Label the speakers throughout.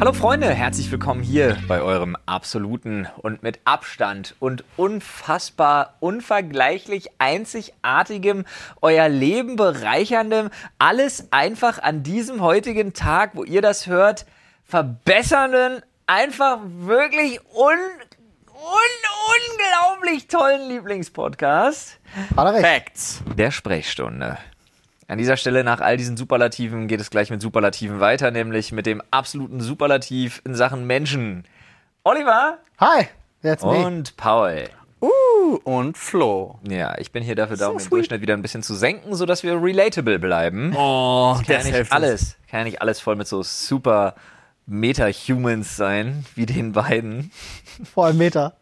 Speaker 1: Hallo Freunde, herzlich willkommen hier bei eurem absoluten und mit Abstand und unfassbar, unvergleichlich einzigartigem, euer Leben bereicherndem, alles einfach an diesem heutigen Tag, wo ihr das hört, verbessernden, einfach wirklich un, un, unglaublich tollen Lieblingspodcast.
Speaker 2: Hat er recht.
Speaker 1: Facts der Sprechstunde. An dieser Stelle, nach all diesen Superlativen, geht es gleich mit Superlativen weiter, nämlich mit dem absoluten Superlativ in Sachen Menschen. Oliver
Speaker 2: Hi, jetzt nicht.
Speaker 1: und Paul.
Speaker 3: und Flo.
Speaker 1: Ja, ich bin hier dafür da, um den Durchschnitt wieder ein bisschen zu senken, sodass wir relatable bleiben.
Speaker 3: Oh,
Speaker 1: kann ja nicht alles, kann ja nicht alles voll mit so super Meta-Humans sein, wie den beiden.
Speaker 2: Vor allem Meter.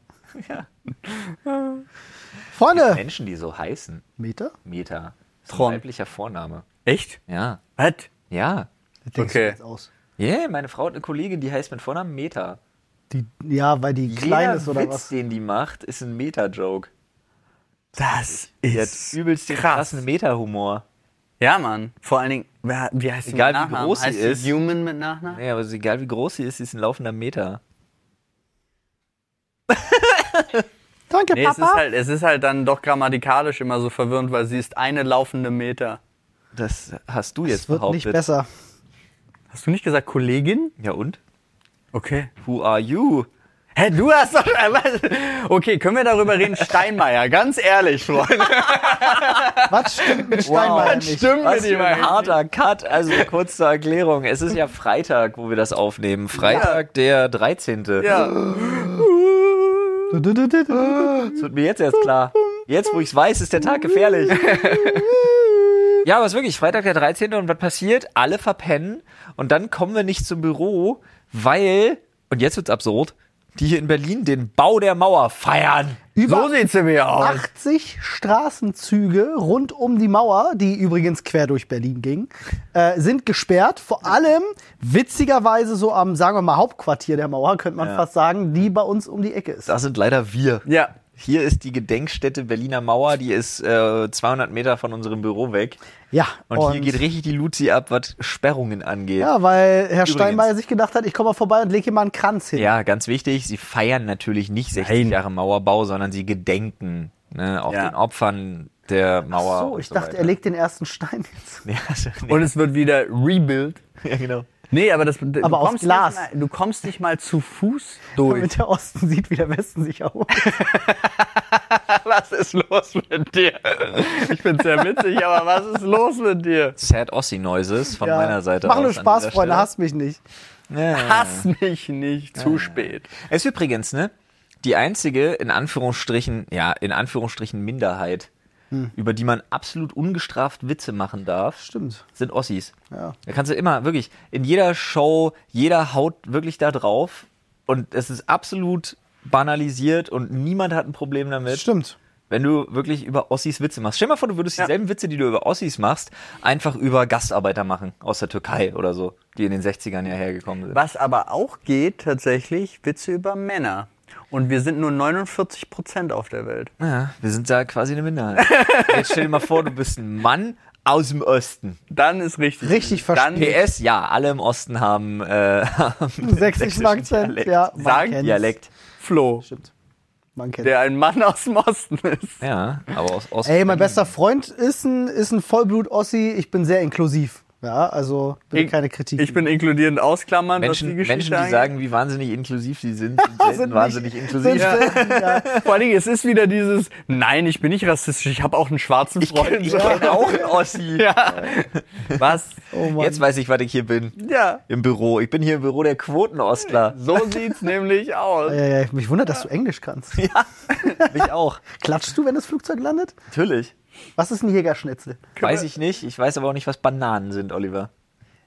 Speaker 2: Freunde.
Speaker 1: Menschen, die so heißen.
Speaker 2: Meter?
Speaker 1: Meta. Das ist ein
Speaker 3: Tron.
Speaker 1: weiblicher Vorname.
Speaker 3: Echt?
Speaker 1: Ja.
Speaker 3: Was?
Speaker 1: Ja.
Speaker 2: Das denkst
Speaker 3: Okay.
Speaker 2: du jetzt aus.
Speaker 1: Yeah, meine Frau hat eine Kollegin, die heißt mit Vornamen Meta.
Speaker 2: Die, ja, weil die klein
Speaker 1: Jeder
Speaker 2: ist oder
Speaker 1: Witz,
Speaker 2: was?
Speaker 1: den die macht, ist ein Meta-Joke.
Speaker 3: Das
Speaker 1: Die hat
Speaker 3: ist
Speaker 1: übelst den krassen Meta-Humor.
Speaker 3: Ja, Mann. Vor allen Dingen, wer, wie heißt sie
Speaker 1: Egal,
Speaker 3: mit
Speaker 1: wie
Speaker 3: Nachnamen?
Speaker 1: groß sie
Speaker 3: heißt
Speaker 1: ist.
Speaker 3: Human mit Nachnamen?
Speaker 1: Naja, aber ist egal wie groß sie ist, sie ist ein laufender Meter.
Speaker 2: Danke,
Speaker 3: Nee, es ist,
Speaker 2: Papa.
Speaker 3: halt, es ist halt dann doch grammatikalisch immer so verwirrend, weil sie ist eine laufende Meter.
Speaker 1: Das hast du jetzt
Speaker 2: Es wird
Speaker 1: behauptet.
Speaker 2: nicht besser.
Speaker 3: Hast du nicht gesagt Kollegin?
Speaker 1: Ja und?
Speaker 3: Okay.
Speaker 1: Who are you?
Speaker 3: Hä, du hast doch... äh, was? Okay, können wir darüber reden? Steinmeier, ganz ehrlich, Freunde.
Speaker 2: Was stimmt mit Steinmeier
Speaker 3: Was
Speaker 2: nicht?
Speaker 3: stimmt
Speaker 1: Was
Speaker 3: mit
Speaker 1: für
Speaker 3: ihm
Speaker 1: ein
Speaker 3: eigentlich?
Speaker 1: harter Cut. Also kurz zur Erklärung. Es ist ja Freitag, wo wir das aufnehmen. Freitag, der 13.
Speaker 3: Ja.
Speaker 2: Du, du, du, du, du.
Speaker 1: Das wird mir jetzt erst klar. Jetzt, wo ich es weiß, ist der Tag gefährlich. ja, aber es ist wirklich Freitag der 13. und was passiert? Alle verpennen und dann kommen wir nicht zum Büro, weil, und jetzt wird's absurd, die hier in Berlin den Bau der Mauer feiern.
Speaker 2: Über
Speaker 3: So sieht's nämlich aus.
Speaker 2: 80 Straßenzüge rund um die Mauer, die übrigens quer durch Berlin gingen, äh, sind gesperrt. Vor allem witzigerweise so am, sagen wir mal, Hauptquartier der Mauer, könnte man
Speaker 1: Ja.
Speaker 2: fast sagen, die bei uns um die Ecke ist.
Speaker 1: Das sind leider wir.
Speaker 3: Ja.
Speaker 1: Hier ist die Gedenkstätte Berliner Mauer, die ist äh, 200 Meter von unserem Büro weg.
Speaker 2: Ja,
Speaker 1: Und, hier geht richtig die Luzi ab, was Sperrungen angeht.
Speaker 2: Ja, weil Herr Steinmeier
Speaker 1: Übrigens.
Speaker 2: sich gedacht hat, ich komme mal vorbei und lege hier mal einen Kranz hin.
Speaker 1: Ja, ganz wichtig, sie feiern natürlich nicht 60
Speaker 3: Nein.
Speaker 1: Jahre Mauerbau, sondern sie gedenken ne, auch
Speaker 3: Ja.
Speaker 1: den Opfern der Mauer.
Speaker 2: so,
Speaker 1: und
Speaker 2: ich dachte,
Speaker 1: weiter.
Speaker 2: er legt den ersten Stein jetzt.
Speaker 1: Ja, also, nee.
Speaker 3: Und es wird wieder Rebuild.
Speaker 1: ja, genau.
Speaker 3: Nee, aber das du
Speaker 2: Aber aus
Speaker 3: kommst
Speaker 2: Glas.
Speaker 3: Nicht mal, du kommst nicht mal zu Fuß durch.
Speaker 2: Damit der Osten sieht, wie der Westen sich erholt.
Speaker 3: was ist los mit dir? Ich bin sehr witzig, aber was ist los mit dir?
Speaker 1: Sad Ossi Noises von
Speaker 2: Ja.
Speaker 1: meiner Seite.
Speaker 2: Mach nur
Speaker 1: aus an
Speaker 2: Spaß,
Speaker 1: dieser
Speaker 2: Freunde,
Speaker 1: Stelle.
Speaker 2: hasst mich nicht.
Speaker 1: Ja.
Speaker 3: Hass mich nicht, zu spät.
Speaker 1: Es ist übrigens, ne? Die einzige, in Anführungsstrichen, ja, in Anführungsstrichen Minderheit,
Speaker 2: Hm.
Speaker 1: über die man absolut ungestraft Witze machen darf.
Speaker 2: Stimmt.
Speaker 1: sind Ossis.
Speaker 2: Ja.
Speaker 1: Da kannst du immer, wirklich, in jeder Show, jeder haut wirklich da drauf und es ist absolut banalisiert und niemand hat ein Problem damit.
Speaker 2: Stimmt.
Speaker 1: Wenn du wirklich über Ossis Witze machst. Stell dir mal vor, du würdest dieselben Witze, die du über Ossis machst, einfach über Gastarbeiter machen aus der Türkei oder so, die in den 60ern ja hergekommen sind.
Speaker 3: Was aber auch geht, tatsächlich, Witze über Männer. Und wir sind nur 49 Prozent auf der Welt.
Speaker 1: Ja, wir sind da quasi eine Minderheit. Jetzt stell dir mal vor, du bist ein Mann aus dem Osten.
Speaker 3: Dann ist richtig.
Speaker 2: Richtig
Speaker 3: Dann
Speaker 1: PS, ja, alle im Osten haben, äh, haben den
Speaker 2: Sächsischen Akzent, ja. Man
Speaker 1: Sagen
Speaker 2: kennt's.
Speaker 1: Dialekt.
Speaker 3: Flo,
Speaker 2: Man kennt.
Speaker 3: der ein Mann aus dem Osten ist.
Speaker 1: Ja, aber aus Osten.
Speaker 2: Ey, mein bester Freund ist ein, ist ein Vollblut-Ossi. Ich bin sehr inklusiv. Ja, also bitte keine Kritik.
Speaker 3: Ich bin inkludierend ausklammernd, was die
Speaker 1: Menschen,
Speaker 3: Geschichte
Speaker 1: Menschen, die
Speaker 3: angeht.
Speaker 1: sagen, wie wahnsinnig inklusiv sie sind, sind, selten
Speaker 2: Sind nicht-
Speaker 1: wahnsinnig inklusiv.
Speaker 2: sind selten, ja.
Speaker 3: Vor allen Dingen, es ist wieder dieses, nein, ich bin nicht rassistisch, ich habe auch einen schwarzen Freund.
Speaker 1: Ich kenn auch einen Ossi.
Speaker 3: Was?
Speaker 2: Oh Mann.
Speaker 1: Jetzt weiß ich, was ich hier bin.
Speaker 3: Ja,
Speaker 1: Im Büro. Ich bin hier im Büro der Quotenostler.
Speaker 3: so sieht's nämlich aus.
Speaker 2: ja, ja, mich wundert, dass du Englisch kannst.
Speaker 1: Ich auch.
Speaker 2: Klatschst du, wenn das Flugzeug landet?
Speaker 1: Natürlich.
Speaker 2: Was ist ein Jägerschnitzel?
Speaker 1: Weiß ich nicht. Ich weiß aber auch nicht, was Bananen sind, Oliver.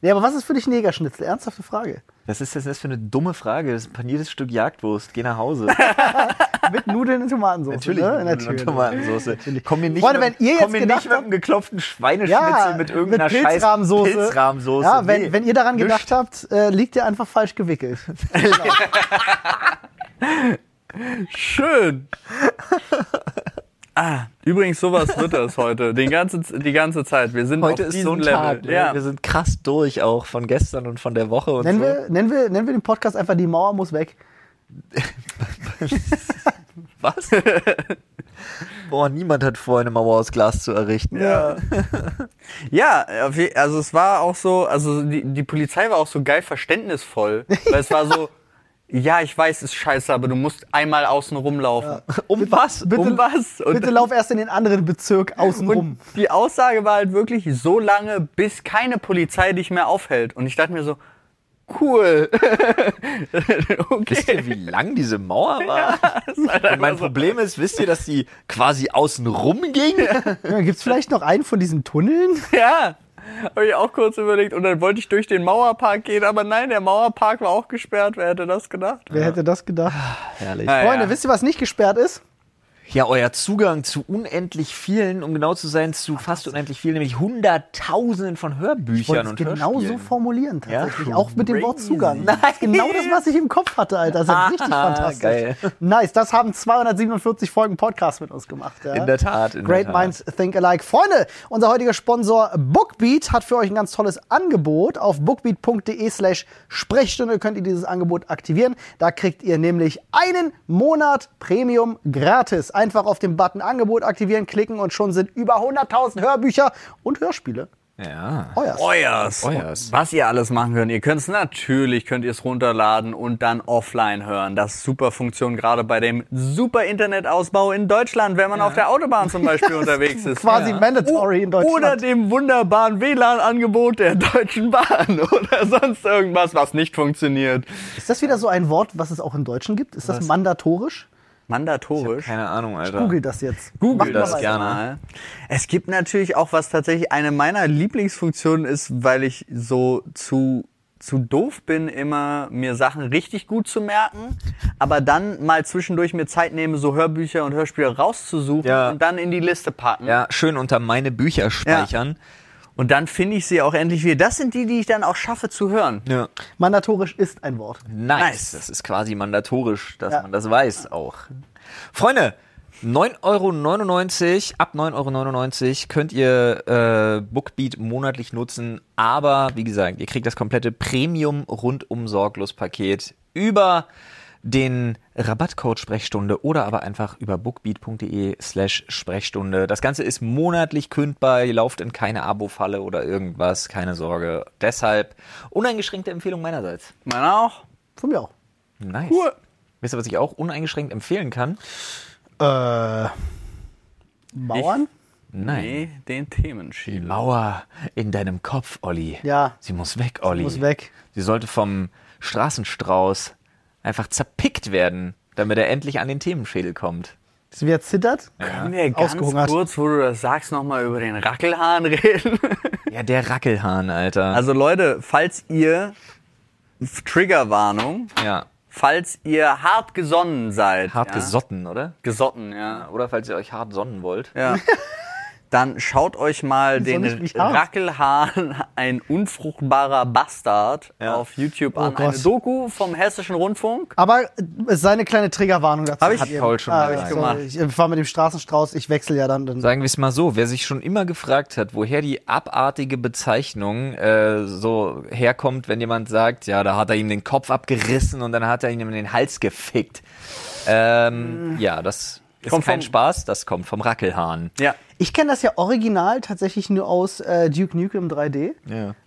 Speaker 2: Nee, aber was ist für dich ein Jägerschnitzel? Ernsthafte Frage.
Speaker 1: Was ist das denn für eine dumme Frage? Das ist ein paniertes Stück Jagdwurst. Geh nach Hause.
Speaker 2: Mit Nudeln und Tomatensauce.
Speaker 1: Natürlich.
Speaker 2: Ne?
Speaker 1: mit Nudeln und Tomatensauce. Komm mir nicht,
Speaker 2: Freunde,
Speaker 1: mit,
Speaker 2: wenn ihr
Speaker 1: komm
Speaker 2: jetzt
Speaker 1: mir
Speaker 2: gedacht
Speaker 1: nicht mit
Speaker 2: habt-
Speaker 1: einem geklopften Schweineschnitzel
Speaker 2: Ja,
Speaker 1: mit irgendeiner
Speaker 2: mit Pilzrahmsoße.
Speaker 1: scheiß Pilzrahmsoße.
Speaker 2: Ja, wenn,
Speaker 1: Nee.
Speaker 2: wenn ihr daran gedacht habt, äh, liegt ihr einfach falsch gewickelt.
Speaker 3: Schön. Ah, Übrigens, sowas wird das heute. Den ganzen, die ganze Zeit. Wir sind
Speaker 1: Heute
Speaker 3: auf
Speaker 1: ist
Speaker 3: diesem
Speaker 1: so ein
Speaker 3: Level.
Speaker 1: Tag. Ne?
Speaker 3: ja.
Speaker 1: Wir sind krass durch auch von gestern und von der Woche und
Speaker 2: Nennen
Speaker 1: so.
Speaker 2: wir, nennen, wir, nennen wir den Podcast einfach Die Mauer muss weg.
Speaker 1: Was? Boah, niemand hat vor, eine Mauer aus Glas zu errichten.
Speaker 3: Ja. ja, auf je- also es war auch so, also die, die Polizei war auch so geil verständnisvoll, weil es war so, ja, ich weiß, ist scheiße, aber du musst einmal außen rumlaufen.
Speaker 1: Um was?
Speaker 2: bitte-
Speaker 1: um
Speaker 3: Um was? Und,
Speaker 2: Bitte lauf erst in den anderen Bezirk außen rum.
Speaker 3: und die Aussage war halt wirklich so lange, bis keine Polizei dich mehr aufhält. Und ich dachte mir so, cool.
Speaker 1: Wisst ihr,
Speaker 3: okay.
Speaker 1: wie lang diese Mauer war?
Speaker 3: halt
Speaker 1: und mein Problem ist, wisst ihr, dass die quasi außen rum ging?
Speaker 2: Ja, Gibt es vielleicht noch einen von diesen Tunneln?
Speaker 3: Ja. Habe ich auch kurz überlegt und dann wollte ich durch den Mauerpark gehen, aber nein, der Mauerpark war auch gesperrt. Wer hätte das gedacht?
Speaker 2: Wer hätte das gedacht?
Speaker 1: Ah, Herrlich.
Speaker 3: Ja,
Speaker 2: Freunde,
Speaker 3: ja.
Speaker 2: wisst ihr, was nicht gesperrt ist?
Speaker 1: Ja, euer Zugang zu unendlich vielen, um genau zu sein, zu fast unendlich vielen, nämlich Hunderttausenden von Hörbüchern
Speaker 2: wollte es
Speaker 1: und
Speaker 2: genau so
Speaker 1: Hörspielen.
Speaker 2: formulieren tatsächlich.
Speaker 1: Ja?
Speaker 2: Auch mit dem Wort
Speaker 1: Crazy.
Speaker 2: Zugang. Das ist genau das, was ich im Kopf hatte, Alter. Das ist ja richtig
Speaker 1: Ah,
Speaker 2: fantastisch.
Speaker 1: geil.
Speaker 2: Nice, das haben 247 Folgen Podcast mit uns gemacht. Ja?
Speaker 1: In der Tat, in der
Speaker 2: Great
Speaker 1: Tat.
Speaker 2: Minds Think Alike. Freunde, unser heutiger Sponsor Bookbeat hat für euch ein ganz tolles Angebot. Auf bookbeat.de slash Sprechstunde könnt ihr dieses Angebot aktivieren. Da kriegt ihr nämlich einen Monat Premium gratis. Einfach auf den Button Angebot aktivieren, klicken und schon sind über 100.000 Hörbücher und Hörspiele
Speaker 1: Ja.
Speaker 2: euer.
Speaker 3: Euers.
Speaker 1: Euers.
Speaker 3: Was ihr alles machen könnt. Ihr könnt es natürlich, könnt ihr es runterladen und dann offline hören. Das ist super Funktion, gerade bei dem super Internetausbau in Deutschland, wenn man auf der Autobahn zum Beispiel unterwegs ist.
Speaker 2: Quasi mandatory in Deutschland.
Speaker 3: Oder dem wunderbaren WLAN-Angebot der Deutschen Bahn oder sonst irgendwas, was nicht funktioniert.
Speaker 2: Ist das wieder so ein Wort, was es auch im Deutschen gibt? Ist das mandatorisch?
Speaker 3: Mandatorisch.
Speaker 1: Keine Ahnung, Alter.
Speaker 2: Google das jetzt.
Speaker 3: Google
Speaker 2: mal
Speaker 3: das
Speaker 2: weiter.
Speaker 1: gerne.
Speaker 3: gerne. Es gibt natürlich auch, was tatsächlich eine meiner Lieblingsfunktionen ist, weil ich so zu, zu doof bin, immer mir Sachen richtig gut zu merken, aber dann mal zwischendurch mir Zeit nehme, so Hörbücher und Hörspiele rauszusuchen
Speaker 1: Ja.
Speaker 3: und dann in die Liste packen.
Speaker 1: Ja, schön unter meine Bücher speichern.
Speaker 3: Und dann finde ich sie auch endlich wieder. Das sind die, die ich dann auch schaffe zu hören.
Speaker 1: Ja.
Speaker 2: Mandatorisch ist ein Wort.
Speaker 1: Nice.
Speaker 3: Nice.
Speaker 1: Das ist quasi mandatorisch, dass
Speaker 2: Ja.
Speaker 1: man das weiß auch. Freunde, 9,99 Euro, ab 9,99 Euro könnt ihr äh, Bookbeat monatlich nutzen, aber wie gesagt, ihr kriegt das komplette Premium rundum sorglos Paket über den Rabattcode Sprechstunde oder aber einfach über bookbeat.de slash Sprechstunde. Das Ganze ist monatlich kündbar, ihr lauft in keine Abo-Falle oder irgendwas, keine Sorge. Deshalb uneingeschränkte Empfehlung meinerseits.
Speaker 3: Man auch.
Speaker 2: Von mir auch.
Speaker 1: Nice.
Speaker 3: Cool.
Speaker 1: Wisst ihr, was ich auch uneingeschränkt empfehlen kann?
Speaker 2: Äh, Mauern?
Speaker 1: Nein.
Speaker 3: Nee, den Themenschiel.
Speaker 1: Mauer in deinem Kopf, Olli.
Speaker 2: Ja.
Speaker 1: Sie muss weg, Olli.
Speaker 2: muss weg.
Speaker 1: Sie sollte vom Straßenstrauß einfach zerpickt werden, damit er endlich an den Themenschädel kommt.
Speaker 2: Ist wieder zittert?
Speaker 3: Können wir ganz
Speaker 2: Ausgehungert.
Speaker 3: kurz, wo du das sagst, nochmal über den Rackelhahn reden?
Speaker 1: Ja, der Rackelhahn, Alter.
Speaker 3: Also Leute, falls ihr F- Triggerwarnung,
Speaker 1: ja,
Speaker 3: falls ihr hart gesonnen seid,
Speaker 1: hart
Speaker 3: ja?
Speaker 1: gesotten, oder?
Speaker 3: gesonnen, ja,
Speaker 1: Oder falls ihr euch hart sonnen wollt.
Speaker 3: ja. dann schaut euch mal
Speaker 2: Wieso
Speaker 3: den
Speaker 2: nicht mich hart?
Speaker 3: Rackelhahn, ein unfruchtbarer Bastard,
Speaker 1: Ja.
Speaker 3: auf YouTube
Speaker 2: Oh
Speaker 3: an. Eine
Speaker 2: Gott.
Speaker 3: Doku vom Hessischen Rundfunk.
Speaker 2: Aber es sei eine kleine Triggerwarnung dazu.
Speaker 3: Hab ich-
Speaker 2: Hat ihr-
Speaker 1: Paul schon
Speaker 2: Ah,
Speaker 1: mal
Speaker 2: sorry,
Speaker 3: gemacht.
Speaker 2: Ich äh, fahr mit dem Straßenstrauß, ich wechsle ja dann. dann.
Speaker 1: Sagen wir es mal so, wer sich schon immer gefragt hat, woher die abartige Bezeichnung äh, so herkommt, wenn jemand sagt, ja, da hat er ihm den Kopf abgerissen und dann hat er ihm in den Hals gefickt. Ähm, ja, das ist
Speaker 3: Äh. Kommt
Speaker 1: kein
Speaker 3: vom-
Speaker 1: Spaß, das kommt vom Rackelhahn.
Speaker 3: Ja.
Speaker 2: Ich kenne das ja original tatsächlich nur aus äh, Duke Nukem 3D.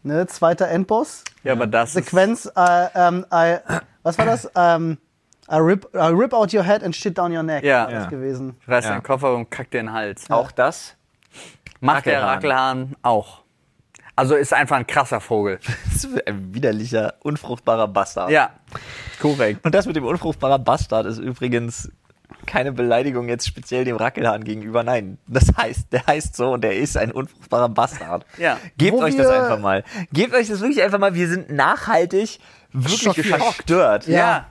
Speaker 2: Ne, zweiter Endboss.
Speaker 3: Ja, aber das ist-
Speaker 2: Sequenz, äh, ähm, I, was war das? Ähm, I, rip, I rip out your head and shit down your neck.
Speaker 3: Ja.
Speaker 2: War Das
Speaker 1: Ja.
Speaker 2: gewesen.
Speaker 3: reißt
Speaker 1: Ja.
Speaker 3: den Koffer und kackt dir in den Hals.
Speaker 1: Auch das?
Speaker 3: Macht der
Speaker 1: Rackelhahn.
Speaker 3: Rackelhahn auch. Also ist einfach ein krasser Vogel.
Speaker 1: Ein widerlicher, unfruchtbarer Bastard.
Speaker 3: Ja, korrekt.
Speaker 1: Und das mit dem unfruchtbarer Bastard ist übrigens keine Beleidigung jetzt speziell dem Rackelhahn gegenüber. Nein, das heißt, der heißt so und der ist ein unfruchtbarer Bastard.
Speaker 3: Ja.
Speaker 1: Gebt
Speaker 2: Wo
Speaker 1: euch das
Speaker 2: wir-
Speaker 1: einfach mal. Gebt euch das wirklich einfach mal. Wir sind nachhaltig wirklich
Speaker 2: Schockiert.
Speaker 1: verstört.
Speaker 2: ja.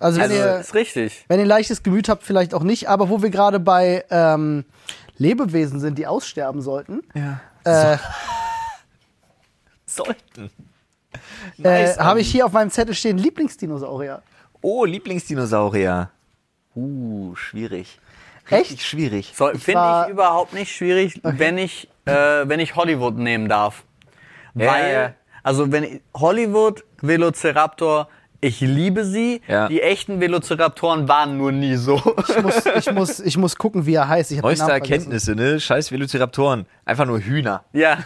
Speaker 2: Also, wenn
Speaker 3: Also
Speaker 2: ihr,
Speaker 3: ist richtig.
Speaker 2: Wenn ihr leichtes Gemüt habt, vielleicht auch nicht. Aber wo wir gerade bei ähm, Lebewesen sind, die aussterben sollten, äh,
Speaker 1: Sollten.
Speaker 2: äh, habe
Speaker 1: Olli.
Speaker 2: ich hier auf meinem Zettel stehen Lieblingsdinosaurier.
Speaker 1: Oh, Lieblingsdinosaurier. Uh, schwierig. Richtig
Speaker 2: Genau,
Speaker 1: schwierig.
Speaker 3: So, Finde
Speaker 2: war-
Speaker 3: ich überhaupt nicht schwierig, wenn ich äh, wenn ich Hollywood nehmen darf.
Speaker 1: Ja,
Speaker 3: Weil,
Speaker 1: ja.
Speaker 3: also wenn ich, Hollywood, Velociraptor, ich liebe sie.
Speaker 1: Ja.
Speaker 3: Die echten Velociraptoren waren nur nie so.
Speaker 2: Ich muss, ich muss, ich muss gucken, wie er heißt. Ich hab den
Speaker 1: Neueste
Speaker 2: Namen vergessen.
Speaker 1: Erkenntnisse, ne? Scheiß Velociraptoren. Einfach nur Hühner.
Speaker 3: ja.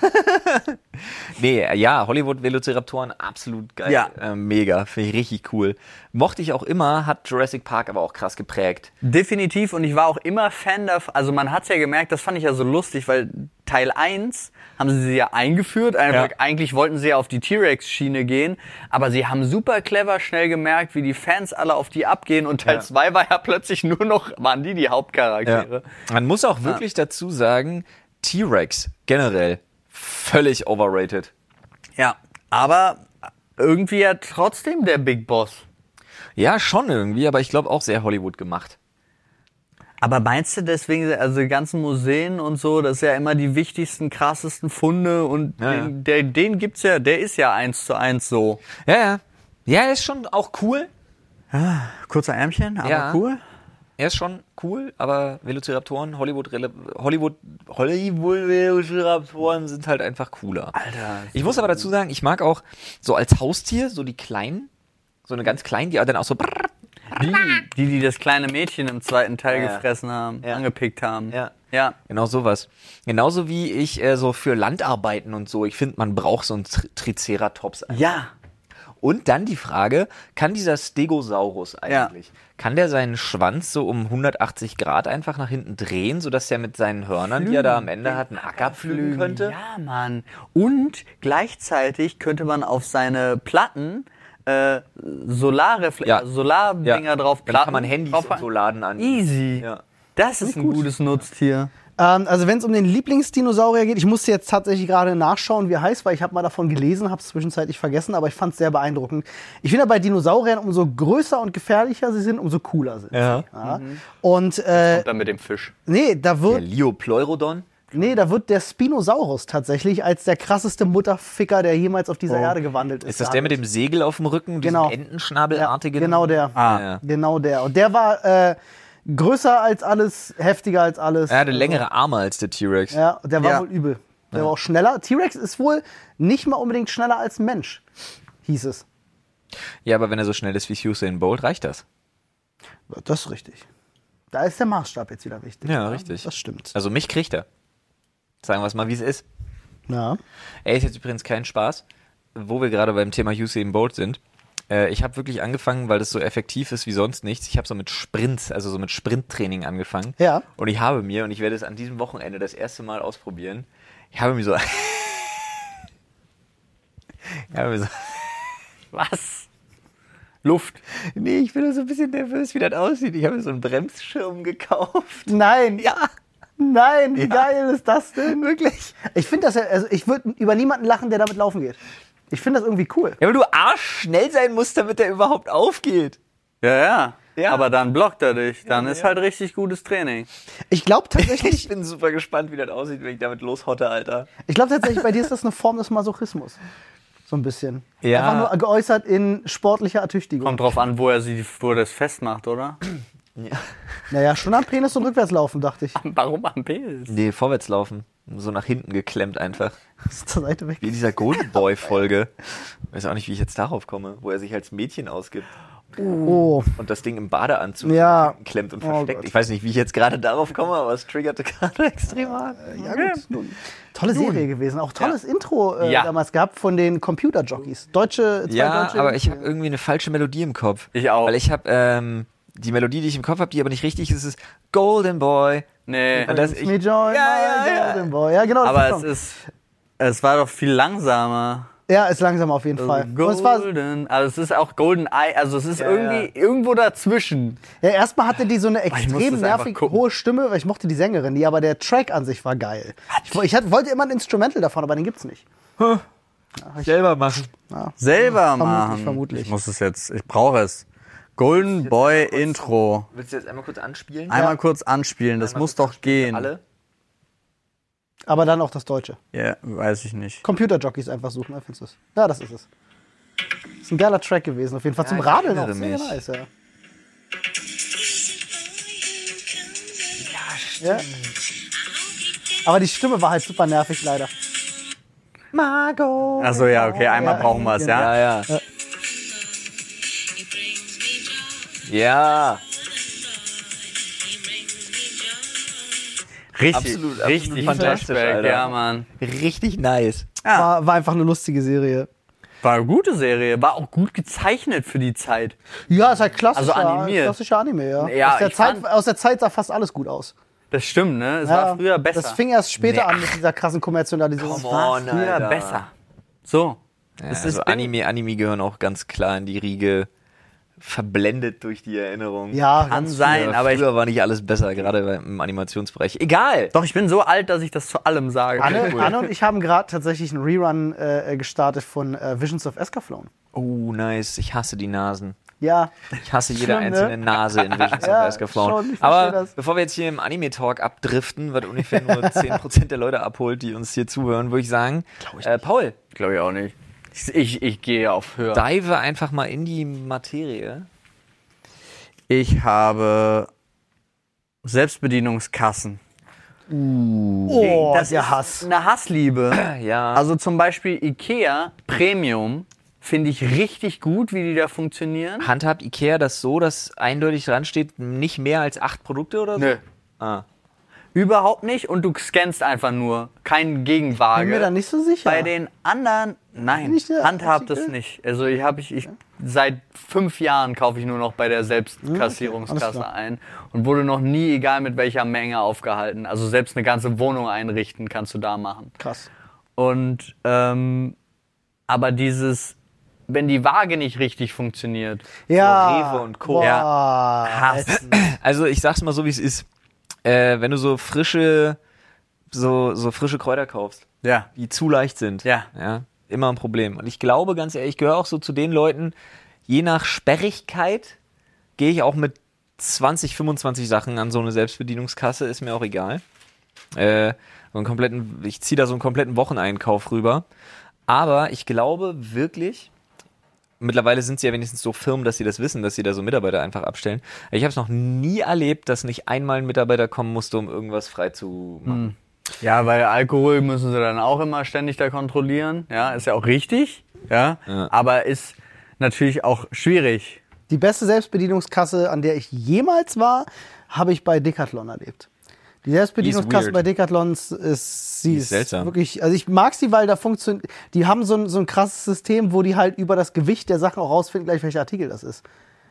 Speaker 1: Nee, äh, ja, Hollywood Velociraptoren, absolut geil.
Speaker 3: Ja.
Speaker 1: Äh, mega, finde ich richtig cool. Mochte ich auch immer, hat Jurassic Park aber auch krass geprägt.
Speaker 3: Definitiv und ich war auch immer Fan davon, also man hat's ja gemerkt, das fand ich ja so lustig, weil Teil 1 haben sie sie ja eingeführt, einfach,
Speaker 1: Ja.
Speaker 3: eigentlich wollten sie ja auf die T-Rex-Schiene gehen, aber sie haben super clever schnell gemerkt, wie die Fans alle auf die abgehen und Teil
Speaker 1: Ja.
Speaker 3: 2 war ja plötzlich nur noch, waren die die Hauptcharaktere.
Speaker 1: Man muss auch wirklich dazu sagen, T-Rex generell völlig overrated.
Speaker 3: Ja. aber irgendwie ja trotzdem der Big Boss.
Speaker 1: Ja, schon irgendwie, aber ich glaube auch sehr Hollywood gemacht.
Speaker 3: Aber meinst du deswegen, also die ganzen Museen und so, das ist ja immer die wichtigsten, krassesten Funde und
Speaker 1: Ja,
Speaker 3: den, Der, den gibt's ja, der ist ja eins zu eins so.
Speaker 1: Ja, ja. Ja, er ist schon auch cool.
Speaker 3: Kurze Ärmchen, aber
Speaker 1: Ja.
Speaker 3: cool.
Speaker 1: Er ist schon cool, aber Velociraptoren, Hollywood, Rele- Hollywood, Hollywood Velociraptoren sind halt einfach cooler.
Speaker 3: Alter.
Speaker 1: Ich muss aber dazu sagen, ich mag auch so als Haustier so die kleinen, so eine ganz kleinen, die dann auch so brrr,
Speaker 3: Die, die, die das kleine Mädchen im zweiten Teil
Speaker 1: Ja.
Speaker 3: gefressen haben,
Speaker 1: Ja.
Speaker 3: angepickt haben.
Speaker 1: Ja.
Speaker 3: Ja.
Speaker 1: Genau sowas. Genauso wie ich äh, so für Landarbeiten und so. Ich finde, man braucht so einen Tri Triceratops.
Speaker 3: Ja.
Speaker 1: Und dann die Frage, kann dieser Stegosaurus eigentlich, kann der seinen Schwanz so um 180 Grad einfach nach hinten drehen, sodass er mit seinen Hörnern, die er da am Ende hat, einen Acker pflügen könnte?
Speaker 3: Ja, Mann. Und gleichzeitig könnte man auf seine Platten äh, Solarrefle
Speaker 1: Ja.
Speaker 3: also Solardinger
Speaker 1: Ja.
Speaker 3: drauf
Speaker 1: Dann
Speaker 3: platten.
Speaker 1: kann man Handys
Speaker 3: drauf-
Speaker 1: und so laden an.
Speaker 3: Easy.
Speaker 1: Ja.
Speaker 3: Das ist ein gutes Nutztier.
Speaker 2: Ähm, also wenn es um den Lieblingsdinosaurier geht, ich musste jetzt tatsächlich gerade nachschauen, wie er heißt, weil ich habe mal davon gelesen, habe es zwischenzeitlich vergessen, aber ich fand es sehr beeindruckend. Ich finde bei Dinosauriern, umso größer und gefährlicher sie sind, umso cooler sind
Speaker 1: Ja.
Speaker 2: sie. Ja? Und äh,
Speaker 3: dann mit dem Fisch.
Speaker 2: nee, da
Speaker 1: Der
Speaker 2: wird
Speaker 1: Liopleurodon?
Speaker 2: nee, da wird der Spinosaurus tatsächlich als der krasseste Mutterficker, der jemals auf dieser Erde gewandelt ist.
Speaker 1: Oh. Ist das der mit dem Segel auf dem Rücken, diesem
Speaker 2: Genau.
Speaker 1: Entenschnabelartigen?
Speaker 2: Genau der.
Speaker 1: Ah. Ja.
Speaker 2: Genau der. Und der war äh, größer als alles, heftiger als alles.
Speaker 1: Er hatte längere Arme als der T-Rex.
Speaker 2: Ja, der war
Speaker 3: Ja.
Speaker 2: wohl übel. Der war auch schneller. T-Rex ist wohl nicht mal unbedingt schneller als ein Mensch, hieß es.
Speaker 1: ja, aber wenn er so schnell ist wie Usain Bolt, reicht das.
Speaker 2: Das ist richtig. Da ist der Maßstab jetzt wieder wichtig.
Speaker 1: Ja, richtig.
Speaker 2: Das stimmt.
Speaker 1: Also mich kriegt er. Sagen wir es mal, wie es ist.
Speaker 2: Ja.
Speaker 1: Ey, ist jetzt übrigens kein Spaß, wo wir gerade beim Thema Usain Bolt sind. Äh, ich habe wirklich angefangen, weil das so effektiv ist wie sonst nichts. Ich habe so mit Sprints, also so mit Sprinttraining angefangen.
Speaker 2: Ja.
Speaker 1: Und ich habe mir, und ich werde es an diesem Wochenende das erste Mal ausprobieren, ich habe mir so... ich habe mir so...
Speaker 3: Was? Luft.
Speaker 1: Nee, ich bin nur so ein bisschen nervös, wie das aussieht. Ich habe mir so einen Bremsschirm gekauft.
Speaker 2: Nein,
Speaker 1: Ja,
Speaker 2: nein, wie geil ist das denn?
Speaker 1: wirklich.
Speaker 2: Ich finde das ja, also ich würde über niemanden lachen, der damit laufen geht. Ich finde das irgendwie cool.
Speaker 1: Ja, aber du Arsch schnell sein musst, damit der überhaupt aufgeht.
Speaker 3: Ja, ja.
Speaker 1: Ja.
Speaker 3: Aber dann blockt er dich. Dann ist
Speaker 1: ja.
Speaker 3: halt richtig gutes Training.
Speaker 2: Ich glaube
Speaker 1: Ich
Speaker 2: tatsächlich,
Speaker 1: bin super gespannt, wie das aussieht, wenn ich damit loshotte, Alter.
Speaker 2: ich glaube tatsächlich, bei dir ist das eine Form des Masochismus. So ein bisschen.
Speaker 1: Ja.
Speaker 2: Einfach nur geäußert in sportlicher Ertüchtigung.
Speaker 3: Kommt drauf an, wo er sie, wo er das festmacht, oder?
Speaker 2: Naja, schon am Penis und rückwärts laufen, dachte ich.
Speaker 3: Warum am Pilz?
Speaker 1: Nee, vorwärts laufen. So nach hinten geklemmt einfach.
Speaker 2: Ist zur Seite weg.
Speaker 1: Wie in dieser Golden Boy-Folge. Weiß auch nicht, wie ich jetzt darauf komme, wo er sich als Mädchen ausgibt
Speaker 2: Oh.
Speaker 1: und das Ding im Badeanzug
Speaker 2: Ja.
Speaker 1: nach hinten klemmt und
Speaker 2: Oh
Speaker 1: versteckt.
Speaker 2: Gott.
Speaker 1: ich weiß nicht, wie ich jetzt gerade darauf komme, aber es triggerte gerade extrem hart.
Speaker 2: Ja, gut. Nun, tolle Serie gewesen. Auch tolles Intro äh,
Speaker 3: Ja.
Speaker 2: damals gehabt von den Computerjockeys. Deutsche, zwei
Speaker 1: Ja,
Speaker 2: deutsche.
Speaker 1: aber ich habe irgendwie eine falsche Melodie im Kopf.
Speaker 3: Ich auch.
Speaker 1: Weil ich habe ähm, die Melodie, die ich im Kopf habe, die aber nicht richtig ist, ist Golden Boy.
Speaker 3: Nee.
Speaker 1: Und das,
Speaker 2: ich,
Speaker 1: ich,
Speaker 2: me
Speaker 1: Ja,
Speaker 2: joy, my
Speaker 1: ja, ja.
Speaker 2: golden boy. ja, genau. das
Speaker 3: Aber
Speaker 2: der
Speaker 3: es
Speaker 2: Song.
Speaker 3: ist, es war doch viel langsamer.
Speaker 2: ja, ist langsam auf jeden Fall. Und es war,
Speaker 3: Golden, also es ist auch Golden Eye, also es ist
Speaker 1: Ja,
Speaker 3: irgendwie irgendwo dazwischen.
Speaker 2: ja, erstmal hatte die so eine
Speaker 3: ich muss
Speaker 2: extrem
Speaker 3: das einfach
Speaker 2: nervig
Speaker 3: gucken.
Speaker 2: hohe Stimme, weil ich mochte die Sängerin, die aber der Track an sich war geil. Ich, wo- ich hatte, wollte immer ein Instrumental davon, aber den gibt's nicht.
Speaker 1: selber machen.
Speaker 3: Selber
Speaker 2: vermutlich,
Speaker 3: machen.
Speaker 2: vermutlich.
Speaker 3: Ich muss es jetzt, ich brauche es. Golden Boy Intro.
Speaker 1: Willst du jetzt einmal kurz anspielen?
Speaker 3: Einmal kurz anspielen, das
Speaker 1: Einmal
Speaker 3: muss
Speaker 1: kurz
Speaker 3: doch gehen.
Speaker 1: Alle?
Speaker 2: Aber dann auch das Deutsche.
Speaker 3: Ja, weiß ich nicht.
Speaker 2: Computerjockeys einfach suchen, da findest du es. Ja, das ist es. Ist ein geiler Track gewesen, auf jeden Fall. Zum
Speaker 1: ich
Speaker 2: Radeln auch
Speaker 1: erinnere
Speaker 2: sehr
Speaker 1: mich.
Speaker 2: nice, ja.
Speaker 1: Ja, stimmt.
Speaker 2: Ja? Aber die Stimme war halt super nervig, leider. Margot.
Speaker 3: Achso, ja, okay, einmal
Speaker 2: Ja.
Speaker 3: brauchen wir es, ja?
Speaker 1: Ja, Äh. ja. Ja,
Speaker 3: Richtig,
Speaker 1: Absolut, absolut
Speaker 3: richtig
Speaker 1: fantastisch,
Speaker 3: Flashback,
Speaker 1: Alter.
Speaker 3: ja, Mann.
Speaker 1: richtig nice.
Speaker 3: Ja.
Speaker 2: War, war einfach eine lustige Serie.
Speaker 3: War eine gute Serie, war auch gut gezeichnet für die Zeit.
Speaker 2: Ja, ist halt klassischer,
Speaker 3: Also animiert.
Speaker 2: klassischer Anime, ja.
Speaker 3: Ja,
Speaker 2: aus, der
Speaker 3: ich
Speaker 2: Zeit,
Speaker 3: fand-
Speaker 2: aus der Zeit sah fast alles gut aus.
Speaker 3: Das stimmt, ne? Es
Speaker 2: Ja,
Speaker 3: war früher besser.
Speaker 2: Das fing erst später
Speaker 3: Nee,
Speaker 2: an mit dieser krassen Kommerzialisierung.
Speaker 1: Come
Speaker 3: war
Speaker 1: on,
Speaker 3: früher
Speaker 1: Alter.
Speaker 3: besser. So.
Speaker 1: Ja,
Speaker 3: Es
Speaker 1: also
Speaker 3: Ding.
Speaker 1: Anime, Anime gehören auch ganz klar in die Riege, verblendet durch die Erinnerung.
Speaker 2: Ja,
Speaker 3: Kann
Speaker 2: ganz
Speaker 3: sein,
Speaker 1: Früher-
Speaker 3: aber ich.
Speaker 1: früher war nicht alles besser, gerade im Animationsbereich. Egal.
Speaker 3: Doch, ich bin so alt, dass ich das zu allem sage.
Speaker 2: Anne,
Speaker 3: Cool.
Speaker 2: Anne und ich haben gerade tatsächlich einen Rerun äh, gestartet von äh, Visions of Escaflown.
Speaker 1: Oh, nice. Ich hasse die Nasen.
Speaker 2: Ja,
Speaker 1: Ich hasse jede
Speaker 2: Schlimm, ne?
Speaker 1: einzelne Nase in Visions
Speaker 2: Ja,
Speaker 1: of Escaflown.
Speaker 2: schon, ich verstehe
Speaker 1: Aber
Speaker 2: das.
Speaker 1: bevor wir jetzt hier im Anime-Talk abdriften, was ungefähr nur 10% der Leute abholt, die uns hier zuhören, würde ich sagen, äh, Paul,
Speaker 3: Glaube ich auch nicht. Ich, ich, ich gehe auf höher.
Speaker 1: dive einfach mal in die Materie.
Speaker 3: Ich habe Selbstbedienungskassen.
Speaker 2: oh,
Speaker 3: das
Speaker 2: der
Speaker 3: ist
Speaker 2: Hass.
Speaker 3: eine Hassliebe.
Speaker 1: Ja.
Speaker 3: Also zum Beispiel Ikea Premium finde ich richtig gut, wie die da funktionieren.
Speaker 1: handhabt Ikea das so, dass eindeutig dran steht, nicht mehr als acht Produkte oder so?
Speaker 3: Nö.
Speaker 1: Ah.
Speaker 3: Überhaupt nicht und du scannst einfach nur. Kein Gegenwaage.
Speaker 2: Bin mir da nicht so sicher.
Speaker 3: Bei den anderen, nein,
Speaker 2: Nicht der
Speaker 3: handhabt es
Speaker 2: Artikel?
Speaker 3: nicht. Also ich habe ich, ich seit fünf Jahren kaufe ich nur noch bei der
Speaker 2: Hm, alles
Speaker 3: Selbstkassierungskasse
Speaker 2: klar.
Speaker 3: ein und wurde noch nie, egal mit welcher Menge, aufgehalten. Also selbst eine ganze Wohnung einrichten kannst du da machen.
Speaker 2: Krass.
Speaker 3: Und ähm, aber dieses, wenn die Waage nicht richtig funktioniert,
Speaker 2: Ja.
Speaker 1: Rewe und Co.
Speaker 2: Boah,
Speaker 3: Hass.
Speaker 1: Also ich sag's mal so, wie es ist. Äh, wenn du so frische, so, so frische Kräuter kaufst,
Speaker 3: ja,
Speaker 1: die zu leicht sind,
Speaker 3: Ja.
Speaker 1: ja, immer ein Problem. Und ich glaube, ganz ehrlich, ich gehöre auch so zu den Leuten, je nach Sperrigkeit gehe ich auch mit 20, 25 Sachen an so eine Selbstbedienungskasse, ist mir auch egal. Äh, so einen kompletten, ich ziehe da so einen kompletten Wocheneinkauf rüber. Aber ich glaube wirklich, mittlerweile sind sie ja wenigstens so Firmen, dass sie das wissen, dass sie da so Mitarbeiter einfach abstellen. Ich habe es noch nie erlebt, dass nicht einmal ein Mitarbeiter kommen musste, um irgendwas frei zu machen.
Speaker 3: Ja, weil Alkohol müssen sie dann auch immer ständig da kontrollieren. Ja, ist ja auch richtig. Ja, aber ist natürlich auch schwierig.
Speaker 2: Die beste Selbstbedienungskasse, an der ich jemals war, habe ich bei Decathlon erlebt. Die Selbstbedienungskasse
Speaker 1: weird.
Speaker 2: bei Decathlon ist, ist sie
Speaker 1: ist
Speaker 2: ist
Speaker 1: seltsam.
Speaker 2: wirklich, also ich mag sie, weil da funktioniert, die haben so ein, so ein krasses System, wo die halt über das Gewicht der Sachen auch rausfinden, gleich welcher Artikel das ist.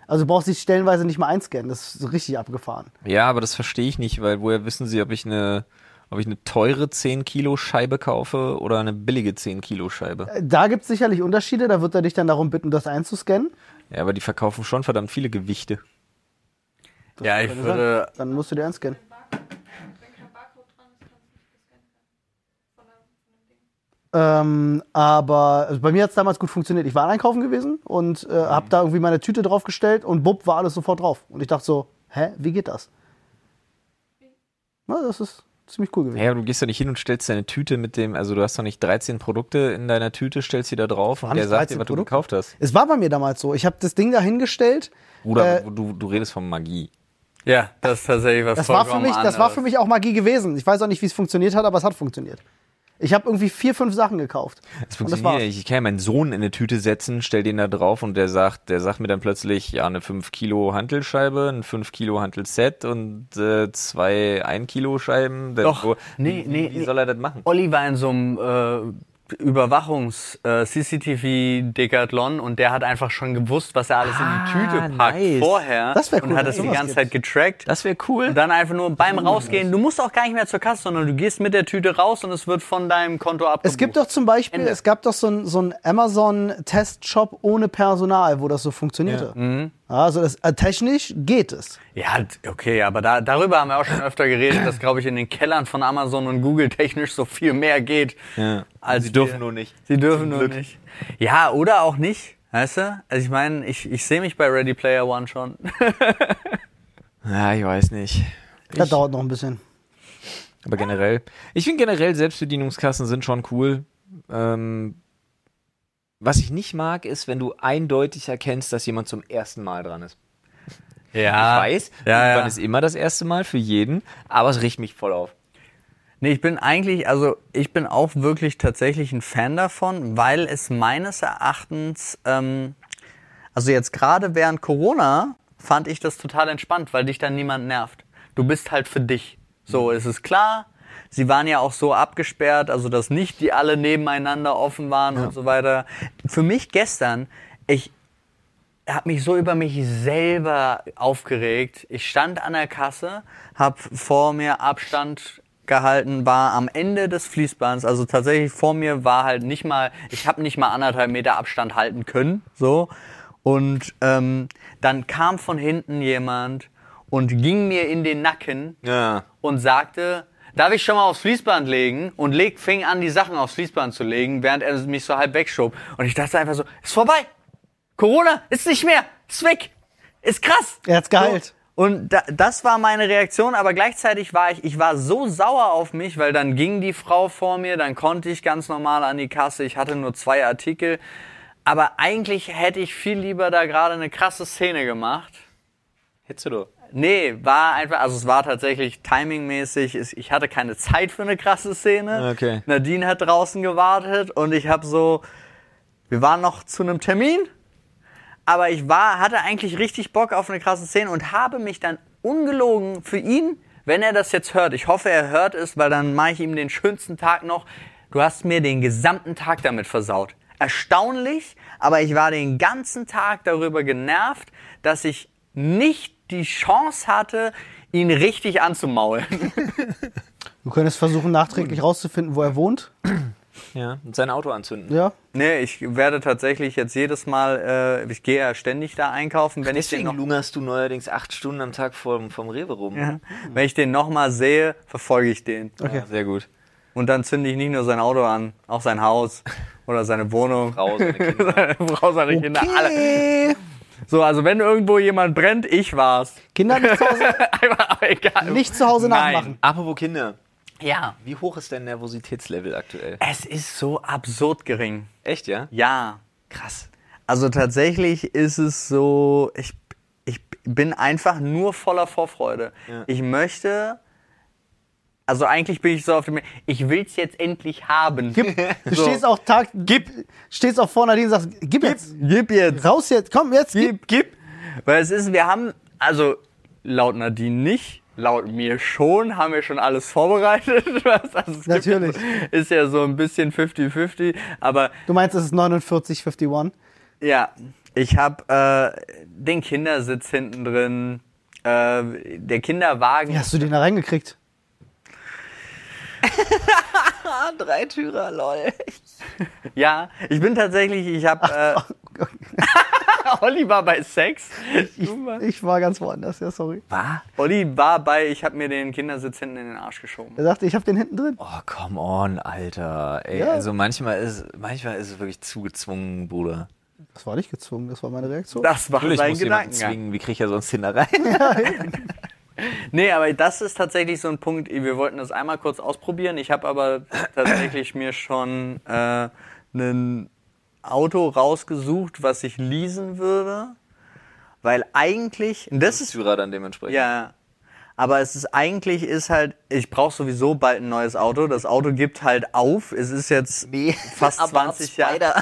Speaker 2: Also du brauchst dich stellenweise nicht mal einscannen, das ist so richtig abgefahren.
Speaker 1: Ja, aber das verstehe ich nicht, weil woher wissen sie, ob ich eine, ob ich eine teure 10 Kilo Scheibe kaufe oder eine billige 10 Kilo Scheibe?
Speaker 2: Äh, Da gibt es sicherlich Unterschiede, da wird er dich dann darum bitten, das einzuscannen.
Speaker 1: Ja, aber die verkaufen schon verdammt viele Gewichte.
Speaker 3: ja, ich würde.
Speaker 2: Dann musst du dir einscannen. Ähm, aber also bei mir hat es damals gut funktioniert. Ich war einkaufen gewesen und
Speaker 1: Mhm.
Speaker 2: äh, habe da irgendwie meine Tüte draufgestellt und bupp, war alles sofort drauf. Und ich dachte so, hä, wie geht das? Na, das ist ziemlich cool gewesen.
Speaker 1: Ja, aber du gehst doch nicht hin und stellst deine Tüte mit dem, also du hast doch nicht 13 Produkte in deiner Tüte, stellst sie da drauf und
Speaker 2: Waren
Speaker 1: der
Speaker 2: es
Speaker 1: sagt dir,
Speaker 2: 13
Speaker 1: was du
Speaker 2: Produkte?
Speaker 1: gekauft hast.
Speaker 2: Es war bei mir damals so. Ich habe das Ding da hingestellt.
Speaker 1: Bruder,
Speaker 2: Äh,
Speaker 1: du, du redest von Magie.
Speaker 3: Ja, das ist tatsächlich was
Speaker 2: Das war, für
Speaker 3: vollkommen
Speaker 2: mich, das war
Speaker 3: anderes.
Speaker 2: für mich auch Magie gewesen. Ich weiß auch nicht, wie es funktioniert hat, aber es hat funktioniert. Ich habe irgendwie vier, fünf Sachen gekauft.
Speaker 1: Das
Speaker 2: Und
Speaker 1: funktioniert
Speaker 2: war's.
Speaker 1: ja nicht. Ich kann ja meinen Sohn in eine Tüte setzen, stell den da drauf und der sagt, der sagt mir dann plötzlich, ja, eine 5 Kilo Hantelscheibe, ein 5 Kilo Hantelset und äh, zwei 1 Kilo Scheiben. Dann
Speaker 3: Doch,
Speaker 1: wo-
Speaker 3: nee,
Speaker 1: wie,
Speaker 3: nee,
Speaker 1: Wie
Speaker 3: nee.
Speaker 1: soll er das machen?
Speaker 3: Olli war in so einem äh, Überwachungs-CCTV-Decathlon und der hat einfach schon gewusst, was er alles in die
Speaker 1: Ah,
Speaker 3: Tüte packt
Speaker 1: nice.
Speaker 3: vorher.
Speaker 2: Das wär cool,
Speaker 3: Und hat
Speaker 2: wenn
Speaker 3: das die
Speaker 2: sowas
Speaker 3: ganze Zeit
Speaker 2: gibt.
Speaker 3: getrackt.
Speaker 1: Das wäre cool.
Speaker 3: Und dann einfach nur beim Rausgehen. Du musst auch gar nicht mehr zur Kasse, sondern du gehst mit der Tüte raus und es wird von deinem Konto abgebucht.
Speaker 2: Es gibt doch zum Beispiel,
Speaker 3: Ende.
Speaker 2: es gab doch so einen so ein Amazon-Testshop ohne Personal, wo das so funktionierte. Also das, äh, technisch geht es.
Speaker 3: Ja, d- okay, aber da, darüber haben wir auch schon öfter geredet, dass, glaube ich, in den Kellern von Amazon und Google technisch so viel mehr geht.
Speaker 1: Ja. Also
Speaker 3: Als
Speaker 1: Sie dürfen
Speaker 3: wir.
Speaker 1: nur nicht.
Speaker 3: Sie dürfen
Speaker 1: Zum
Speaker 3: nur
Speaker 1: Glück.
Speaker 3: nicht. Ja, oder auch nicht. Weißt du? Also ich meine, ich, ich sehe mich bei Ready Player One schon.
Speaker 1: Ja, ich weiß nicht.
Speaker 2: Das dauert noch ein bisschen.
Speaker 1: Aber generell, ich finde generell Selbstbedienungskassen sind schon cool. Ähm, was ich nicht mag, ist, wenn du eindeutig erkennst, dass jemand zum ersten Mal dran ist.
Speaker 3: Ja.
Speaker 1: Ich weiß,
Speaker 3: Ja,
Speaker 1: irgendwann
Speaker 3: ja.
Speaker 1: ist immer das erste Mal für jeden, aber es riecht mich voll auf.
Speaker 3: Nee, ich bin eigentlich, also ich bin auch wirklich tatsächlich ein Fan davon, weil es meines Erachtens, ähm, also jetzt gerade während Corona fand ich das total entspannt, weil dich dann niemand nervt. Du bist halt für dich. So, es ist klar. Sie waren ja auch so abgesperrt, also dass nicht die alle nebeneinander offen waren und so weiter. Für mich gestern, ich, habe mich so über mich selber aufgeregt. Ich stand an der Kasse, habe vor mir Abstand gehalten, war am Ende des Fließbands, also tatsächlich vor mir war halt nicht mal, ich habe nicht mal anderthalb Meter Abstand halten können, so. Und ähm, dann kam von hinten jemand und ging mir in den Nacken
Speaker 1: Ja.
Speaker 3: und sagte, darf ich schon mal aufs Fließband legen? Und leg, fing an, die Sachen aufs Fließband zu legen, während er mich so halb wegschob. Und ich dachte einfach so, ist vorbei. Corona ist nicht mehr. Ist weg. Ist krass.
Speaker 2: Er hat's geheilt.
Speaker 3: So. Und da, das war meine Reaktion, aber gleichzeitig war ich, ich war so sauer auf mich, weil dann ging die Frau vor mir, dann konnte ich ganz normal an die Kasse, ich hatte nur zwei Artikel. Aber eigentlich hätte ich viel lieber da gerade eine krasse Szene gemacht.
Speaker 1: Hättest du doch.
Speaker 3: Nee, war einfach, also es war tatsächlich timingmäßig. es- Ich hatte keine Zeit für eine krasse Szene.
Speaker 1: Okay.
Speaker 3: Nadine hat draußen gewartet und ich habe so, wir waren noch zu einem Termin, aber ich war, hatte eigentlich richtig Bock auf eine krasse Szene und habe mich dann ungelogen für ihn, wenn er das jetzt hört. Ich hoffe, er hört es, weil dann mache ich ihm den schönsten Tag noch. Du hast mir den gesamten Tag damit versaut. Erstaunlich, aber ich war den ganzen Tag darüber genervt, dass ich nicht die Chance hatte, ihn richtig anzumaulen.
Speaker 2: Du könntest versuchen, nachträglich rauszufinden, wo er wohnt.
Speaker 1: Ja. Und sein Auto anzünden.
Speaker 2: Ja.
Speaker 3: Nee, ich werde tatsächlich jetzt jedes Mal, äh, ich gehe ja ständig da einkaufen, wenn ich den
Speaker 1: Deswegen
Speaker 3: noch
Speaker 1: lungerst du neuerdings acht Stunden am Tag vom, vom Rewe rum.
Speaker 3: Ja. Wenn ich den nochmal sehe, verfolge ich den.
Speaker 1: Okay. Ja, sehr gut.
Speaker 3: Und dann zünde ich nicht nur sein Auto an, auch sein Haus oder seine Wohnung.
Speaker 1: Raus. seine Kinder.
Speaker 3: Seine Frau, seine Kinder, alle.
Speaker 2: Okay.
Speaker 3: So, also wenn irgendwo jemand brennt, ich war's.
Speaker 2: Kinder nicht zu Hause,
Speaker 3: Einfach, aber egal.
Speaker 2: nicht zu Hause
Speaker 3: Nein.
Speaker 2: nachmachen.
Speaker 1: Apropos Kinder.
Speaker 3: Ja.
Speaker 1: Wie hoch ist dein Nervositätslevel aktuell?
Speaker 3: Es ist so absurd gering.
Speaker 1: Echt, ja?
Speaker 3: Ja.
Speaker 1: Krass.
Speaker 3: Also tatsächlich ist es so, ich, ich bin einfach nur voller Vorfreude.
Speaker 1: Ja.
Speaker 3: Ich möchte, also eigentlich bin ich so auf dem, ich will's jetzt endlich haben. Gib,
Speaker 2: Du stehst auch Tag. Gib. Stehst auch vor Nadine und sagst, gib, jetzt.
Speaker 3: gib jetzt.
Speaker 2: Raus jetzt, komm jetzt, gib.
Speaker 3: gib, gib. Weil es ist, wir haben, also laut Nadine nicht, laut mir schon, haben wir schon alles vorbereitet. Was? Also es gibt-
Speaker 2: Natürlich.
Speaker 3: Ist ja so ein bisschen 50-50, aber
Speaker 2: Du meinst, es ist 49, 51.
Speaker 3: ja, ich habe äh, den Kindersitz hinten drin, äh, der Kinderwagen.
Speaker 2: Wie hast du den da reingekriegt?
Speaker 1: Ah, Dreitürer, lol.
Speaker 3: Ja, ich bin tatsächlich, ich habe äh, Olli war bei Sex.
Speaker 2: Ich, ich war ganz woanders, ja, sorry.
Speaker 1: War?
Speaker 3: Olli war bei, ich habe mir den Kindersitz hinten in den Arsch geschoben.
Speaker 2: Er sagte, ich habe den hinten drin.
Speaker 1: Oh, come on, Alter. Ey,
Speaker 2: Ja.
Speaker 1: also manchmal ist, manchmal ist es wirklich zugezwungen, Bruder.
Speaker 2: Das war nicht gezwungen, das war meine Reaktion.
Speaker 3: Das war
Speaker 1: Natürlich
Speaker 3: sein
Speaker 1: muss jemand
Speaker 3: Gedankengang.
Speaker 1: zwingen, wie krieg ich ja sonst hin da rein?
Speaker 3: Nee, aber das ist tatsächlich so ein Punkt. Wir wollten das einmal kurz ausprobieren. Ich habe aber tatsächlich mir schon äh, ein Auto rausgesucht, was ich leasen würde. Weil eigentlich, und das ist
Speaker 1: Syrer dann dementsprechend.
Speaker 3: ja. Aber es ist eigentlich ist halt, ich brauche sowieso bald ein neues Auto. Das Auto gibt halt auf. Es ist jetzt fast 20 Jahre.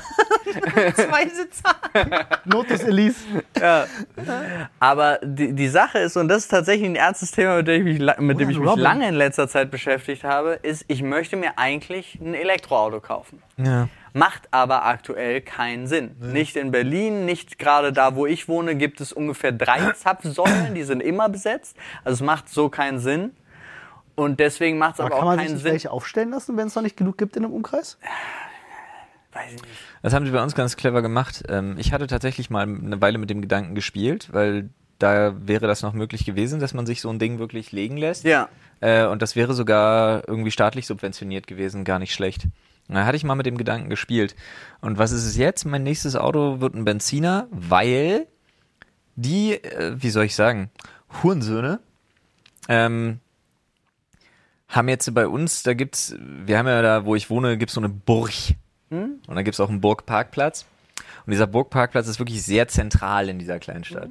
Speaker 1: Zwei Sitzer.
Speaker 2: Notus Elise.
Speaker 3: Aber die, die Sache ist, und das ist tatsächlich ein ernstes Thema, mit dem ich mich, la- mit dem ich mich
Speaker 2: Oh Robin.
Speaker 3: lange in letzter Zeit beschäftigt habe, ist, ich möchte mir eigentlich ein Elektroauto kaufen.
Speaker 1: Ja.
Speaker 3: Macht aber aktuell keinen Sinn. Nicht in Berlin, nicht gerade da, wo ich wohne, gibt es ungefähr drei Zapfsäulen, die sind immer besetzt. Also es macht so keinen Sinn. Und deswegen macht es
Speaker 2: Aber
Speaker 3: aber,
Speaker 2: kann
Speaker 3: auch
Speaker 2: man sich
Speaker 3: keinen
Speaker 2: nicht
Speaker 3: Sinn.
Speaker 2: welche aufstellen lassen, wenn es noch nicht genug gibt in einem Umkreis?
Speaker 3: Weiß ich nicht.
Speaker 1: Das haben sie bei uns ganz clever gemacht. Ähm, Ich hatte tatsächlich mal eine Weile mit dem Gedanken gespielt, weil da wäre das noch möglich gewesen, dass man sich so ein Ding wirklich legen lässt.
Speaker 3: Ja.
Speaker 1: Äh, Und das wäre sogar irgendwie staatlich subventioniert gewesen, gar nicht schlecht. Da hatte ich mal mit dem Gedanken gespielt. Und was ist es jetzt? Mein nächstes Auto wird ein Benziner, weil die, äh, wie soll ich sagen, Hurensöhne ähm, haben jetzt bei uns, da gibt's, wir haben ja da, wo ich wohne, gibt's so eine Burg. Und da gibt's auch einen Burgparkplatz. Und dieser Burgparkplatz ist wirklich sehr zentral in dieser Kleinstadt.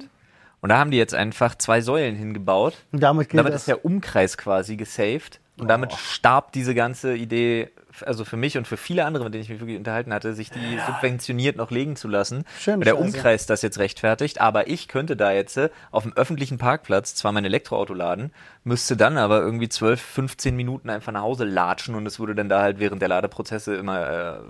Speaker 1: Und da haben die jetzt einfach zwei Säulen hingebaut.
Speaker 2: Und damit geht
Speaker 1: damit
Speaker 2: es.
Speaker 1: ist der Umkreis quasi gesaved. Und damit
Speaker 2: Oh.
Speaker 1: starb diese ganze Idee, also für mich und für viele andere, mit denen ich mich wirklich unterhalten hatte, sich die subventioniert noch legen zu lassen.
Speaker 2: Schön,
Speaker 1: Weil der
Speaker 2: Scheiße.
Speaker 1: Umkreis das jetzt rechtfertigt. Aber ich könnte da jetzt äh, auf dem öffentlichen Parkplatz zwar mein Elektroauto laden, müsste dann aber irgendwie 12, 15 Minuten einfach nach Hause latschen und es würde dann da halt während der Ladeprozesse immer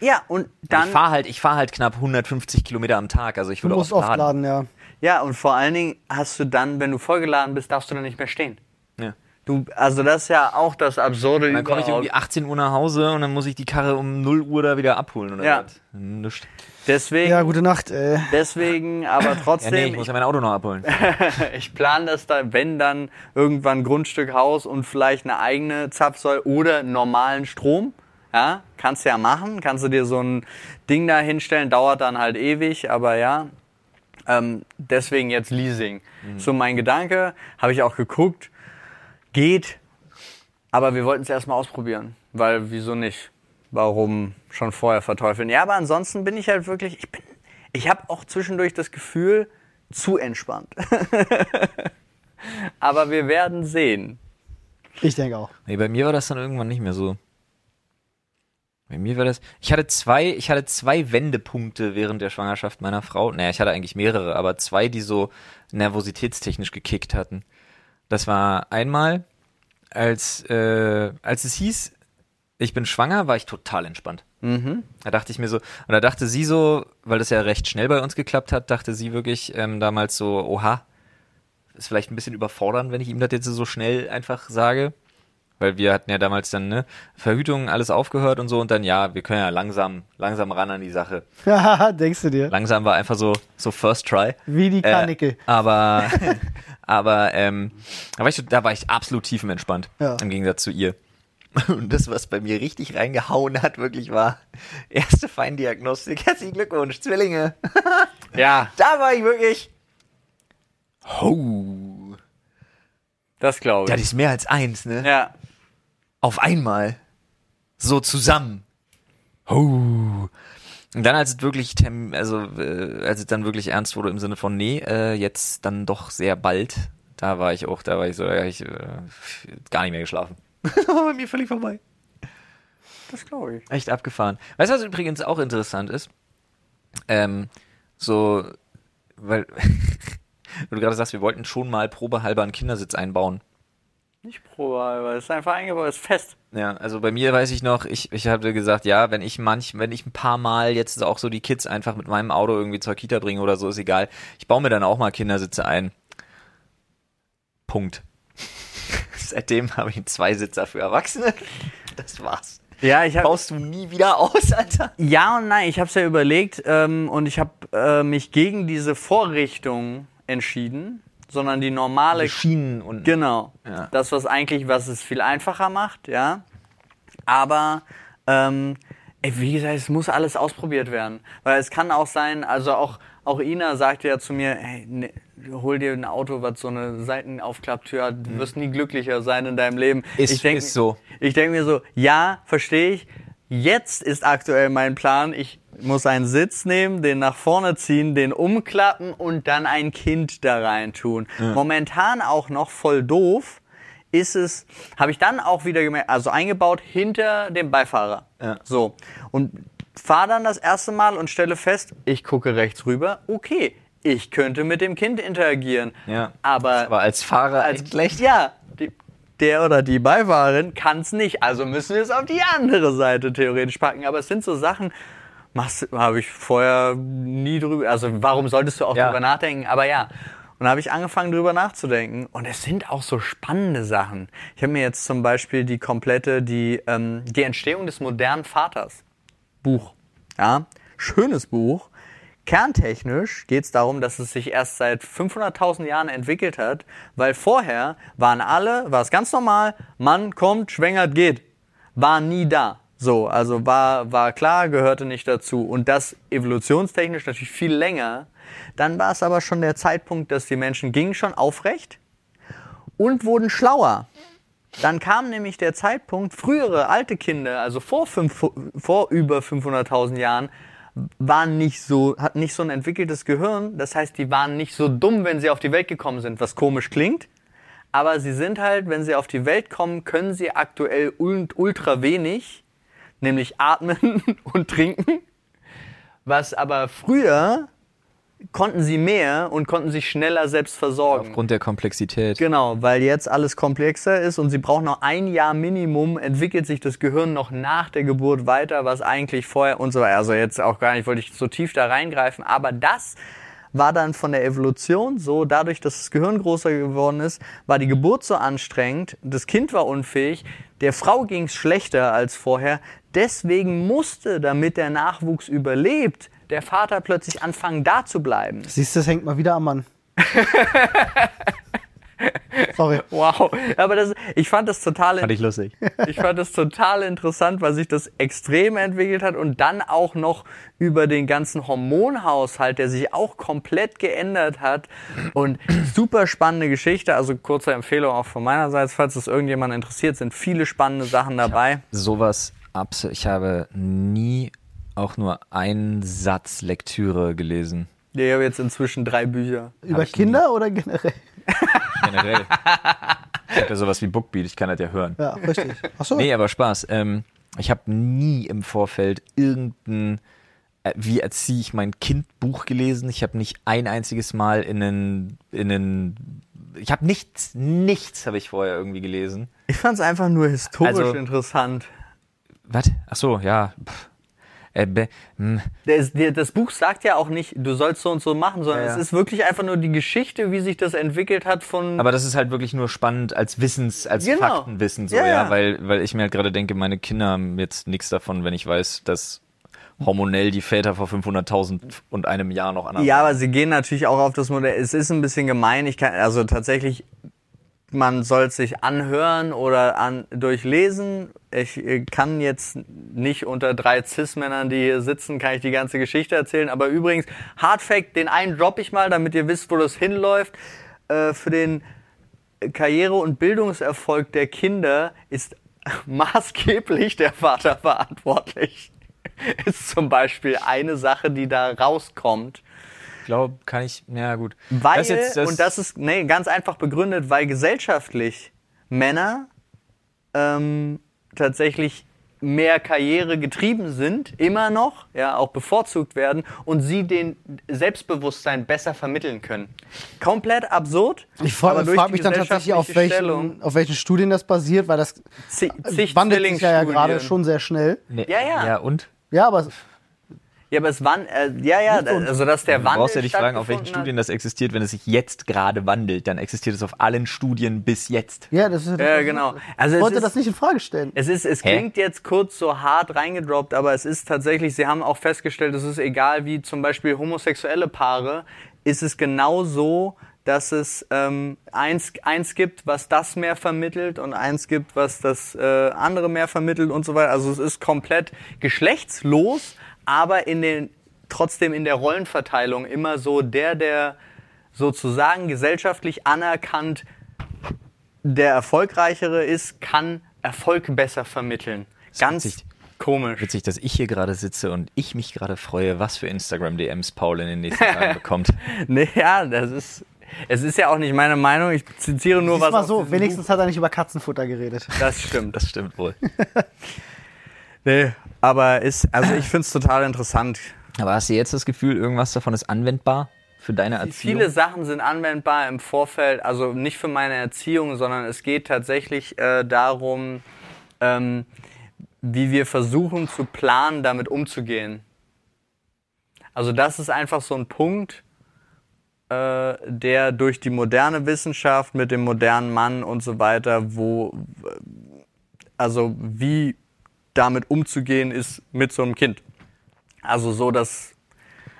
Speaker 1: äh,
Speaker 3: Ja, und dann.
Speaker 1: ich fahre halt, ich fahr halt knapp 150 Kilometer am Tag, also ich
Speaker 2: Du
Speaker 1: würde
Speaker 2: musst
Speaker 1: oft
Speaker 2: oft
Speaker 1: laden.
Speaker 2: laden, ja.
Speaker 3: Ja, und vor allen Dingen hast du dann, wenn du vollgeladen bist, darfst du dann nicht mehr stehen.
Speaker 1: Ja.
Speaker 3: Du, also das ist ja auch das Absurde
Speaker 1: Dann komme ich irgendwie 18 Uhr nach Hause und dann muss ich die Karre um 0 Uhr da wieder abholen oder
Speaker 3: Ja.
Speaker 1: was. Nischt.
Speaker 3: Deswegen,
Speaker 2: Ja, gute Nacht, äh, ey.
Speaker 3: deswegen, aber
Speaker 1: Ja, nee, ich
Speaker 3: trotzdem,
Speaker 1: muss ja mein Auto noch abholen.
Speaker 3: ich, ich plane das dann, wenn dann irgendwann Grundstück, Haus und vielleicht eine eigene Zapfsäule oder normalen Strom. Ja, kannst ja machen, kannst du dir so ein Ding da hinstellen, dauert dann halt ewig, aber ja, Ähm, deswegen jetzt Leasing. So mein Gedanke, habe ich auch geguckt, geht, aber wir wollten es erstmal ausprobieren, weil wieso nicht? Warum schon vorher verteufeln? Ja, aber ansonsten bin ich halt wirklich, ich bin, ich habe auch zwischendurch das Gefühl, zu entspannt. aber wir werden sehen.
Speaker 2: Ich denke auch.
Speaker 1: Nee, bei mir war das dann irgendwann nicht mehr so. Bei mir war das. Ich hatte zwei, ich hatte zwei Wendepunkte während der Schwangerschaft meiner Frau. Naja, ich hatte eigentlich mehrere, aber zwei, die so nervositätstechnisch gekickt hatten. Das war einmal, als, äh, als es hieß, ich bin schwanger, war ich total entspannt. Da dachte ich mir so, und da dachte sie so, weil das ja recht schnell bei uns geklappt hat, dachte sie wirklich ähm, damals so, oha, ist vielleicht ein bisschen überfordernd, wenn ich ihm das jetzt so schnell einfach sage. Weil wir hatten ja damals dann, ne, Verhütung, alles aufgehört und so und dann, ja, wir können ja langsam, langsam ran an die Sache.
Speaker 2: Haha, Denkst du dir?
Speaker 1: Langsam war einfach so, so First Try. Äh,
Speaker 2: Wie die Karnickel.
Speaker 1: aber, aber, ähm, da war ich, so- da war ich absolut tiefenentspannt.
Speaker 2: Ja.
Speaker 1: Im Gegensatz zu ihr. Und das, was bei mir richtig reingehauen hat, wirklich war, erste Feindiagnostik, herzlichen Glückwunsch, Zwillinge.
Speaker 3: Ja,
Speaker 1: Da war ich wirklich, ho,
Speaker 3: das glaube
Speaker 1: das
Speaker 3: ich.
Speaker 1: ist mehr als eins, ne?
Speaker 3: Ja,
Speaker 1: auf einmal so zusammen. Huh. Und dann, als es wirklich, term- also äh, als es dann wirklich ernst wurde im Sinne von nee, äh, jetzt dann doch sehr bald, da war ich auch, da war ich so, ja, ich äh, gar nicht mehr geschlafen. War Bei mir völlig vorbei.
Speaker 3: das glaube ich.
Speaker 1: Echt abgefahren. Weißt du, was übrigens auch interessant ist? Ähm, so, weil, wenn du gerade sagst, wir wollten schon mal probehalber einen Kindersitz einbauen.
Speaker 3: Nicht probal, weil es ist einfach eingebaut, es ist fest.
Speaker 1: Ja, also bei mir weiß ich noch, ich, ich hatte gesagt, ja, wenn ich manch, wenn ich ein paar Mal jetzt auch so die Kids einfach mit meinem Auto irgendwie zur Kita bringe oder so, ist egal. Ich baue mir dann auch mal Kindersitze ein. Punkt. Seitdem habe ich zwei Sitzer für Erwachsene. Das war's.
Speaker 3: Ja, ich habe
Speaker 1: Baust du nie wieder aus, Alter?
Speaker 3: Ja und nein, ich habe es ja überlegt ähm, und ich habe äh, mich gegen diese Vorrichtung entschieden, sondern die normale.
Speaker 1: Schienen und
Speaker 3: genau.
Speaker 1: Ja.
Speaker 3: Das, was eigentlich, was es viel einfacher macht, ja. Aber ähm, ey, wie gesagt, es muss alles ausprobiert werden. Weil es kann auch sein, also auch, auch Ina sagte ja zu mir, hey, ne, hol dir ein Auto, was so eine Seitenaufklapptür hat, du wirst nie glücklicher sein in deinem Leben.
Speaker 1: Hm. Ist-
Speaker 3: ich denk,
Speaker 1: ist so.
Speaker 3: Ich denke mir so, ja, verstehe ich. Jetzt ist aktuell mein Plan, ich muss einen Sitz nehmen, den nach vorne ziehen, den umklappen und dann ein Kind da rein tun. Momentan auch noch voll doof ist es, habe ich dann auch wieder gemerkt, also eingebaut hinter dem Beifahrer.
Speaker 1: Ja.
Speaker 3: So. Und fahre dann das erste Mal und stelle fest, ich gucke rechts rüber, okay, ich könnte mit dem Kind interagieren.
Speaker 1: Ja.
Speaker 3: Aber
Speaker 1: Aber als Fahrer
Speaker 3: als
Speaker 1: echt schlecht.
Speaker 3: Also, Ja, die, der oder die Beifahrerin kann es nicht. Also müssen wir es auf die andere Seite theoretisch packen. Aber es sind so Sachen, habe ich vorher nie drüber. Also warum solltest du auch
Speaker 1: Ja.
Speaker 3: drüber nachdenken? Aber ja. Und da habe ich angefangen, drüber nachzudenken. Und es sind auch so spannende Sachen. Ich habe mir jetzt zum Beispiel die komplette, die, ähm, die Entstehung des modernen Vaters Buch. Ja, schönes Buch. Kerntechnisch geht es darum, dass es sich erst seit 500.000 Jahren entwickelt hat, weil vorher waren alle, war es ganz normal, Mann kommt, schwängert, geht. War nie da. So, also war, war klar, gehörte nicht dazu. Und das evolutionstechnisch natürlich viel länger. Dann war es aber schon der Zeitpunkt, dass die Menschen gingen schon aufrecht und wurden schlauer. Dann kam nämlich der Zeitpunkt, frühere alte Kinder, also vor, fünf, vor über 500.000 Jahren, waren nicht so, hatten nicht so ein entwickeltes Gehirn. Das heißt, die waren nicht so dumm, wenn sie auf die Welt gekommen sind, was komisch klingt. Aber sie sind halt, wenn sie auf die Welt kommen, können sie aktuell und ultra wenig, nämlich atmen und trinken. Was aber früher konnten sie mehr und konnten sich schneller selbst versorgen.
Speaker 1: Aufgrund der Komplexität.
Speaker 3: Genau, weil jetzt alles komplexer ist und sie brauchen noch ein Jahr Minimum, entwickelt sich das Gehirn noch nach der Geburt weiter, was eigentlich vorher und so weiter. Also jetzt auch gar nicht, wollte ich so tief da reingreifen, aber das war dann von der Evolution so, dadurch, dass das Gehirn größer geworden ist, war die Geburt so anstrengend, das Kind war unfähig, der Frau ging es schlechter als vorher, deswegen musste, damit der Nachwuchs überlebt, der Vater plötzlich anfangen, da zu bleiben.
Speaker 2: Siehst du, das hängt mal wieder am Mann. Sorry.
Speaker 3: Wow, aber das, ich fand das total,
Speaker 1: Fand ich lustig.
Speaker 3: ich fand das total interessant, weil sich das extrem entwickelt hat und dann auch noch über den ganzen Hormonhaushalt, der sich auch komplett geändert hat und super spannende Geschichte. Also kurze Empfehlung auch von meinerseits, falls es irgendjemand interessiert, sind viele spannende Sachen dabei.
Speaker 1: Sowas abs. Ich habe nie auch nur einen Satz Lektüre gelesen.
Speaker 3: Ich habe jetzt inzwischen drei Bücher.
Speaker 2: Über Kinder oder generell?
Speaker 1: Generell. Ich hab ja sowas wie Bookbeat, ich kann das ja hören.
Speaker 2: Ja, richtig. Achso.
Speaker 1: Nee, aber Spaß. Ähm, ich habe nie im Vorfeld irgendein äh, wie erziehe ich mein Kind Buch gelesen. Ich habe nicht ein einziges Mal in einen, in einen ich habe nichts, nichts habe ich vorher irgendwie gelesen.
Speaker 3: Ich fand es einfach nur historisch
Speaker 1: Also-
Speaker 3: interessant.
Speaker 1: Was? Ach so, ja. Pff. Äh, be, hm.
Speaker 3: Das, der- das Buch sagt ja auch nicht, du sollst so und so machen, sondern
Speaker 1: Ja, ja.
Speaker 3: es ist wirklich einfach nur die Geschichte, wie sich das entwickelt hat von.
Speaker 1: Aber das ist halt wirklich nur spannend als Wissens, als
Speaker 3: Mhm. Genau.
Speaker 1: Faktenwissen, so,
Speaker 3: Ja,
Speaker 1: ja,
Speaker 3: ja.
Speaker 1: Weil, weil ich mir halt gerade denke, meine Kinder haben jetzt nichts davon, wenn ich weiß, dass hormonell die Väter vor 500.000 und einem Jahr noch anders
Speaker 3: ja, aber sie gehen natürlich auch auf das Modell. Es ist ein bisschen gemein. Ich kann, also tatsächlich, man soll es sich anhören oder an, durchlesen. Ich äh, kann jetzt nicht unter drei Cis-Männern, die hier sitzen, kann ich die ganze Geschichte erzählen. Aber übrigens, Hard Fact, den einen droppe ich mal, damit ihr wisst, wo das hinläuft. Äh, für den Karriere- und Bildungserfolg der Kinder ist maßgeblich der Vater verantwortlich. Ist zum Beispiel eine Sache, die da rauskommt.
Speaker 1: Ich glaube, kann ich, ja gut.
Speaker 3: Weil,
Speaker 1: Das jetzt- das-
Speaker 3: und das ist nee, ganz einfach begründet, weil gesellschaftlich Männer ähm, tatsächlich mehr Karriere getrieben sind, immer noch, ja, auch bevorzugt werden und sie den Selbstbewusstsein besser vermitteln können. Komplett absurd.
Speaker 2: Ich frage
Speaker 3: aber durch
Speaker 2: frag
Speaker 3: die
Speaker 2: mich dann tatsächlich, auf
Speaker 3: gesellschaftliche Stellung-
Speaker 2: welchen, auf welchen Studien das basiert, weil das
Speaker 3: Zig- zig
Speaker 2: wandelt sich ja, ja
Speaker 3: Zwillingsstudien.
Speaker 2: gerade schon sehr schnell.
Speaker 1: Nee,
Speaker 3: Ja, ja.
Speaker 1: Ne, Ja, und?
Speaker 2: Ja, aber
Speaker 3: Ja, aber es wann, äh, ja, ja, also dass der
Speaker 1: Du
Speaker 3: Wandel.
Speaker 1: brauchst ja nicht fragen, auf welchen
Speaker 3: stattgefunden
Speaker 1: Studien das existiert, wenn es sich jetzt gerade wandelt. Dann existiert es auf allen Studien bis jetzt.
Speaker 2: ja, das ist
Speaker 3: Ja, genau.
Speaker 2: Ich
Speaker 3: Also es
Speaker 2: wollte
Speaker 3: ist-
Speaker 2: das nicht in Frage stellen.
Speaker 3: Es ist, es
Speaker 1: Hä?
Speaker 3: klingt jetzt kurz so hart reingedroppt, aber es ist tatsächlich, sie haben auch festgestellt, es ist egal, wie zum Beispiel homosexuelle Paare, ist es genau so, dass es ähm, eins, eins gibt, was das mehr vermittelt und eins gibt, was das äh, andere mehr vermittelt und so weiter. Also es ist komplett geschlechtslos, aber in den, trotzdem in der Rollenverteilung immer so der, der sozusagen gesellschaftlich anerkannt der erfolgreichere ist, kann Erfolg besser vermitteln. Ganz
Speaker 1: witzig.
Speaker 3: komisch.
Speaker 1: Witzig, dass ich hier gerade sitze und ich mich gerade freue, was für Instagram-DMs Paul in den nächsten Tagen bekommt.
Speaker 3: Naja, das ist. Es ist ja auch nicht meine Meinung. Ich zitiere nur
Speaker 2: Siehst
Speaker 3: was.
Speaker 2: mal
Speaker 3: aus
Speaker 2: so,
Speaker 3: diesem
Speaker 2: wenigstens hat er nicht über Katzenfutter geredet.
Speaker 3: Buch. Das stimmt.
Speaker 1: Das stimmt wohl.
Speaker 3: Nee, aber ist. Also ich finde es total interessant.
Speaker 1: Aber hast du jetzt das Gefühl, irgendwas davon ist anwendbar für deine Erziehung?
Speaker 3: Viele Sachen sind anwendbar im Vorfeld, also nicht für meine Erziehung, sondern es geht tatsächlich äh, darum, ähm, wie wir versuchen zu planen, damit umzugehen. Also das ist einfach so ein Punkt, äh, der durch die moderne Wissenschaft mit dem modernen Mann und so weiter, wo äh, also wie damit umzugehen ist mit so einem Kind. Also so, dass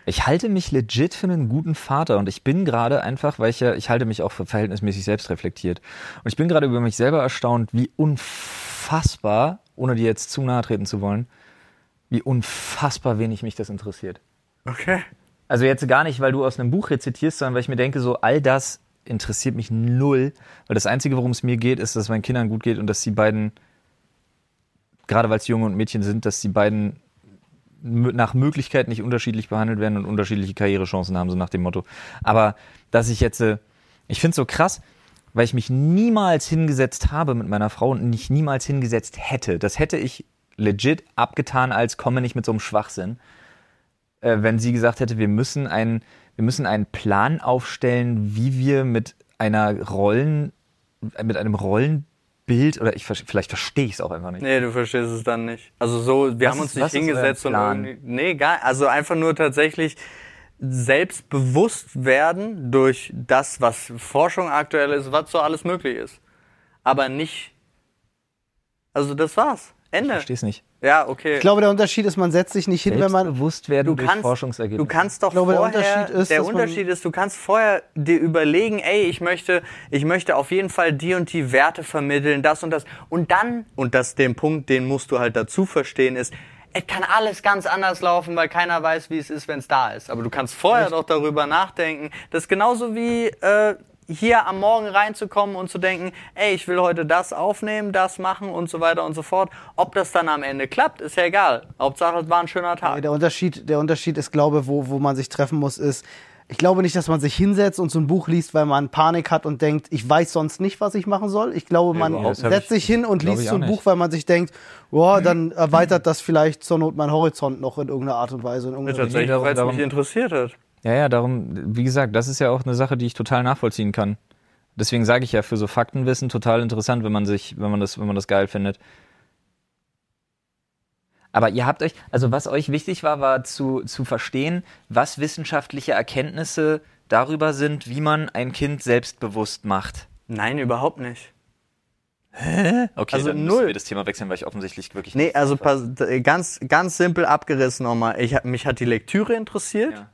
Speaker 1: Ich halte mich legit für einen guten Vater und ich bin gerade einfach, weil ich ja, ich halte mich auch für verhältnismäßig selbstreflektiert. Und ich bin gerade über mich selber erstaunt, wie unfassbar, ohne dir jetzt zu nahe treten zu wollen, wie unfassbar wenig mich das interessiert.
Speaker 3: okay.
Speaker 1: Also jetzt gar nicht, weil du aus einem Buch rezitierst, sondern weil ich mir denke, so all das interessiert mich null, weil das Einzige, worum es mir geht, ist, dass es meinen Kindern gut geht und dass die beiden, gerade weil es Junge und Mädchen sind, dass die beiden m- nach Möglichkeit nicht unterschiedlich behandelt werden und unterschiedliche Karrierechancen haben, so nach dem Motto. Aber dass ich jetzt, äh, ich finde es so krass, weil ich mich niemals hingesetzt habe mit meiner Frau und nicht niemals hingesetzt hätte. Das hätte ich legit abgetan, als komme nicht mit so einem Schwachsinn. Äh, wenn sie gesagt hätte, wir müssen einen, wir müssen einen Plan aufstellen, wie wir mit einer Rollen, mit einem Rollenbild oder ich verste- vielleicht verstehe ich es auch einfach nicht.
Speaker 3: Nee, du verstehst es dann nicht. Also so, wir
Speaker 1: Was
Speaker 3: haben uns
Speaker 1: ist-
Speaker 3: nicht
Speaker 1: was ist euer
Speaker 3: hingesetzt und
Speaker 1: Plan?
Speaker 3: irgendwie, nee, gar, also einfach nur tatsächlich selbstbewusst werden durch das, was Forschung aktuell ist, was so alles möglich ist. Aber nicht, also das war's. Ende.
Speaker 1: Verstehe es nicht.
Speaker 3: Ja, okay.
Speaker 2: Ich glaube, der Unterschied ist, man setzt sich nicht hin, wenn man.
Speaker 1: bewusst werden
Speaker 3: du
Speaker 1: durch
Speaker 3: kannst,
Speaker 1: Forschungsergebnisse.
Speaker 3: du kannst doch
Speaker 2: Ich glaube, der
Speaker 3: vorher,
Speaker 2: Unterschied ist,
Speaker 3: der
Speaker 2: dass man-
Speaker 3: Unterschied ist, du kannst vorher dir überlegen, ey, ich möchte, ich möchte auf jeden Fall die und die Werte vermitteln, das und das. Und dann, und das den Punkt, den musst du halt dazu verstehen, ist, es kann alles ganz anders laufen, weil keiner weiß, wie es ist, wenn es da ist. Aber du kannst vorher doch darüber nachdenken. Das ist genauso wie äh, hier am Morgen reinzukommen und zu denken, ey, ich will heute das aufnehmen, das machen und so weiter und so fort. Ob das dann am Ende klappt, ist ja egal. Hauptsache, es war ein schöner Tag.
Speaker 2: Nee, Der Unterschied, der Unterschied ist, glaube wo, wo man sich treffen muss, ist, ich glaube nicht, dass man sich hinsetzt und so ein Buch liest, weil man Panik hat und denkt, ich weiß sonst nicht, was ich machen soll. Ich glaube, man
Speaker 1: überhaupt nicht.
Speaker 2: setzt sich hin und
Speaker 1: Glaub
Speaker 2: liest
Speaker 1: ich
Speaker 2: so ein
Speaker 1: auch
Speaker 2: Buch,
Speaker 1: nicht. Mhm.
Speaker 2: weil man sich denkt, boah, dann erweitert das vielleicht zur Not meinen Horizont noch in irgendeiner Art und Weise. In irgendeiner
Speaker 1: Nee,
Speaker 3: Tatsächlich,
Speaker 1: darum-
Speaker 3: weil es
Speaker 1: darum-
Speaker 3: mich interessiert hat.
Speaker 1: Ja, ja, darum, wie gesagt, das ist ja auch eine Sache, die ich total nachvollziehen kann. Deswegen sage ich ja, für so Faktenwissen total interessant, wenn man sich, wenn man das, wenn man das geil findet. Aber ihr habt euch, also was euch wichtig war, war zu, zu verstehen, was wissenschaftliche Erkenntnisse darüber sind, wie man ein Kind selbstbewusst macht.
Speaker 3: Nein, überhaupt nicht.
Speaker 1: Okay,
Speaker 3: Also
Speaker 1: dann
Speaker 3: null.
Speaker 1: müssen wir das Thema wechseln, weil ich offensichtlich wirklich
Speaker 3: Nee, also pass- d- ganz, ganz simpel abgerissen nochmal. Ich, hab- mich hat die Lektüre interessiert.
Speaker 1: Ja.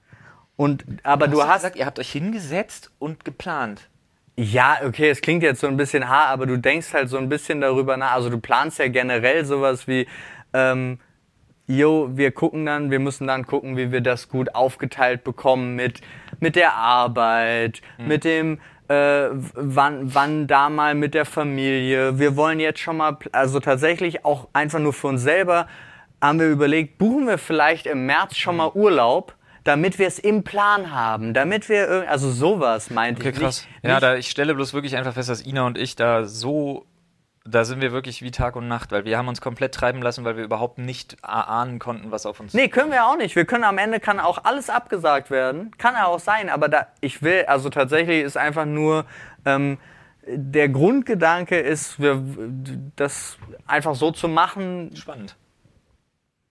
Speaker 3: Und, aber du hast,
Speaker 1: gesagt, ihr habt euch hingesetzt und geplant.
Speaker 3: ja, okay, es klingt jetzt so ein bisschen haar, aber du denkst halt so ein bisschen darüber nach. Also du planst ja generell sowas wie, ähm, jo, wir gucken dann, wir müssen dann gucken, wie wir das gut aufgeteilt bekommen mit, mit der Arbeit,
Speaker 1: Mhm.
Speaker 3: mit dem, äh, w- wann, wann da mal mit der Familie. Wir wollen jetzt schon mal, pl- also tatsächlich auch einfach nur für uns selber, haben wir überlegt, buchen wir vielleicht im März schon mal
Speaker 1: Mhm.
Speaker 3: Urlaub, damit wir es im Plan haben, damit wir, irg- also sowas meinte
Speaker 1: Okay,
Speaker 3: ich.
Speaker 1: krass.
Speaker 3: Nicht,
Speaker 1: ja, da, ich stelle bloß wirklich einfach fest, dass Ina und ich da so, da sind wir wirklich wie Tag und Nacht, weil wir haben uns komplett treiben lassen, weil wir überhaupt nicht ahnen konnten, was auf uns
Speaker 3: Nee, können wir auch nicht. Wir können am Ende kann auch alles abgesagt werden. Kann ja auch sein, aber da ich will, also tatsächlich ist einfach nur ähm, der Grundgedanke ist, wir das einfach so zu machen,
Speaker 1: spannend.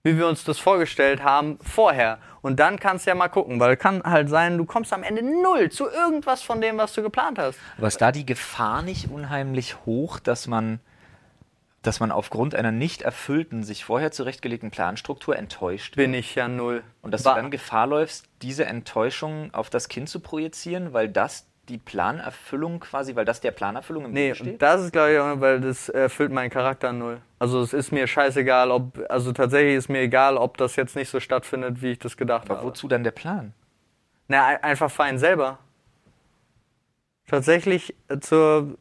Speaker 3: wie wir uns das vorgestellt haben vorher. Und dann kannst du ja mal gucken, weil kann halt sein, du kommst am Ende null zu irgendwas von dem, was du geplant hast.
Speaker 1: Aber ist da die Gefahr nicht unheimlich hoch, dass man, dass man aufgrund einer nicht erfüllten, sich vorher zurechtgelegten Planstruktur enttäuscht
Speaker 3: Bin ich ja null.
Speaker 1: und dass
Speaker 3: War-
Speaker 1: du dann Gefahr läufst, diese Enttäuschung auf das Kind zu projizieren, weil das die Planerfüllung quasi, weil das der Planerfüllung im
Speaker 3: Nee,
Speaker 1: Weg steht?
Speaker 3: das ist glaube ich auch, weil das erfüllt meinen Charakter null. Also es ist mir scheißegal, ob, also tatsächlich ist mir egal, ob das jetzt nicht so stattfindet, wie ich das gedacht
Speaker 1: Aber
Speaker 3: habe.
Speaker 1: wozu dann der Plan?
Speaker 3: Na, ein- einfach fein selber. Tatsächlich äh, zur,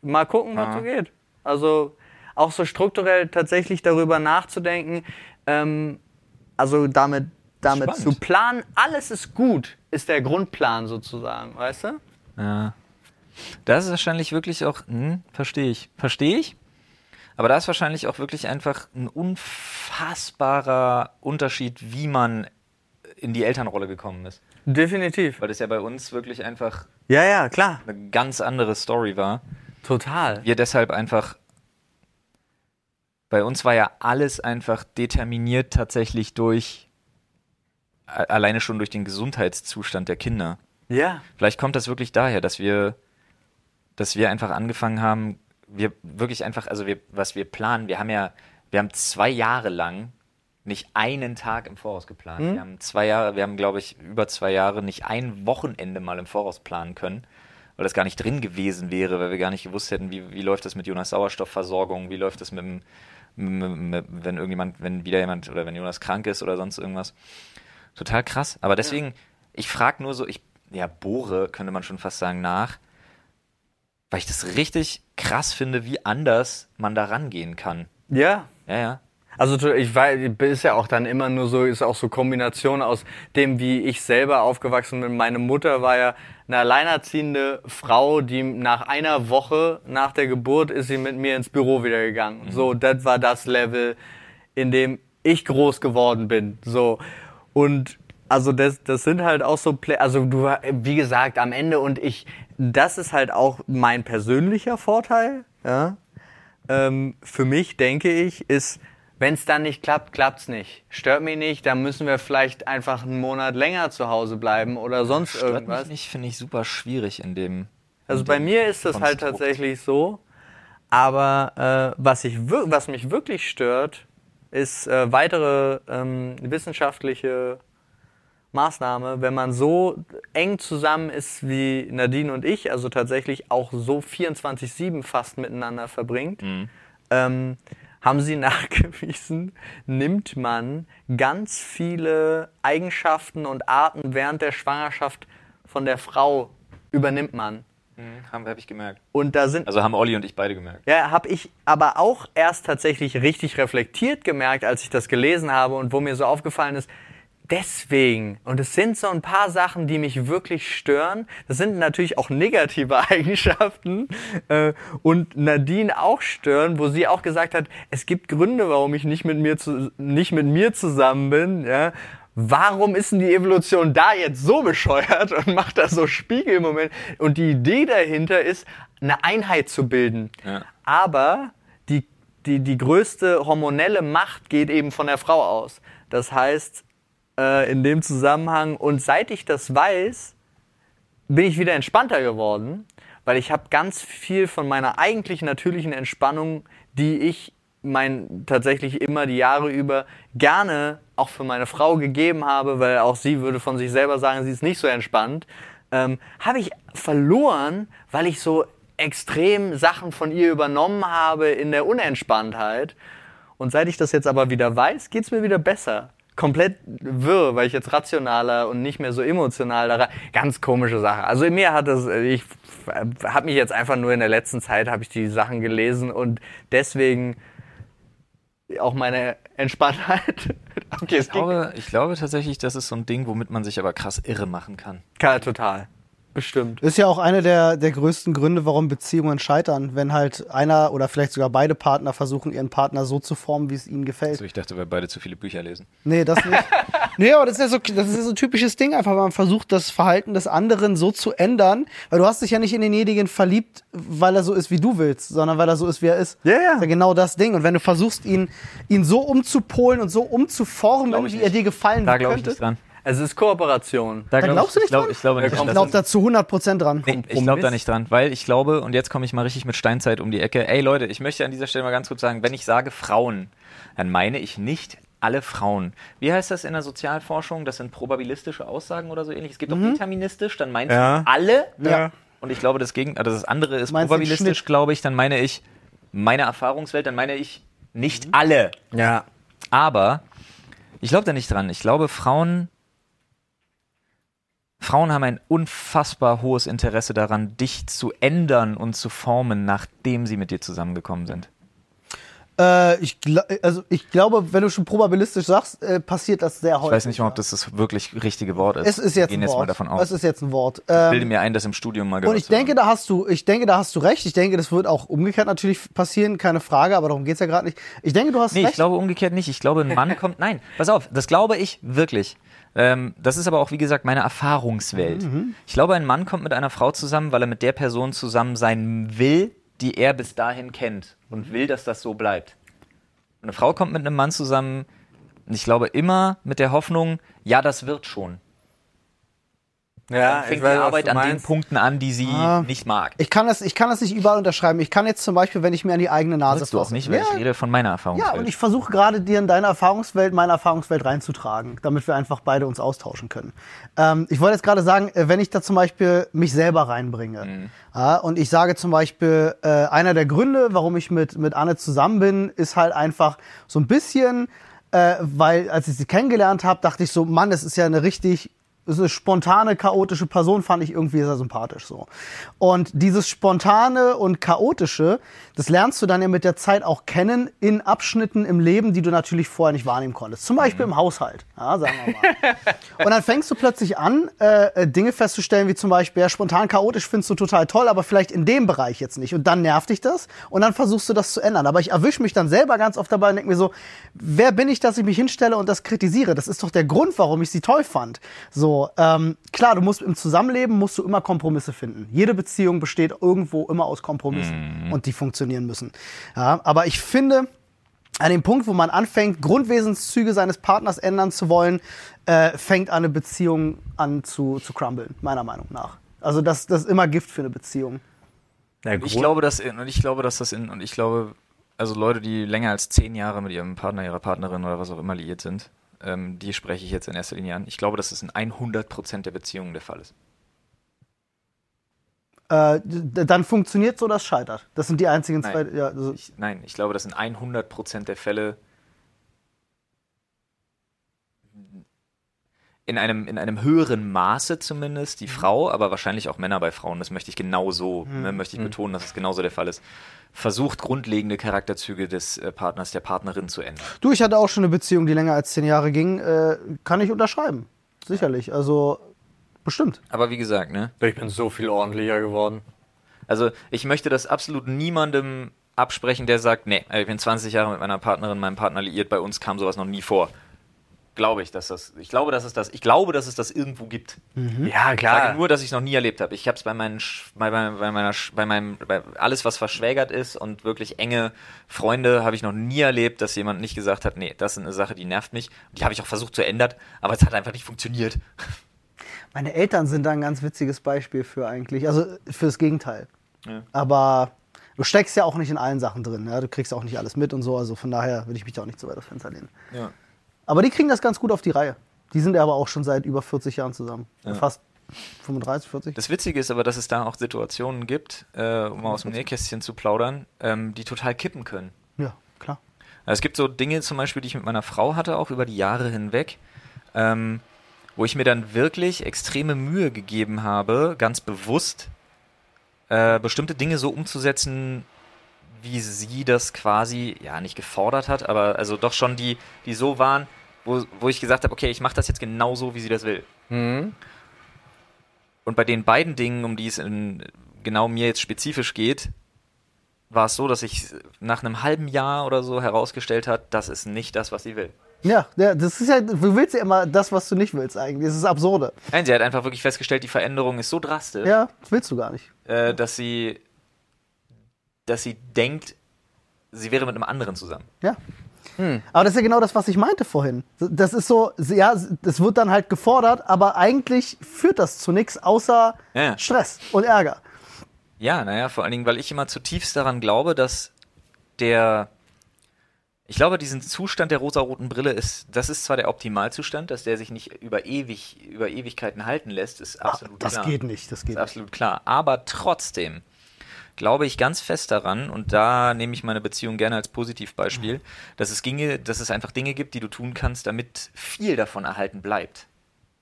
Speaker 3: mal gucken, was
Speaker 1: Aha.
Speaker 3: so geht. Also auch so strukturell tatsächlich darüber nachzudenken, ähm, also damit, damit zu
Speaker 1: Spannend.
Speaker 3: planen, alles ist gut, ist der Grundplan sozusagen, weißt du?
Speaker 1: Ja. Das ist wahrscheinlich wirklich auch, hm, verstehe ich, verstehe ich. Aber da ist wahrscheinlich auch wirklich einfach ein unfassbarer Unterschied, wie man in die Elternrolle gekommen ist.
Speaker 3: Definitiv.
Speaker 1: Weil das ja bei uns wirklich einfach
Speaker 3: Ja, ja, klar.
Speaker 1: eine ganz andere Story war.
Speaker 3: Total.
Speaker 1: Wir deshalb einfach, bei uns war ja alles einfach determiniert tatsächlich durch, a- alleine schon durch den Gesundheitszustand der Kinder.
Speaker 3: Ja.
Speaker 1: Vielleicht kommt das wirklich daher, dass wir, dass wir einfach angefangen haben, wir wirklich einfach, also wir, was wir planen, wir haben ja, wir haben zwei Jahre lang nicht einen Tag im Voraus geplant. Wir haben zwei Jahre, wir haben, glaube ich, über zwei Jahre nicht ein Wochenende mal im Voraus planen können, weil das gar nicht drin gewesen wäre, weil wir gar nicht gewusst hätten, wie, wie läuft das mit Jonas Sauerstoffversorgung, wie läuft das mit dem, mit, mit, wenn irgendjemand, wenn wieder jemand oder wenn Jonas krank ist oder sonst irgendwas. Total krass. Aber deswegen, ich frage nur so, ich ja, bohre, könnte man schon fast sagen, nach, weil ich das richtig krass finde, wie anders man da rangehen kann.
Speaker 3: Ja.
Speaker 1: Ja, ja.
Speaker 3: Also ich weiß, ist ja auch dann immer nur so, ist auch so Kombination aus dem, wie ich selber aufgewachsen bin. Meine Mutter war ja eine alleinerziehende Frau, die nach einer Woche nach der Geburt ist sie mit mir ins Büro wieder gegangen. So, das war das Level, in dem ich groß geworden bin. So und also das, das sind halt auch so, Play also du, wie gesagt, am Ende und ich, das ist halt auch mein persönlicher Vorteil. Ja. Ähm, für mich denke ich, ist wenn es dann nicht klappt, klappt's nicht. Stört mich nicht, dann müssen wir vielleicht einfach einen Monat länger zu Hause bleiben oder sonst
Speaker 1: Stört
Speaker 3: irgendwas.
Speaker 1: mich nicht, finde ich super schwierig in dem.
Speaker 3: Also
Speaker 1: in
Speaker 3: bei
Speaker 1: dem
Speaker 3: mir ist das halt
Speaker 1: Konstrukt.
Speaker 3: tatsächlich so. Aber äh, was, ich wir- was mich wirklich stört, ist äh, weitere ähm, wissenschaftliche Maßnahme, wenn man so eng zusammen ist wie Nadine und ich, also tatsächlich auch so 24-7 fast miteinander verbringt, ähm, haben sie nachgewiesen, nimmt man ganz viele Eigenschaften und Arten während der Schwangerschaft von der Frau, übernimmt man.
Speaker 1: Haben habe ich gemerkt.
Speaker 3: Und da sind
Speaker 1: Also haben Olli und ich beide gemerkt.
Speaker 3: ja, habe ich aber auch erst tatsächlich richtig reflektiert gemerkt, als ich das gelesen habe und wo mir so aufgefallen ist, deswegen, und es sind so ein paar Sachen, die mich wirklich stören, das sind natürlich auch negative Eigenschaften äh, und Nadine auch stören, wo sie auch gesagt hat, es gibt Gründe, warum ich nicht mit mir, zu, nicht mit mir zusammen bin, ja. Warum ist denn die Evolution da jetzt so bescheuert und macht da so Spiegel im Moment? Und die Idee dahinter ist, eine Einheit zu bilden.
Speaker 1: Ja.
Speaker 3: Aber die, die, die größte hormonelle Macht geht eben von der Frau aus. Das heißt, äh, in dem Zusammenhang, und seit ich das weiß, bin ich wieder entspannter geworden, weil ich habe ganz viel von meiner eigentlich natürlichen Entspannung, die ich mein tatsächlich immer die Jahre über gerne auch für meine Frau gegeben habe, weil auch sie würde von sich selber sagen, sie ist nicht so entspannt, ähm, habe ich verloren, weil ich so extrem Sachen von ihr übernommen habe in der Unentspanntheit. Und seit ich das jetzt aber wieder weiß, geht's mir wieder besser. Komplett wirr, weil ich jetzt rationaler und nicht mehr so emotional da rein- Ganz komische Sache. Also in mir hat das, ich habe mich jetzt einfach nur in der letzten Zeit, habe ich die Sachen gelesen und deswegen auch meine Entspanntheit. Okay, es
Speaker 1: Ich glaube, ich glaube tatsächlich, das ist so ein Ding, womit man sich aber krass irre machen kann.
Speaker 3: ging total. Bestimmt.
Speaker 2: Ist ja auch einer der, der größten Gründe, warum Beziehungen scheitern, wenn halt einer oder vielleicht sogar beide Partner versuchen, ihren Partner so zu formen, wie es ihnen gefällt.
Speaker 1: Also ich dachte, wir beide zu viele Bücher lesen.
Speaker 2: Nee, das nicht. nee, aber das ist ja so, das ist ja so ein typisches Ding, einfach man versucht, das Verhalten des anderen so zu ändern, weil du hast dich ja nicht in denjenigen verliebt, weil er so ist, wie du willst, sondern weil er so ist, wie er ist.
Speaker 3: Ja, ja.
Speaker 2: Das ist ja genau das Ding. Und wenn du versuchst, ihn, ihn so umzupolen und so umzuformen,
Speaker 1: Glaub ich
Speaker 2: wie er
Speaker 1: nicht.
Speaker 2: dir gefallen
Speaker 1: Da glaube ich
Speaker 2: könnte,
Speaker 1: nicht dran.
Speaker 3: Es ist Kooperation.
Speaker 1: Da,
Speaker 2: Da
Speaker 1: glaub
Speaker 2: glaubst
Speaker 1: ich,
Speaker 2: du nicht
Speaker 1: ich glaub,
Speaker 2: dran?
Speaker 1: Ich glaube nicht
Speaker 3: Ja,
Speaker 1: dran.
Speaker 3: komm,
Speaker 2: glaub da zu 100% dran.
Speaker 1: Nee, ich glaube da nicht dran, weil ich glaube, und jetzt komme ich mal richtig mit Steinzeit um die Ecke. Ey Leute, ich möchte an dieser Stelle mal ganz kurz sagen, wenn ich sage Frauen, dann meine ich nicht alle Frauen. Wie heißt das in der Sozialforschung? Das sind probabilistische Aussagen oder so ähnlich. Es gibt auch deterministisch, dann meinst
Speaker 3: Ja.
Speaker 1: du alle.
Speaker 2: Mhm. Ja.
Speaker 1: Und ich glaube, das, Gegen also das andere ist
Speaker 2: Meinst du den
Speaker 1: probabilistisch,
Speaker 2: Schnitt?
Speaker 1: glaube ich. Dann meine ich meine Erfahrungswelt, dann meine ich nicht alle.
Speaker 3: Ja.
Speaker 1: Aber ich glaube da nicht dran. Ich glaube, Frauen. Frauen haben ein unfassbar hohes Interesse daran, dich zu ändern und zu formen, nachdem sie mit dir zusammengekommen sind.
Speaker 2: Äh, ich, gla- also ich glaube, wenn du schon probabilistisch sagst, äh, passiert das sehr häufig.
Speaker 1: Ich weiß nicht mal, ob das das wirklich richtige Wort ist.
Speaker 2: es ist jetzt
Speaker 1: Wir gehen
Speaker 2: ein
Speaker 1: jetzt
Speaker 2: Wort.
Speaker 1: mal davon
Speaker 2: Es
Speaker 1: aus. Ich
Speaker 2: ist jetzt ein Wort. Ähm,
Speaker 1: bilde mir ein, das im Studium mal
Speaker 2: Und
Speaker 1: gehört
Speaker 2: ich
Speaker 1: zu haben.
Speaker 2: denke, da hast du, ich denke, da hast du recht. Ich denke, das wird auch umgekehrt natürlich passieren, keine Frage, aber darum geht's ja gerade nicht. Ich denke, du hast
Speaker 1: Nee,
Speaker 2: recht.
Speaker 1: ich glaube umgekehrt nicht. Ich glaube, ein Mann kommt. Nein, pass auf, das glaube ich wirklich. Ähm, das ist aber auch, wie gesagt, meine Erfahrungswelt.
Speaker 3: Mhm.
Speaker 1: Ich glaube, ein Mann kommt mit einer Frau zusammen, weil er mit der Person zusammen sein will, die er bis dahin kennt und will, dass das so bleibt. Und eine Frau kommt mit einem Mann zusammen, und ich glaube immer mit der Hoffnung, ja, das wird schon.
Speaker 3: Ja,
Speaker 1: Fängt
Speaker 3: ich weiß,
Speaker 1: die
Speaker 3: was
Speaker 1: Arbeit
Speaker 3: du
Speaker 1: an den
Speaker 3: meinst.
Speaker 1: Punkten an, die sie
Speaker 2: Ah.
Speaker 1: nicht mag.
Speaker 2: Ich kann das, ich kann das nicht überall unterschreiben. Ich kann jetzt zum Beispiel, wenn ich mir an die eigene Nase
Speaker 1: Sollst du auch
Speaker 2: fasse-
Speaker 1: nicht, weil
Speaker 2: ja,
Speaker 1: ich rede von meiner Erfahrung.
Speaker 2: ja, und ich versuche gerade dir in deine Erfahrungswelt, meine Erfahrungswelt reinzutragen, damit wir einfach beide uns austauschen können. Ähm, ich wollte jetzt gerade sagen, äh, wenn ich da zum Beispiel mich selber reinbringe
Speaker 1: Mhm.
Speaker 2: ja, und ich sage zum Beispiel, äh, einer der Gründe, warum ich mit, mit Anne zusammen bin, ist halt einfach so ein bisschen, äh, weil als ich sie kennengelernt habe, dachte ich so, Mann, das ist ja eine richtig ist eine spontane, chaotische Person, fand ich irgendwie sehr sympathisch so. Und dieses spontane und chaotische, das lernst du dann ja mit der Zeit auch kennen in Abschnitten im Leben, die du natürlich vorher nicht wahrnehmen konntest. Zum Beispiel im Haushalt, ja, sagen wir mal. und dann fängst du plötzlich an, äh, Dinge festzustellen, wie zum Beispiel, ja, spontan chaotisch findest du total toll, aber vielleicht in dem Bereich jetzt nicht. Und dann nervt dich das und dann versuchst du das zu ändern. Aber ich erwische mich dann selber ganz oft dabei und denke mir so, wer bin ich, dass ich mich hinstelle und das kritisiere? Das ist doch der Grund, warum ich sie toll fand. So, ähm, klar, du musst im Zusammenleben musst du immer Kompromisse finden. Jede Beziehung besteht irgendwo immer aus Kompromissen und die funktionieren müssen. Ja, aber ich finde, an dem Punkt, wo man anfängt, Grundwesenszüge seines Partners ändern zu wollen, äh, fängt eine Beziehung an zu, zu crumblen, meiner Meinung nach. Also das, das ist immer Gift für eine Beziehung.
Speaker 3: Na,
Speaker 1: Ich
Speaker 3: Grund-
Speaker 1: glaube, dass in, und ich glaube, dass das in und ich glaube, also Leute, die länger als zehn Jahre mit ihrem Partner, ihrer Partnerin oder was auch immer liiert sind, ähm, die spreche ich jetzt in erster Linie an. Ich glaube, dass es in 100% der Beziehungen der Fall ist.
Speaker 2: Äh, d- dann funktioniert so, das scheitert. Das sind die einzigen
Speaker 1: Nein.
Speaker 2: zwei. Ja, also,
Speaker 1: Ich, nein, ich glaube, dass in 100% der Fälle in einem, in einem höheren Maße zumindest die Frau, aber wahrscheinlich auch Männer bei Frauen, das möchte ich genauso, ne, möchte ich betonen, dass es genauso der Fall ist, versucht grundlegende Charakterzüge des äh, Partners, der Partnerin zu ändern.
Speaker 2: Du, ich hatte auch schon eine Beziehung, die länger als zehn Jahre ging. Äh, kann ich unterschreiben. Sicherlich. Also bestimmt.
Speaker 1: Aber wie gesagt, ne?
Speaker 4: Ich bin so viel ordentlicher geworden.
Speaker 1: Also ich möchte das absolut niemandem absprechen, der sagt, nee, ich bin 20 Jahre mit meiner Partnerin, meinem Partner liiert, bei uns kam sowas noch nie vor. Glaube ich, dass das, ich glaube, dass es das, ich glaube, dass es das irgendwo gibt.
Speaker 3: Mhm.
Speaker 4: Ja,
Speaker 1: Ich sage nur, dass ich es noch nie erlebt habe. Ich habe es bei meinen, Sch- bei, bei, bei meiner, Sch- bei meinem, bei alles, was verschwägert ist und wirklich enge Freunde, habe ich noch nie erlebt, dass jemand nicht gesagt hat, nee, das ist eine Sache, die nervt mich. Die habe ich auch versucht zu ändern, aber es hat einfach nicht funktioniert.
Speaker 2: Meine Eltern sind da ein ganz witziges Beispiel für eigentlich. Also fürs Gegenteil. Aber du steckst ja auch nicht in allen Sachen drin. Ja? Du kriegst auch nicht alles mit und so. Also von daher würde ich mich da auch nicht so weit aufs Fenster lehnen. Aber die kriegen das ganz gut auf die Reihe. Die sind ja aber auch schon seit über 40 Jahren zusammen. Fast 35, 40.
Speaker 1: Das Witzige ist aber, dass es da auch Situationen gibt, äh, um mal aus dem Nähkästchen zu plaudern, ähm, die total kippen können.
Speaker 2: Ja, klar.
Speaker 1: Also es gibt so Dinge zum Beispiel, die ich mit meiner Frau hatte, auch über die Jahre hinweg, ähm, wo ich mir dann wirklich extreme Mühe gegeben habe, ganz bewusst äh, bestimmte Dinge so umzusetzen, wie sie das quasi, ja, nicht gefordert hat, aber also doch schon die, die so waren, wo, wo ich gesagt habe, okay, ich mache das jetzt genau so, wie sie das will. Und bei den beiden Dingen, um die es in, genau mir jetzt spezifisch geht, war es so, dass ich nach einem halben Jahr oder so herausgestellt hat, das ist nicht das, was sie will.
Speaker 2: Ja, ja, das ist ja, du willst ja immer das, was du nicht willst eigentlich. Das ist das absurde.
Speaker 1: Nein, sie hat einfach wirklich festgestellt, die Veränderung ist so drastisch,
Speaker 2: Ja, das willst du gar nicht.
Speaker 1: äh, dass sie, dass sie denkt, sie wäre mit einem anderen zusammen.
Speaker 2: Ja.
Speaker 3: Hm.
Speaker 2: Aber das ist ja genau das, was ich meinte vorhin. Das ist so, ja, das wird dann halt gefordert, aber eigentlich führt das zu nichts außer
Speaker 1: Ja.
Speaker 2: Stress und Ärger.
Speaker 1: Ja, naja, vor allen Dingen, weil ich immer zutiefst daran glaube, dass der, ich glaube, diesen Zustand der rosaroten Brille ist, das ist zwar der Optimalzustand, dass der sich nicht über ewig, über Ewigkeiten halten lässt, ist absolut
Speaker 2: Ah, das
Speaker 1: klar.
Speaker 2: geht nicht, das geht
Speaker 1: ist absolut klar. Aber trotzdem glaube ich ganz fest daran, und da nehme ich meine Beziehung gerne als
Speaker 4: Mhm.
Speaker 1: Positivbeispiel, dass es ginge, dass es einfach Dinge gibt, die du tun kannst, damit viel davon erhalten bleibt.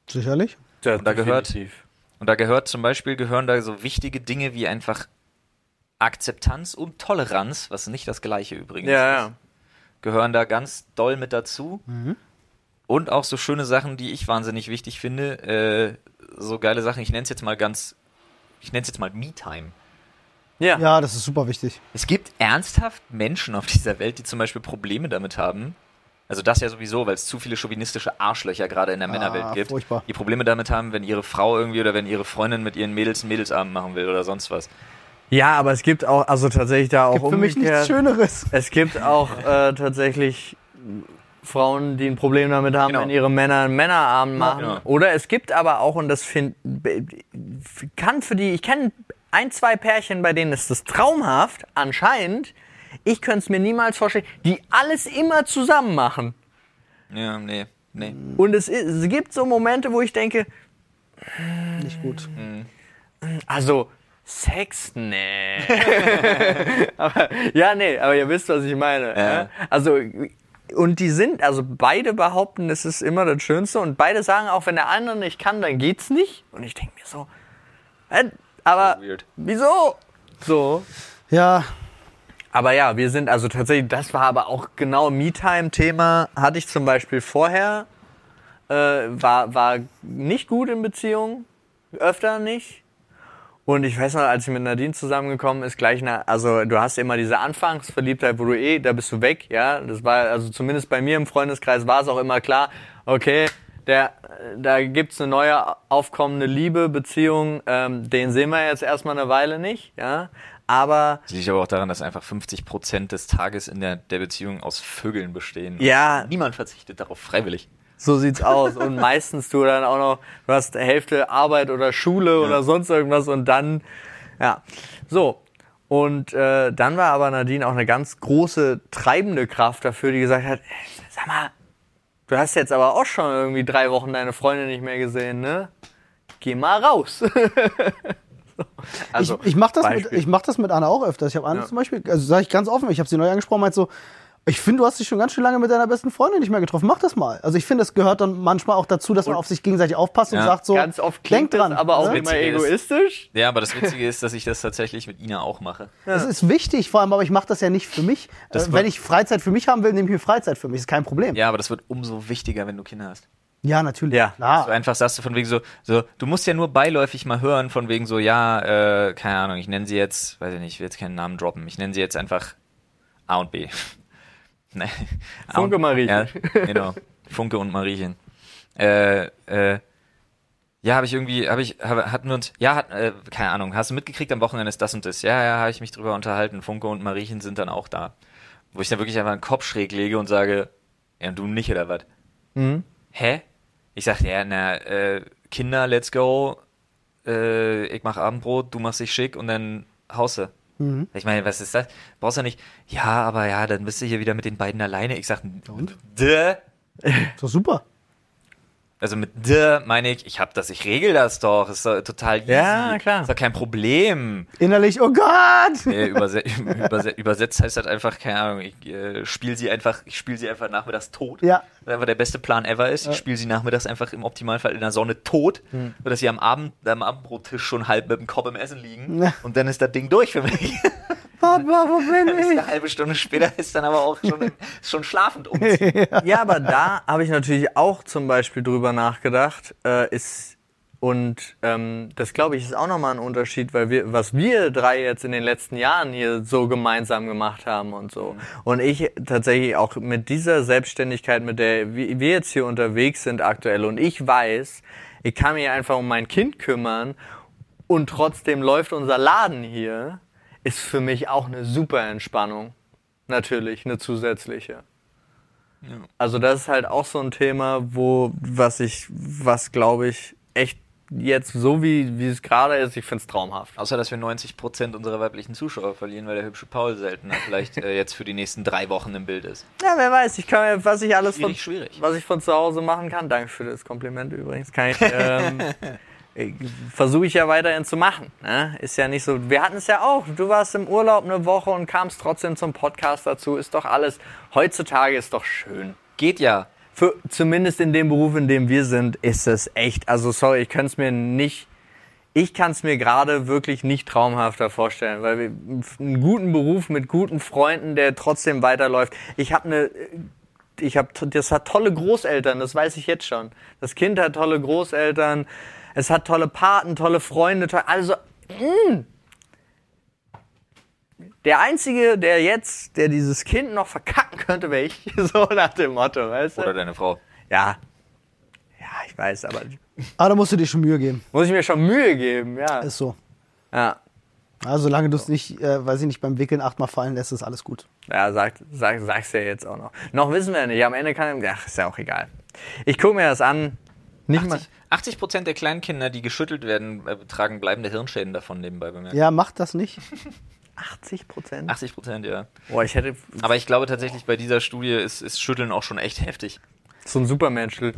Speaker 2: nicht. Sicherlich.
Speaker 4: Ja,
Speaker 1: da gehört-
Speaker 4: definitiv.
Speaker 1: Und da gehört zum Beispiel gehören da so wichtige Dinge wie einfach Akzeptanz und Toleranz, was nicht das gleiche übrigens
Speaker 4: Ja, Mhm.
Speaker 1: ist,
Speaker 4: ja.
Speaker 1: gehören da ganz doll mit dazu. Und auch so schöne Sachen, die ich wahnsinnig wichtig finde. Äh, so geile Sachen, ich nenne es jetzt mal ganz, ich nenne es jetzt mal Me-Time.
Speaker 4: Ja.
Speaker 2: Ja, das ist super wichtig.
Speaker 1: Es gibt ernsthaft Menschen auf dieser Welt, die zum Beispiel Probleme damit haben. Also das ja sowieso, weil es zu viele chauvinistische Arschlöcher gerade in der Männerwelt gibt,
Speaker 2: furchtbar.
Speaker 1: die Probleme damit haben, wenn ihre Frau irgendwie oder wenn ihre Freundin mit ihren Mädels einen Mädelsabend machen will oder sonst was.
Speaker 3: Ja, aber es gibt auch, also tatsächlich da auch
Speaker 2: Gibt für mich nichts
Speaker 3: umgekehrt.
Speaker 2: Schöneres.
Speaker 3: Es gibt auch äh, tatsächlich Frauen, die ein Problem damit haben,
Speaker 1: Genau.
Speaker 3: wenn ihre Männer einen Männerabend machen.
Speaker 1: genau.
Speaker 3: Oder es gibt aber auch, und das find, be- kann für die, ich kenne ein, zwei Pärchen, bei denen ist das traumhaft, anscheinend. Ich könnte es mir niemals vorstellen, die alles immer zusammen machen.
Speaker 1: Ja, nee, nee.
Speaker 3: Und es, i- es gibt so Momente, wo ich denke,
Speaker 2: Nicht gut.
Speaker 3: also Sex, nee. aber, ja, nee, aber ihr wisst, was ich meine. ne? Also Und die sind, also beide behaupten, es ist immer das Schönste. Und beide sagen auch, wenn der andere nicht kann, dann geht's nicht. Und ich denke mir so, äh, aber
Speaker 1: Weird.
Speaker 3: wieso? So.
Speaker 2: Ja,
Speaker 3: Aber ja, wir sind also tatsächlich, das war aber auch genau Me-Time-Thema, hatte ich zum Beispiel vorher, äh, war, war nicht gut in Beziehung, öfter nicht. Und ich weiß noch, als ich mit Nadine zusammengekommen ist, gleich nach, also du hast immer diese Anfangsverliebtheit, wo du eh, da bist du weg, ja. Das war, also zumindest bei mir im Freundeskreis war es auch immer klar, okay, der, da gibt's eine neue aufkommende Liebe, Beziehung, ähm, den sehen wir jetzt erstmal eine Weile nicht, ja. Aber
Speaker 1: Das liegt aber auch daran, dass einfach 50% des Tages in der, der Beziehung aus Vögeln bestehen.
Speaker 3: Ja.
Speaker 1: Niemand verzichtet darauf freiwillig.
Speaker 3: So sieht's aus. Und meistens du dann auch noch, du hast Hälfte Arbeit oder Schule oder sonst irgendwas und dann, ja. So. Und äh, dann war aber Nadine auch eine ganz große treibende Kraft dafür, die gesagt hat, "Ey, sag mal, du hast jetzt aber auch schon irgendwie drei Wochen deine Freundin nicht mehr gesehen, ne? Geh mal raus. So. also,
Speaker 2: ich, ich mache das, mit-
Speaker 3: Beispiel.
Speaker 2: ich mach das mit Anna auch öfter. Ich habe Anna zum Beispiel, also sage ich ganz offen, ich habe sie neu angesprochen, meint so, ich finde, du hast dich schon ganz schön lange mit deiner besten Freundin nicht mehr getroffen. Mach das mal. Also ich finde, das gehört dann manchmal auch dazu, dass man auf sich gegenseitig aufpasst und sagt so,
Speaker 3: ganz oft klingt
Speaker 2: denk dran.
Speaker 3: das aber auch
Speaker 2: ne?
Speaker 3: immer
Speaker 1: Witzig ist-
Speaker 3: egoistisch.
Speaker 1: Ja, aber das Witzige ist, dass ich das tatsächlich mit Ina auch mache.
Speaker 2: Das ist wichtig, vor allem, aber ich mache das ja nicht für mich.
Speaker 1: Das
Speaker 2: äh,
Speaker 1: wird-
Speaker 2: wenn ich Freizeit für mich haben will, nehme ich mir Freizeit für mich. Ist kein Problem. Ja,
Speaker 1: Ja, aber das wird umso wichtiger, wenn du Kinder hast.
Speaker 2: natürlich.
Speaker 3: Ja.
Speaker 1: Du
Speaker 2: Klar.
Speaker 1: einfach sagst du von wegen so, so, du musst ja nur beiläufig mal hören, von wegen so, ja, äh, keine Ahnung, ich nenne sie jetzt, weiß ich nicht, ich will jetzt keinen Namen droppen, ich nenne sie jetzt einfach A und B. Ne? A
Speaker 3: Funke
Speaker 1: und-
Speaker 3: Mariechen.
Speaker 1: Ja, genau. Funke und Mariechen. Äh, äh, ja, habe ich irgendwie, habe ich, hab, hatten wir uns, ja, hat, äh, keine Ahnung, hast du mitgekriegt, am Wochenende ist das und das. Ja, ja, habe ich mich drüber unterhalten. Funke und Mariechen sind dann auch da. Wo ich dann wirklich einfach einen Kopf schräg lege und sage, ja, und du nicht oder was?
Speaker 3: Mhm.
Speaker 1: Hä? Ich sagte, ja, na, äh, Kinder, let's go. Äh, ich mach Abendbrot, du machst dich schick und dann hause.
Speaker 3: Mhm.
Speaker 1: Ich meine, was ist das? Brauchst du nicht, ja, aber ja, dann bist du hier wieder mit den beiden alleine. Ich sag, "Dä."
Speaker 2: Ist doch super.
Speaker 1: also mit dä meine ich, ich hab das, ich regel das doch. Ist doch total easy.
Speaker 3: Ja, klar.
Speaker 1: Ist doch kein Problem.
Speaker 2: Innerlich, oh Gott!
Speaker 1: Äh, überse überse übersetzt heißt das einfach, keine Ahnung, ich äh, spiele sie einfach, ich spiele sie einfach nachmittags tot.
Speaker 2: Ja.
Speaker 1: Das einfach der beste Plan ever ist. Ich spiele sie nachmittags einfach im Optimalfall in der Sonne tot,
Speaker 2: Hm.
Speaker 1: sodass sie am Abend am Abendbrottisch schon halb mit dem Kopf im Essen liegen.
Speaker 2: Ja.
Speaker 1: Und dann ist das Ding durch für mich.
Speaker 2: Papa, wo bin
Speaker 1: Ist
Speaker 2: ich?
Speaker 1: eine halbe Stunde später ist dann aber auch schon, ist schon schlafend um.
Speaker 3: Ja, aber da habe ich natürlich auch zum Beispiel drüber nachgedacht, äh, ist und ähm, das glaube ich ist auch nochmal ein Unterschied, weil wir, was wir drei jetzt in den letzten Jahren hier so gemeinsam gemacht haben und so. Und ich tatsächlich auch mit dieser Selbstständigkeit, mit der wir wir jetzt hier unterwegs sind aktuell und ich weiß, ich kann mich einfach um mein Kind kümmern und trotzdem läuft unser Laden hier, ist für mich auch eine super Entspannung. Natürlich, eine zusätzliche. Also das ist halt auch so ein Thema, wo was ich, was glaube ich echt jetzt so wie wie es gerade ist, ich finde es traumhaft.
Speaker 1: Außer, dass wir 90% unserer weiblichen Zuschauer verlieren, weil der hübsche Paul seltener vielleicht äh, jetzt für die nächsten drei Wochen im Bild ist.
Speaker 3: Ja, wer weiß, ich kann mir- was ich alles von,
Speaker 1: Schwierig, schwierig.
Speaker 3: was ich von zu Hause machen kann. Danke für das Kompliment übrigens. Kann ich, ähm, äh, versuche ich ja weiterhin zu machen. Ne? Ist ja nicht so. Wir hatten es ja auch. Du warst im Urlaub eine Woche und kamst trotzdem zum Podcast dazu. Ist doch alles. Heutzutage ist doch schön.
Speaker 1: Geht ja.
Speaker 3: für, zumindest in dem Beruf, in dem wir sind, ist es echt. Also sorry, ich kann es mir nicht, ich kann es mir gerade wirklich nicht traumhafter vorstellen, weil wir einen guten Beruf mit guten Freunden, der trotzdem weiterläuft. Ich habe eine, ich habe, das hat tolle Großeltern, das weiß ich jetzt schon. Das Kind hat tolle Großeltern, es hat tolle Paten, tolle Freunde, toll, also der Einzige, der jetzt, der dieses Kind noch verkacken könnte, wäre ich. So nach dem Motto, weißt du?
Speaker 1: Oder deine Frau.
Speaker 3: Ja. Ja, ich weiß, aber
Speaker 2: Aber Ah, da musst du dir schon Mühe geben.
Speaker 3: muss ich mir schon Mühe geben, ja.
Speaker 2: Ist so.
Speaker 3: Ja,
Speaker 2: Also solange du es nicht, äh, weiß ich nicht, beim Wickeln achtmal fallen lässt, ist alles gut.
Speaker 3: ja sag, sag, sag's ja jetzt auch noch. Noch wissen wir nicht, am Ende kann, ach, ist ja auch egal. Ich gucke mir das an. Nicht mal,
Speaker 1: 80, 80 Prozent der Kleinkinder, die geschüttelt werden, äh, tragen bleibende Hirnschäden davon nebenbei bemerkt.
Speaker 2: Ja, mach das nicht.
Speaker 3: 80 Prozent?
Speaker 1: 80 Prozent, ja.
Speaker 3: Boah, ich hätte
Speaker 1: Aber ich glaube tatsächlich, bei dieser Studie ist, ist Schütteln auch schon echt heftig.
Speaker 3: so ein Supermenschel.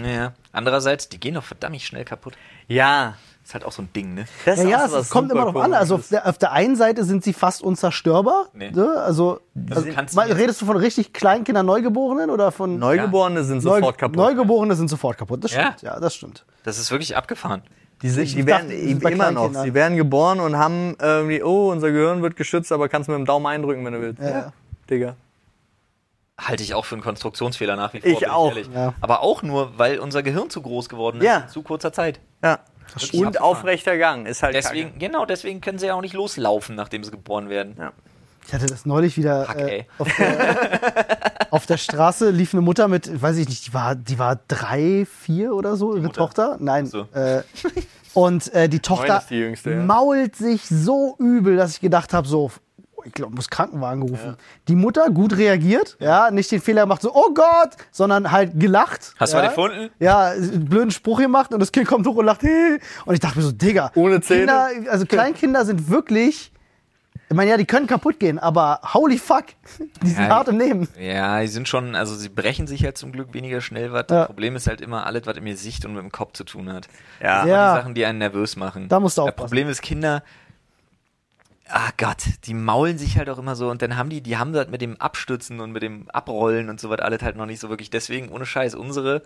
Speaker 1: Naja. Andererseits, die gehen doch verdammt schnell kaputt.
Speaker 3: Ja.
Speaker 1: Ist halt auch so ein Ding, ne?
Speaker 3: Das
Speaker 2: Ja, ja,
Speaker 3: auch
Speaker 2: es,
Speaker 3: so was
Speaker 2: es kommt
Speaker 3: super
Speaker 2: immer noch an. Also auf
Speaker 3: Komisches.
Speaker 2: der, auf der einen Seite sind sie fast unzerstörbar.
Speaker 1: Nee.
Speaker 2: Ne? Also, also
Speaker 1: kannst
Speaker 2: mal,
Speaker 1: du nicht.
Speaker 2: redest du von richtig Kleinkindern, Neugeborenen oder von
Speaker 3: Neugeborene sind
Speaker 2: Neu-
Speaker 3: sofort kaputt.
Speaker 2: Neugeborene sind sofort kaputt. Das
Speaker 1: Ja.
Speaker 2: stimmt. Ja, das stimmt.
Speaker 1: Das ist wirklich abgefahren.
Speaker 3: die
Speaker 2: ich
Speaker 3: sind, die
Speaker 2: dachte,
Speaker 3: werden
Speaker 2: die sind bei
Speaker 3: immer noch.
Speaker 2: Kleinkindern.
Speaker 3: Sie werden geboren und haben irgendwie, oh, unser Gehirn wird geschützt, aber kannst mit dem Daumen eindrücken, wenn du willst.
Speaker 2: ja.
Speaker 3: Digga.
Speaker 1: Halte ich auch für einen Konstruktionsfehler nach wie vor.
Speaker 3: Ich
Speaker 1: bin
Speaker 3: auch.
Speaker 1: ehrlich.
Speaker 2: Ja.
Speaker 1: Aber auch nur, weil unser Gehirn zu groß geworden ist
Speaker 3: Ja.
Speaker 1: in zu kurzer Zeit.
Speaker 3: Ja.
Speaker 1: stimmt.
Speaker 3: Und aufrechter Gang ist halt
Speaker 1: Deswegen, genau, deswegen können sie ja auch nicht loslaufen, nachdem sie geboren werden.
Speaker 3: Kacke. Ja.
Speaker 2: Ich hatte das neulich wieder
Speaker 1: Fuck,
Speaker 2: äh,
Speaker 1: ey.
Speaker 2: auf, der, auf der Straße lief eine Mutter mit, weiß ich nicht, die war, die war drei, vier oder so, ihre Tochter. Nein.
Speaker 1: so.
Speaker 2: Äh, und äh, die Tochter
Speaker 5: ist die jüngste, ja.
Speaker 2: mault sich so übel, dass ich gedacht habe, so, ich glaube, muss Krankenwagen gerufen. Die Mutter gut reagiert, ja. nicht den Fehler gemacht, so, oh Gott, sondern halt gelacht.
Speaker 1: Hast du
Speaker 2: ja.
Speaker 1: was gefunden?
Speaker 2: Ja, einen blöden Spruch gemacht und das Kind kommt hoch und lacht, hey. Und ich dachte mir so, Digga.
Speaker 3: Ohne Zähne?
Speaker 2: Kinder, also Kleinkinder sind wirklich. Ich meine, ja, die können kaputt gehen, aber holy fuck, die sind
Speaker 1: Ja,
Speaker 2: hart im Leben.
Speaker 1: Ja, die sind schon, also sie brechen sich halt zum Glück weniger schnell was.
Speaker 2: Ja.
Speaker 1: Das Problem ist halt immer alles, was mit dem Gesicht und mit dem Kopf zu tun hat.
Speaker 3: Ja.
Speaker 1: Das sind
Speaker 2: Ja.
Speaker 1: immer die Sachen, die einen nervös machen.
Speaker 2: Da musst du
Speaker 1: Das
Speaker 2: aufpassen.
Speaker 1: Problem ist, Kinder, ah Gott, die maulen sich halt auch immer so und dann haben die, die haben das mit dem Abstützen und mit dem Abrollen und so was alles halt noch nicht so wirklich. Deswegen, ohne Scheiß, unsere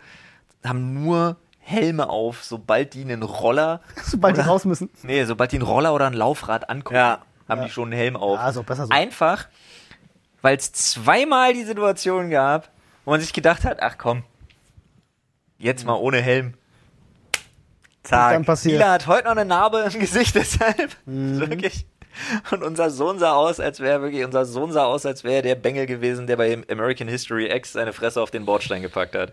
Speaker 1: haben nur Helme auf, sobald die einen Roller,
Speaker 2: Sobald die raus müssen.
Speaker 1: nee, sobald die einen Roller oder ein Laufrad angucken,
Speaker 3: Ja.
Speaker 1: haben die schon einen Helm auf.
Speaker 2: Ja, ist auch besser so.
Speaker 1: Einfach, weil es zweimal die Situation gab, wo man sich gedacht hat, ach komm, jetzt mal ohne Helm.
Speaker 2: Dann
Speaker 3: Zack.
Speaker 2: passiert.
Speaker 1: Lila hat heute noch eine Narbe im Gesicht, deshalb wirklich. Und unser Sohn sah aus, als wäre wirklich unser Sohn sah aus, als wäre der Bengel gewesen, der bei American History X seine Fresse auf den Bordstein gepackt hat.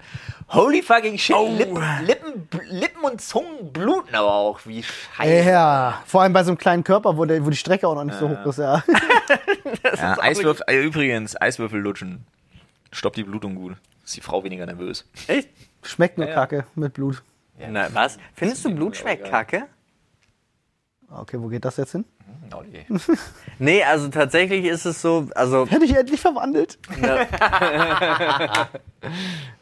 Speaker 1: Holy fucking shit, Lippen, Lippen, Lippen und Zungen bluten aber auch, wie scheiße.
Speaker 2: Ja, vor allem bei so einem kleinen Körper, wo, der, wo die Strecke auch noch nicht so hoch ist, ja.
Speaker 1: Ja, Eiswürfel, äh, übrigens, Eiswürfel lutschen. Stoppt die Blutung gut. Ist die Frau weniger nervös.
Speaker 3: Echt?
Speaker 2: Schmeckt nur Kacke mit Blut.
Speaker 3: Na, was? Findest du Blut schmeckt kacke?
Speaker 2: Okay, wo geht das jetzt hin?
Speaker 1: Nolli.
Speaker 3: Nee, also tatsächlich ist es so, also
Speaker 2: Hätte ich endlich verwandelt?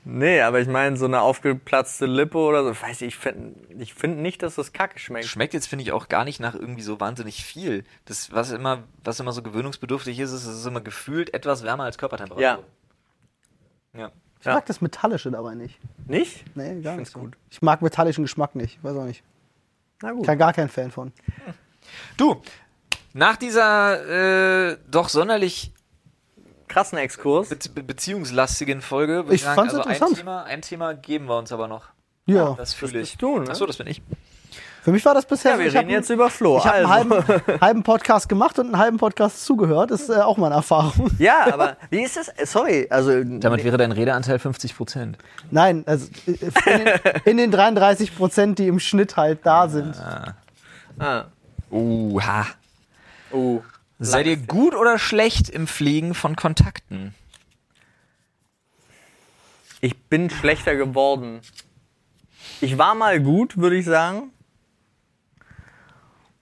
Speaker 3: nee, aber ich meine so eine aufgeplatzte Lippe oder so, weiß ich, ich finde ich find nicht, dass das kacke schmeckt.
Speaker 1: Schmeckt jetzt, finde ich, auch gar nicht nach irgendwie so wahnsinnig viel. Das, was immer, was immer so gewöhnungsbedürftig ist, ist, es ist immer gefühlt etwas wärmer als Körpertemperatur.
Speaker 3: Ja.
Speaker 1: Ja.
Speaker 2: Ich mag das Metallische dabei nicht.
Speaker 3: Nicht?
Speaker 2: Nee, gar nicht. so.
Speaker 3: gut.
Speaker 2: Ich mag metallischen Geschmack nicht, weiß auch nicht.
Speaker 3: Na gut.
Speaker 2: Ich kann gar kein Fan von.
Speaker 1: Du, nach dieser äh, doch sonderlich
Speaker 3: Krassen Exkurs.
Speaker 1: be be beziehungslastigen Folge, würde also
Speaker 2: Ich fand's
Speaker 1: ein
Speaker 2: interessant.
Speaker 1: Thema, ein Thema geben wir uns aber noch.
Speaker 2: Ja,
Speaker 1: Das fühle ich.
Speaker 3: bist du, ne?
Speaker 1: Achso, das bin ich.
Speaker 2: für mich war das bisher.
Speaker 3: Ja,
Speaker 2: so,
Speaker 3: wir
Speaker 2: Also ich hab
Speaker 3: reden
Speaker 2: ein-
Speaker 3: jetzt über Flo.
Speaker 2: Ich habe
Speaker 3: also.
Speaker 2: einen halben, halben Podcast gemacht und einen halben Podcast zugehört. Ist äh, auch meine Erfahrung.
Speaker 3: Ja, aber wie ist das? Sorry, also
Speaker 1: Damit wäre dein Redeanteil 50 Prozent.
Speaker 2: Nein, also äh, in den, in den 33 Prozent, die im Schnitt halt da sind.
Speaker 3: Ah.
Speaker 1: Oha.
Speaker 3: Oh.
Speaker 1: Seid ihr gut oder schlecht im Pflegen von Kontakten?
Speaker 3: Ich bin schlechter geworden. Ich war mal gut, würde ich sagen.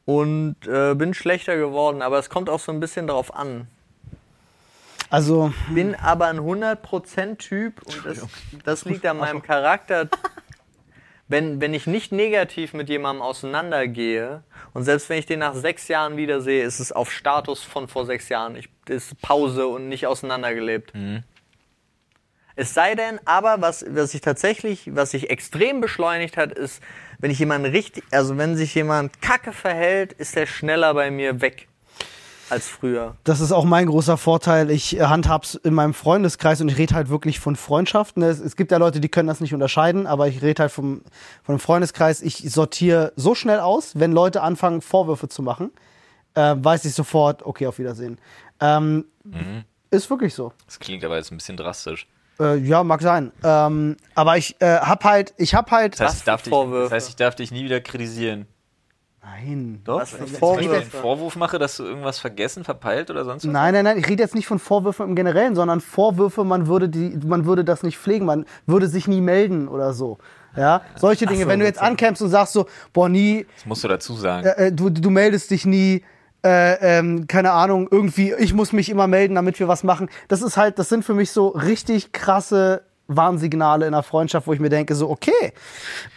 Speaker 3: Und äh, bin schlechter geworden, aber es kommt auch so ein bisschen drauf an.
Speaker 2: Also,
Speaker 3: Bin aber ein 100% Typ und das, das liegt an meinem Charakter. Wenn, wenn ich nicht negativ mit jemandem auseinandergehe und selbst wenn ich den nach sechs Jahren wiedersehe, ist es auf Status von vor sechs Jahren. Ich, ist Pause und nicht auseinandergelebt. Es sei denn, aber was, was ich tatsächlich, was sich extrem beschleunigt hat, ist, wenn ich jemanden richtig, also wenn sich jemand kacke verhält, ist er schneller bei mir weg als früher.
Speaker 2: das ist auch mein großer Vorteil. Ich äh, handhab's in meinem Freundeskreis und ich rede halt wirklich von Freundschaften. Es, es gibt ja Leute, die können das nicht unterscheiden, aber ich rede halt vom, von einem Freundeskreis. Ich sortiere so schnell aus, wenn Leute anfangen, Vorwürfe zu machen, äh, weiß ich sofort, okay, auf Wiedersehen. Ähm,
Speaker 3: Mhm.
Speaker 2: Ist wirklich so.
Speaker 1: Das klingt aber jetzt ein bisschen drastisch.
Speaker 2: Äh, ja, mag sein. Ähm, aber ich äh, hab halt, ich hab halt.
Speaker 1: Das heißt, ich
Speaker 3: Was für
Speaker 1: darf dich, das
Speaker 3: Vorwürfe?
Speaker 1: heißt, ich darf dich nie wieder kritisieren.
Speaker 2: Nein.
Speaker 1: Doch?
Speaker 3: Was für
Speaker 1: Wenn ich
Speaker 3: Vorwürfe?
Speaker 1: dir den Vorwurf mache, dass du irgendwas vergessen, verpeilt oder sonst was?
Speaker 2: Nein, nein, nein. Ich rede jetzt nicht von Vorwürfen im Generellen, sondern Vorwürfe, man würde die, man würde das nicht pflegen, man würde sich nie melden oder so. Ja, solche Dinge. Wenn du jetzt ankämpfst und sagst so, boah, nie,
Speaker 1: Das musst du dazu sagen.
Speaker 2: äh, du, du meldest dich nie, äh, ähm, keine Ahnung, irgendwie, ich muss mich immer melden, damit wir was machen. Das ist halt, das sind für mich so richtig krasse Warnsignale in der Freundschaft, wo ich mir denke, so, okay,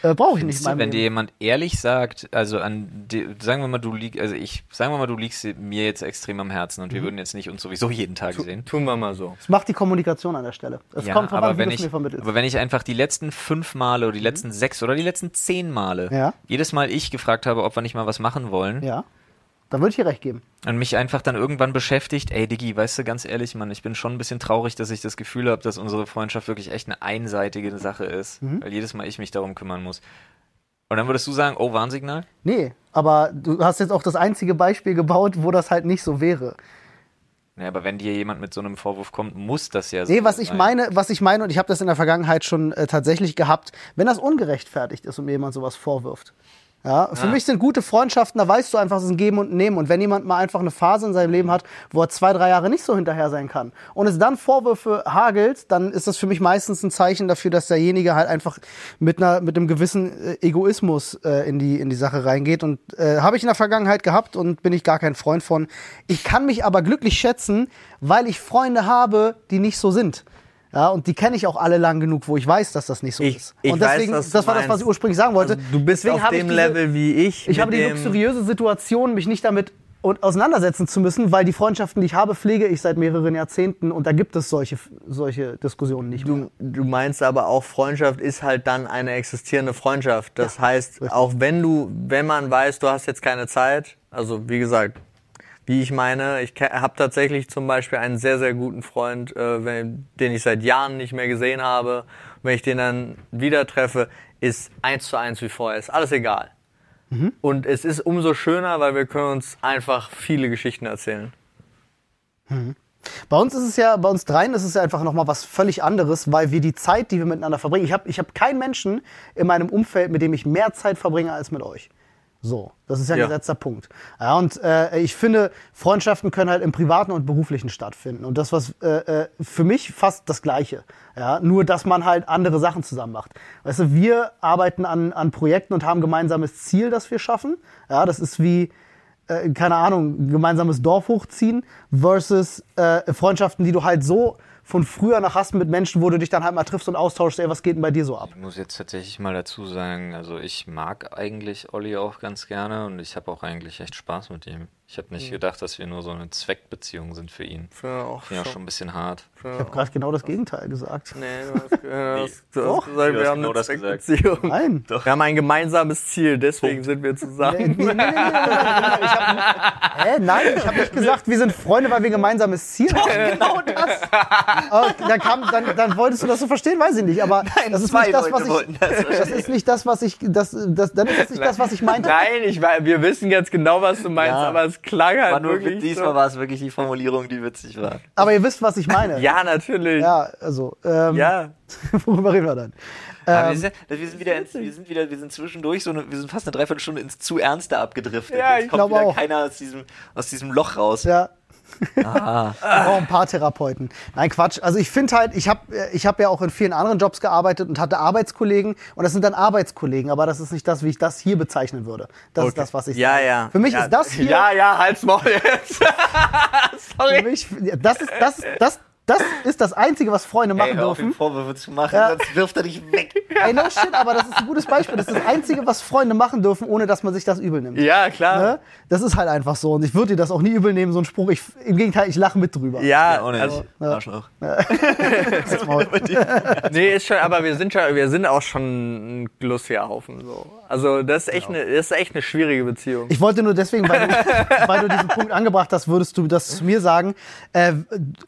Speaker 2: äh, brauche ich nicht
Speaker 6: Wenn
Speaker 2: mein
Speaker 6: dir jemand ehrlich sagt, also an die, sagen wir mal, du liegst, also ich, sagen wir mal, du liegst mir jetzt extrem am Herzen
Speaker 2: Mhm.
Speaker 6: und wir würden jetzt nicht uns sowieso jeden Tag sehen.
Speaker 7: Tun wir mal so.
Speaker 2: Das macht die Kommunikation an der Stelle. Es
Speaker 6: Ja,
Speaker 2: kommt drauf
Speaker 6: aber
Speaker 2: an, wie
Speaker 6: wenn
Speaker 2: du es
Speaker 6: ich,
Speaker 2: mir vermittelst.
Speaker 6: aber wenn ich einfach die letzten fünf Male oder die letzten sechs oder die letzten zehn Male
Speaker 2: Ja.
Speaker 6: jedes Mal ich gefragt habe, ob wir nicht mal was machen wollen
Speaker 2: ja, dann würde ich dir recht geben.
Speaker 6: und mich einfach dann irgendwann beschäftigt, ey Diggi, weißt du, ganz ehrlich, Mann, ich bin schon ein bisschen traurig, dass ich das Gefühl habe, dass unsere Freundschaft wirklich echt eine einseitige Sache ist,
Speaker 2: Mhm.
Speaker 6: weil jedes Mal ich mich darum kümmern muss. Und dann würdest du sagen, oh, Warnsignal?
Speaker 2: Nee, aber du hast jetzt auch das einzige Beispiel gebaut, wo das halt nicht so wäre.
Speaker 6: Ja, aber wenn dir jemand mit so einem Vorwurf kommt, muss das ja so
Speaker 2: Nee, was ich
Speaker 6: sein.
Speaker 2: meine, was ich meine, und ich habe das in der Vergangenheit schon äh, tatsächlich gehabt, wenn das ungerechtfertigt ist und mir jemand sowas vorwirft. Ja, für mich sind gute Freundschaften, da weißt du einfach, es ist ein Geben und ein Nehmen. Und wenn jemand mal einfach eine Phase in seinem Leben hat, wo er zwei, drei Jahre nicht so hinterher sein kann und es dann Vorwürfe hagelt, dann ist das für mich meistens ein Zeichen dafür, dass derjenige halt einfach mit, einer, mit einem gewissen äh, Egoismus äh, in, die, in die Sache reingeht. Und äh, habe ich in der Vergangenheit gehabt und bin ich gar kein Freund von. Ich kann mich aber glücklich schätzen, weil ich Freunde habe, die nicht so sind. Ja, und die kenne ich auch alle lang genug, wo ich weiß, dass das nicht so
Speaker 3: Ich-
Speaker 2: ist.
Speaker 3: ich
Speaker 2: und deswegen,
Speaker 3: weiß, was du
Speaker 2: das war das, was
Speaker 3: meinst. Also,
Speaker 2: ich ursprünglich sagen wollte.
Speaker 3: Du bist
Speaker 2: deswegen
Speaker 3: auf
Speaker 2: habe ich
Speaker 3: dem
Speaker 2: diese-
Speaker 3: Level wie ich.
Speaker 2: ich habe
Speaker 3: mit
Speaker 2: die
Speaker 3: dem-
Speaker 2: luxuriöse Situation, mich nicht damit und auseinandersetzen zu müssen, weil die Freundschaften, die ich habe, pflege ich seit mehreren Jahrzehnten und da gibt es solche, solche Diskussionen nicht mehr.
Speaker 3: Du, du meinst aber auch, Freundschaft ist halt dann eine existierende Freundschaft. Das heißt, auch wenn du, wenn man weiß, du hast jetzt keine Zeit, also wie gesagt, wie ich meine, ich habe tatsächlich zum Beispiel einen sehr, sehr guten Freund, äh, wenn, den ich seit Jahren nicht mehr gesehen habe. Wenn ich den dann wieder treffe, ist eins zu eins wie vorher, ist alles egal.
Speaker 2: Mhm.
Speaker 3: Und es ist umso schöner, weil wir können uns einfach viele Geschichten erzählen.
Speaker 2: Bei uns ist es ja, bei uns dreien ist es ja einfach nochmal was völlig anderes, weil wir die Zeit, die wir miteinander verbringen, ich habe ich hab keinen Menschen in meinem Umfeld, mit dem ich mehr Zeit verbringe als mit euch. So, das ist ja ein
Speaker 3: Ja.
Speaker 2: gesetzter Punkt. Ja, und äh, ich finde, Freundschaften können halt im privaten und beruflichen stattfinden. Und das was äh, äh, für mich fast das Gleiche. Ja, nur dass man halt andere Sachen zusammen macht. Weißt du, wir arbeiten an, an Projekten und haben gemeinsames Ziel, das wir schaffen. Ja, das ist wie äh, keine Ahnung, ein gemeinsames Dorf hochziehen versus äh, Freundschaften, die du halt so von früher nach hast mit Menschen, wo du dich dann halt mal triffst und austauschst, ey, was geht denn bei dir so ab?
Speaker 6: Ich muss jetzt tatsächlich mal dazu sagen, also ich mag eigentlich Olli auch ganz gerne und ich habe auch eigentlich echt Spaß mit ihm. Ich habe
Speaker 2: Mhm.
Speaker 6: nicht gedacht, dass wir nur so eine Zweckbeziehung sind für ihn.
Speaker 3: Ja, auch
Speaker 6: Ja, schon ein bisschen hart.
Speaker 2: Ich habe gerade genau das Gegenteil gesagt.
Speaker 3: Nee, du hast, du hast, du hast
Speaker 2: Doch.
Speaker 3: gesagt,
Speaker 6: Du
Speaker 3: wir
Speaker 6: hast
Speaker 3: haben
Speaker 6: genau
Speaker 3: eine
Speaker 6: das gesagt.
Speaker 3: Zweckbeziehung.
Speaker 2: Nein.
Speaker 3: Wir haben ein gemeinsames Ziel, deswegen sind wir
Speaker 2: Nee,
Speaker 3: zusammen.
Speaker 2: nee, nee, nee, nee, nee, nee, nee, nee, ich hab, hä? Nein, ich habe nicht gesagt, wir sind Freunde, weil wir gemeinsames Ziel haben. Genau das. Aber dann, kam, dann, dann wolltest du das so verstehen, weiß ich nicht. Aber das ist
Speaker 1: zwei
Speaker 2: nicht das,
Speaker 1: Leute
Speaker 2: was ich.
Speaker 1: wollten das
Speaker 2: Das ist nicht das, was ich. Das, das, dann ist das nicht das, was ich meinte.
Speaker 3: Nein, ich, wei- wir wissen ganz genau, was du meinst,
Speaker 1: Ja.
Speaker 3: aber es klang halt
Speaker 1: War nur,
Speaker 3: wirklich
Speaker 1: diesmal
Speaker 3: so.
Speaker 1: war es wirklich die Formulierung, die witzig war.
Speaker 2: Aber ihr wisst, was ich meine.
Speaker 3: Ja, natürlich. Ja.
Speaker 2: Ja, also. Ähm,
Speaker 3: ja.
Speaker 2: Worüber reden wir dann? Ähm,
Speaker 1: Aber wir, sind, wir sind wieder, ins, wir sind wieder, wir sind zwischendurch so, eine, wir sind fast eine Dreiviertelstunde ins zu Ernste abgedriftet.
Speaker 3: Ja,
Speaker 1: Jetzt
Speaker 3: ich
Speaker 1: kommt
Speaker 2: glaub
Speaker 1: wieder
Speaker 2: auch.
Speaker 1: keiner aus diesem, aus diesem Loch raus.
Speaker 2: Ja.
Speaker 3: Ah.
Speaker 2: Wir brauchen ein paar Therapeuten. Nein, Quatsch. Also ich finde halt, ich habe ich hab ja auch in vielen anderen Jobs gearbeitet und hatte Arbeitskollegen und das sind dann Arbeitskollegen, aber das ist nicht das, wie ich das hier bezeichnen würde. Das ist
Speaker 3: Okay.
Speaker 2: das, was ich
Speaker 3: Ja,
Speaker 2: sage.
Speaker 3: ja.
Speaker 2: Für mich
Speaker 3: ja.
Speaker 2: ist das hier,
Speaker 3: Ja, ja, halt's Maul jetzt.
Speaker 2: für mich, das ist das, das, das ist das Einzige, was Freunde machen
Speaker 1: Ey, hör auf, ihm
Speaker 2: dürfen.
Speaker 1: Vorwürfe zu machen,
Speaker 2: Ja.
Speaker 1: sonst wirft er dich weg.
Speaker 2: Ey, no shit, aber das ist ein gutes Beispiel. Das ist das Einzige, was Freunde machen dürfen, ohne dass man sich das übel nimmt.
Speaker 3: Ja, klar.
Speaker 2: Ne? Das ist halt einfach so und ich würde dir das auch nie übel nehmen, so ein Spruch. Ich, Im Gegenteil, ich lache mit drüber.
Speaker 3: Ja,
Speaker 6: Ja, auch nicht.
Speaker 3: also,
Speaker 1: Arschloch.
Speaker 2: Halt's Maul.
Speaker 3: nee, ist schon, aber wir sind schon, wir sind auch schon ein lustiger Haufen, so. Also, das ist echt
Speaker 6: Genau.
Speaker 7: ne,
Speaker 3: eine, das ist echt eine schwierige Beziehung.
Speaker 2: Ich wollte nur deswegen, weil du, weil du diesen Punkt angebracht hast, würdest du das zu mir sagen. Äh,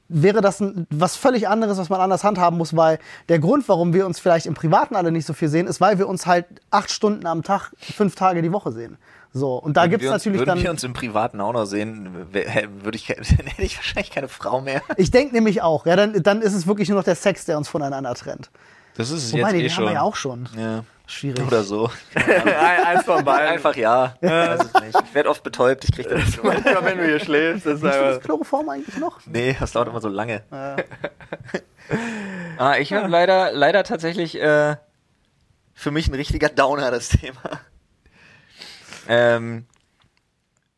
Speaker 2: wäre das ein, was völlig anderes, was man anders handhaben muss, weil der Grund, warum wir uns vielleicht im Privaten alle nicht so viel sehen, ist, weil wir uns halt acht Stunden am Tag, fünf Tage die Woche sehen. So, und da
Speaker 6: Würden
Speaker 2: gibt's
Speaker 6: wir uns-
Speaker 2: natürlich
Speaker 6: würden wir
Speaker 2: dann.
Speaker 6: uns im Privaten auch noch sehen, wär- hä, würde ich, ke- dann hätte ich wahrscheinlich keine Frau mehr.
Speaker 2: Ich denke nämlich auch, ja, dann, dann ist es wirklich nur noch der Sex, der uns voneinander trennt.
Speaker 6: Das ist es
Speaker 2: Wobei,
Speaker 6: jetzt
Speaker 2: den
Speaker 6: eh
Speaker 2: haben
Speaker 6: schon.
Speaker 2: wir ja auch schon.
Speaker 6: Ja.
Speaker 2: Schwierig.
Speaker 6: Oder so.
Speaker 3: Ein, eins von beiden.
Speaker 6: Einfach ja.
Speaker 1: Weiß ich nicht. Ich werde oft betäubt, ich krieg das nicht mit.
Speaker 3: Manchmal, wenn du hier schläfst,
Speaker 2: Hast
Speaker 3: ist
Speaker 2: du das
Speaker 3: einfach.
Speaker 2: Chloroform eigentlich noch?
Speaker 6: Nee, das dauert immer so lange. ah, ich habe leider, leider tatsächlich äh,
Speaker 1: Für mich ein richtiger Downer, das Thema.
Speaker 6: Ähm,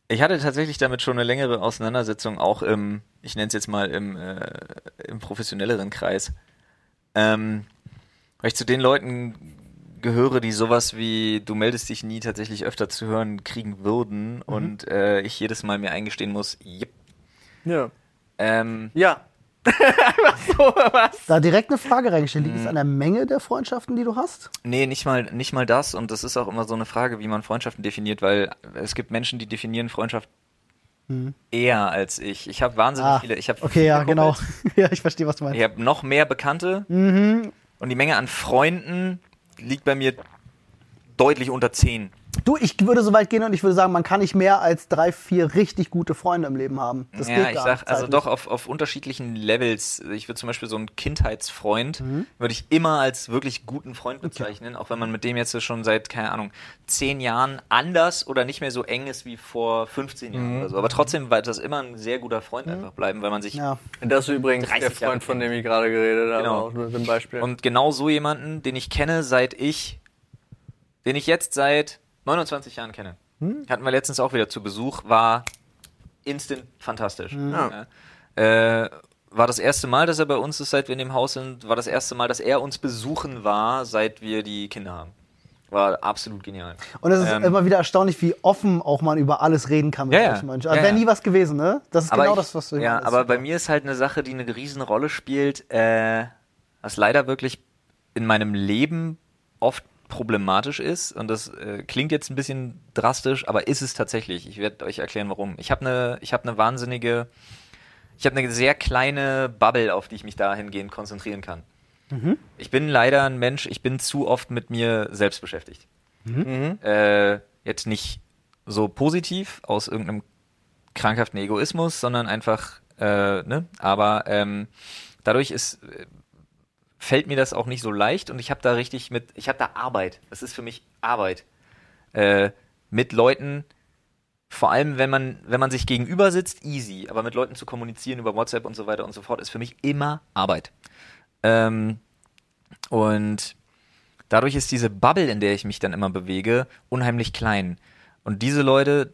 Speaker 6: ich hatte tatsächlich damit schon eine längere Auseinandersetzung, auch im, ich nenne es jetzt mal im, äh, im professionelleren Kreis. Ähm, Weil ich zu den Leuten gehöre, die sowas wie Du meldest dich nie tatsächlich öfter zu hören kriegen würden und äh, ich jedes Mal mir eingestehen muss, jip.
Speaker 3: Ja.
Speaker 6: Ähm,
Speaker 7: Ja.
Speaker 2: Da direkt eine Frage reingestellt.
Speaker 6: Mhm.
Speaker 2: Liegt es an der Menge der Freundschaften, die du hast?
Speaker 6: Nee, nicht mal, nicht mal das. Und das ist auch immer so eine Frage, wie man Freundschaften definiert, weil es gibt Menschen, die definieren Freundschaft eher als ich. Ich habe wahnsinnig
Speaker 2: Mhm. Ah,
Speaker 6: viele. Ich habe
Speaker 2: okay, ja,
Speaker 6: viele
Speaker 2: genau.
Speaker 6: Kumpels.
Speaker 2: ja, ich verstehe, was du meinst.
Speaker 6: Ich habe noch mehr Bekannte.
Speaker 2: Mhm.
Speaker 6: Und die Menge an Freunden liegt bei mir deutlich unter 10.
Speaker 2: Du, ich würde so weit gehen und ich würde sagen, man kann nicht mehr als drei, vier richtig gute Freunde im Leben haben. Das
Speaker 6: ja,
Speaker 2: geht
Speaker 6: ich
Speaker 2: gar
Speaker 6: sag,
Speaker 2: nicht
Speaker 6: also
Speaker 2: zeitlich.
Speaker 6: doch auf, auf unterschiedlichen Levels. Ich würde zum Beispiel so einen Kindheitsfreund,
Speaker 2: Mhm.
Speaker 6: würde ich immer als wirklich guten Freund bezeichnen, auch wenn man mit dem jetzt schon seit, keine Ahnung, zehn Jahren anders oder nicht mehr so eng ist wie vor 15 Jahren
Speaker 2: Mhm.
Speaker 6: oder so. Aber trotzdem wird das immer ein sehr guter Freund einfach bleiben, weil man sich.
Speaker 2: Ja.
Speaker 7: Das ist übrigens
Speaker 6: 30
Speaker 7: der
Speaker 6: Jahre
Speaker 7: Freund, von dem ich gerade geredet habe,
Speaker 6: Genau.
Speaker 7: auch nur zum Beispiel.
Speaker 6: Und genau so jemanden, den ich kenne, seit ich, den ich jetzt seit 29 Jahren kenne. Hatten wir letztens auch wieder zu Besuch, war instant fantastisch. Ja. Äh, war das erste Mal, dass er bei uns ist, seit wir in dem Haus sind, war das erste Mal, dass er uns besuchen war, seit wir die Kinder haben. War absolut genial.
Speaker 2: Und es ist
Speaker 6: Ähm,
Speaker 2: immer wieder erstaunlich, wie offen auch man über alles reden kann mit
Speaker 6: Ja, ja.
Speaker 2: solchen Menschen. Also
Speaker 6: Ja,
Speaker 2: wäre
Speaker 6: ja.
Speaker 2: nie was gewesen, ne? Das ist genau
Speaker 6: ich-
Speaker 2: das, was du
Speaker 6: Ja,
Speaker 2: meinst.
Speaker 6: aber bei mir ist halt eine Sache, die eine Riesenrolle spielt, äh, was leider wirklich in meinem Leben oft problematisch ist. Und das äh, klingt jetzt ein bisschen drastisch, aber ist es tatsächlich. Ich werde euch erklären, warum. Ich habe eine, ich habe eine wahnsinnige, ich habe eine sehr kleine Bubble, auf die ich mich dahingehend konzentrieren kann.
Speaker 2: Mhm.
Speaker 6: Ich bin leider ein Mensch, ich bin zu oft mit mir selbst beschäftigt.
Speaker 2: Mhm.
Speaker 6: Äh, jetzt nicht so positiv aus irgendeinem krankhaften Egoismus, sondern einfach, äh, ne? Aber ähm, dadurch ist, äh, fällt mir das auch nicht so leicht und ich habe da richtig mit, ich habe da Arbeit. Das ist für mich Arbeit. Äh, mit Leuten, vor allem wenn man, wenn man sich gegenüber sitzt, easy, aber mit Leuten zu kommunizieren über WhatsApp und so weiter und so fort, ist für mich immer Arbeit. Ähm, und dadurch ist diese Bubble, in der ich mich dann immer bewege, unheimlich klein. Und diese Leute,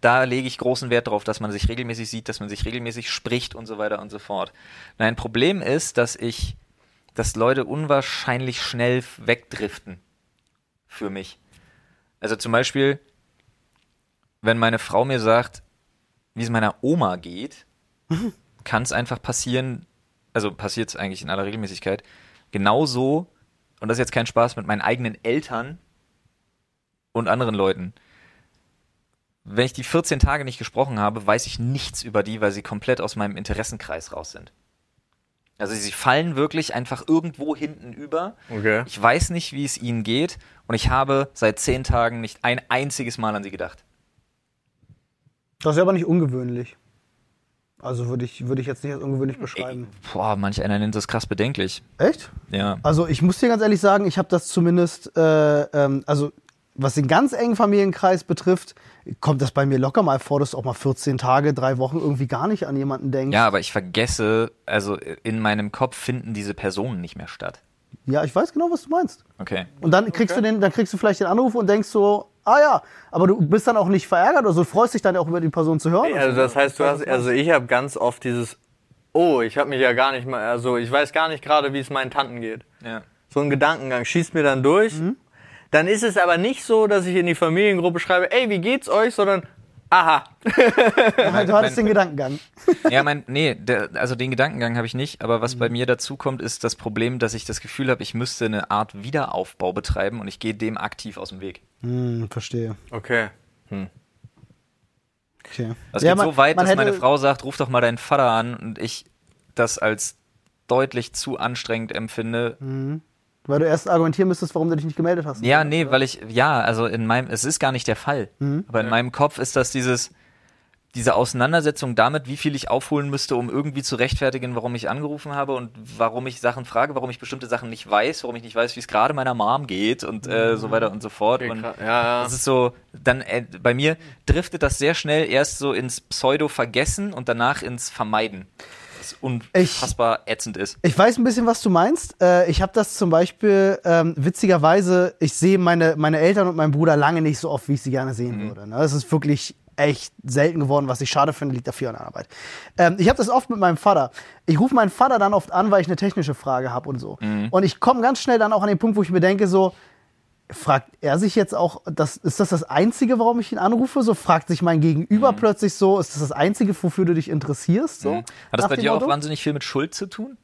Speaker 6: da lege ich großen Wert drauf, dass man sich regelmäßig sieht, dass man sich regelmäßig spricht und so weiter und so fort. Mein Problem ist, dass ich, dass Leute unwahrscheinlich schnell wegdriften. Für mich. Also zum Beispiel, wenn meine Frau mir sagt, wie es meiner Oma geht, kann es einfach passieren, also passiert es eigentlich in aller Regelmäßigkeit, genauso, und das ist jetzt kein Spaß, mit meinen eigenen Eltern und anderen Leuten. Wenn ich die 14 Tage nicht gesprochen habe, weiß ich nichts über die, weil sie komplett aus meinem Interessenkreis raus sind. Also sie fallen wirklich einfach irgendwo hinten über.
Speaker 7: Okay.
Speaker 6: Ich weiß nicht, wie es ihnen geht und ich habe seit 10 Tagen nicht ein einziges Mal an sie gedacht.
Speaker 2: das ist aber nicht ungewöhnlich. Also würde ich, würde ich jetzt nicht als
Speaker 6: Hm,
Speaker 2: ungewöhnlich beschreiben.
Speaker 6: Boah, manch einer nennt das krass bedenklich.
Speaker 2: Echt?
Speaker 6: Ja.
Speaker 2: Also ich muss dir ganz ehrlich sagen, ich habe das zumindest, äh, ähm, also was den ganz engen Familienkreis betrifft, kommt das bei mir locker mal vor, dass du auch mal 14 Tage, drei Wochen irgendwie gar nicht an jemanden denkst.
Speaker 6: Ja, aber ich vergesse, also in meinem Kopf finden diese Personen nicht mehr statt.
Speaker 2: ja ich weiß genau, was du meinst.
Speaker 6: Okay.
Speaker 2: Und dann kriegst du den, dann kriegst du vielleicht den Anruf und denkst so, ah ja, aber du bist dann auch nicht verärgert oder so, freust dich dann auch über die Person zu hören.
Speaker 7: Also das heißt, du hast, also ich habe ganz oft dieses, oh, ich habe mich ja gar nicht mal, also ich weiß gar nicht gerade, wie es meinen Tanten geht.
Speaker 6: Ja. Mhm.
Speaker 7: So ein Gedankengang schießt mir dann durch. Dann ist es aber nicht so, dass ich in die Familiengruppe schreibe, ey, wie geht's euch, sondern, aha.
Speaker 2: du hattest den Gedankengang.
Speaker 6: Ja, mein, nee, der, also den Gedankengang habe ich nicht, aber was
Speaker 2: Mhm.
Speaker 6: bei mir dazu kommt, ist das Problem, dass ich das Gefühl habe, ich müsste eine Art Wiederaufbau betreiben und ich gehe dem aktiv aus dem Weg.
Speaker 2: Hm, verstehe.
Speaker 7: Okay.
Speaker 2: Okay.
Speaker 6: Das
Speaker 2: Ja,
Speaker 6: geht
Speaker 2: man-
Speaker 6: so weit,
Speaker 2: man
Speaker 6: dass meine
Speaker 2: hätte-
Speaker 6: Frau sagt, ruf doch mal deinen Vater an und ich das als deutlich zu anstrengend empfinde.
Speaker 2: Weil du erst argumentieren müsstest, warum du dich nicht gemeldet hast.
Speaker 6: Ja, nee, weil ich, ja, also in meinem, es ist gar nicht der Fall.
Speaker 2: Mhm.
Speaker 6: Aber in meinem Kopf ist das dieses, diese Auseinandersetzung damit, wie viel ich aufholen müsste, um irgendwie zu rechtfertigen, warum ich angerufen habe und warum ich Sachen frage, warum ich bestimmte Sachen nicht weiß, warum ich nicht weiß, wie es gerade meiner Mom geht und äh,
Speaker 2: Mhm.
Speaker 6: so weiter und so fort. Und
Speaker 7: krass. Ja, ja.
Speaker 6: das ist so, dann äh, bei mir driftet das sehr schnell erst so ins Pseudo-Vergessen und danach ins Vermeiden. Was unfassbar ätzend ist.
Speaker 2: Ich weiß ein bisschen, was du meinst. Äh, ich habe das zum Beispiel, ähm, witzigerweise, ich sehe meine, meine Eltern und meinen Bruder lange nicht so oft, wie ich sie gerne sehen würde. Ne? Das ist wirklich echt selten geworden, was ich schade finde, liegt dafür an der Arbeit. Ähm, ich habe das oft mit meinem Vater. Ich rufe meinen Vater dann oft an, weil ich eine technische Frage habe und so. Und ich komme ganz schnell dann auch an den Punkt, wo ich mir denke, so, fragt er sich jetzt auch, das, ist das das Einzige, warum ich ihn anrufe? So fragt sich mein Gegenüber plötzlich so, ist das das Einzige, wofür du dich interessierst? So,
Speaker 6: Hat das
Speaker 2: nach
Speaker 6: bei
Speaker 2: dem
Speaker 6: dir auch
Speaker 2: Motto?
Speaker 6: wahnsinnig viel mit Schuld zu tun?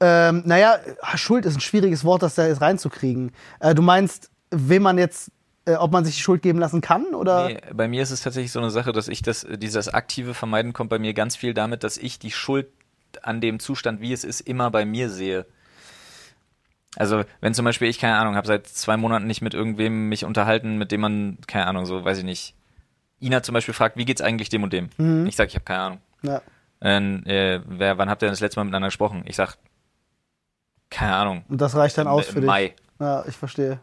Speaker 2: Ähm, naja, Schuld ist ein schwieriges Wort, das da jetzt reinzukriegen. Äh, du meinst, wem man jetzt, äh, ob man sich die Schuld geben lassen kann oder?
Speaker 6: Nee, bei mir ist es tatsächlich so eine Sache, dass ich das, dieses aktive Vermeiden kommt bei mir ganz viel damit, dass ich die Schuld an dem Zustand, wie es ist, immer bei mir sehe. Also, wenn zum Beispiel ich, keine Ahnung, habe seit zwei Monaten nicht mit irgendwem mich unterhalten, mit dem man, keine Ahnung, so, weiß ich nicht. Ina zum Beispiel fragt, wie geht's eigentlich dem und dem?
Speaker 2: Mhm.
Speaker 6: Ich sage, ich habe keine Ahnung.
Speaker 2: Ja.
Speaker 6: Ähm, äh, wer, wann habt ihr denn das letzte Mal miteinander gesprochen? Ich sag, keine Ahnung.
Speaker 2: Und das reicht dann aus
Speaker 6: im
Speaker 2: für dich.
Speaker 6: Mai.
Speaker 2: Ja, ich verstehe.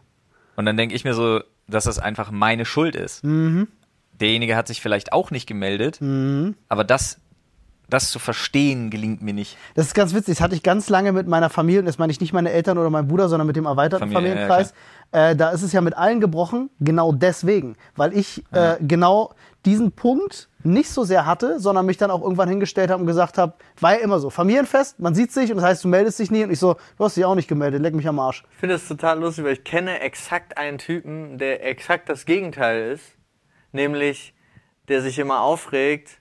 Speaker 6: Und dann denke ich mir so, dass das einfach meine Schuld ist.
Speaker 2: Mhm.
Speaker 6: Derjenige hat sich vielleicht auch nicht gemeldet, aber das, das zu verstehen gelingt mir nicht.
Speaker 2: Das ist ganz witzig. Das hatte ich ganz lange mit meiner Familie, und das meine ich nicht meine Eltern oder mein Bruder, sondern mit dem erweiterten
Speaker 6: Familie,
Speaker 2: Familienkreis. äh, da ist es ja mit allen gebrochen, genau deswegen. Weil ich äh, genau diesen Punkt nicht so sehr hatte, sondern mich dann auch irgendwann hingestellt habe und gesagt habe, war ja immer so, Familienfest, man sieht sich und das heißt, du meldest dich nie. Und ich so, du hast dich auch nicht gemeldet, leck mich am Arsch.
Speaker 3: Ich finde das total lustig, weil ich kenne exakt einen Typen, der exakt das Gegenteil ist. Nämlich, der sich immer aufregt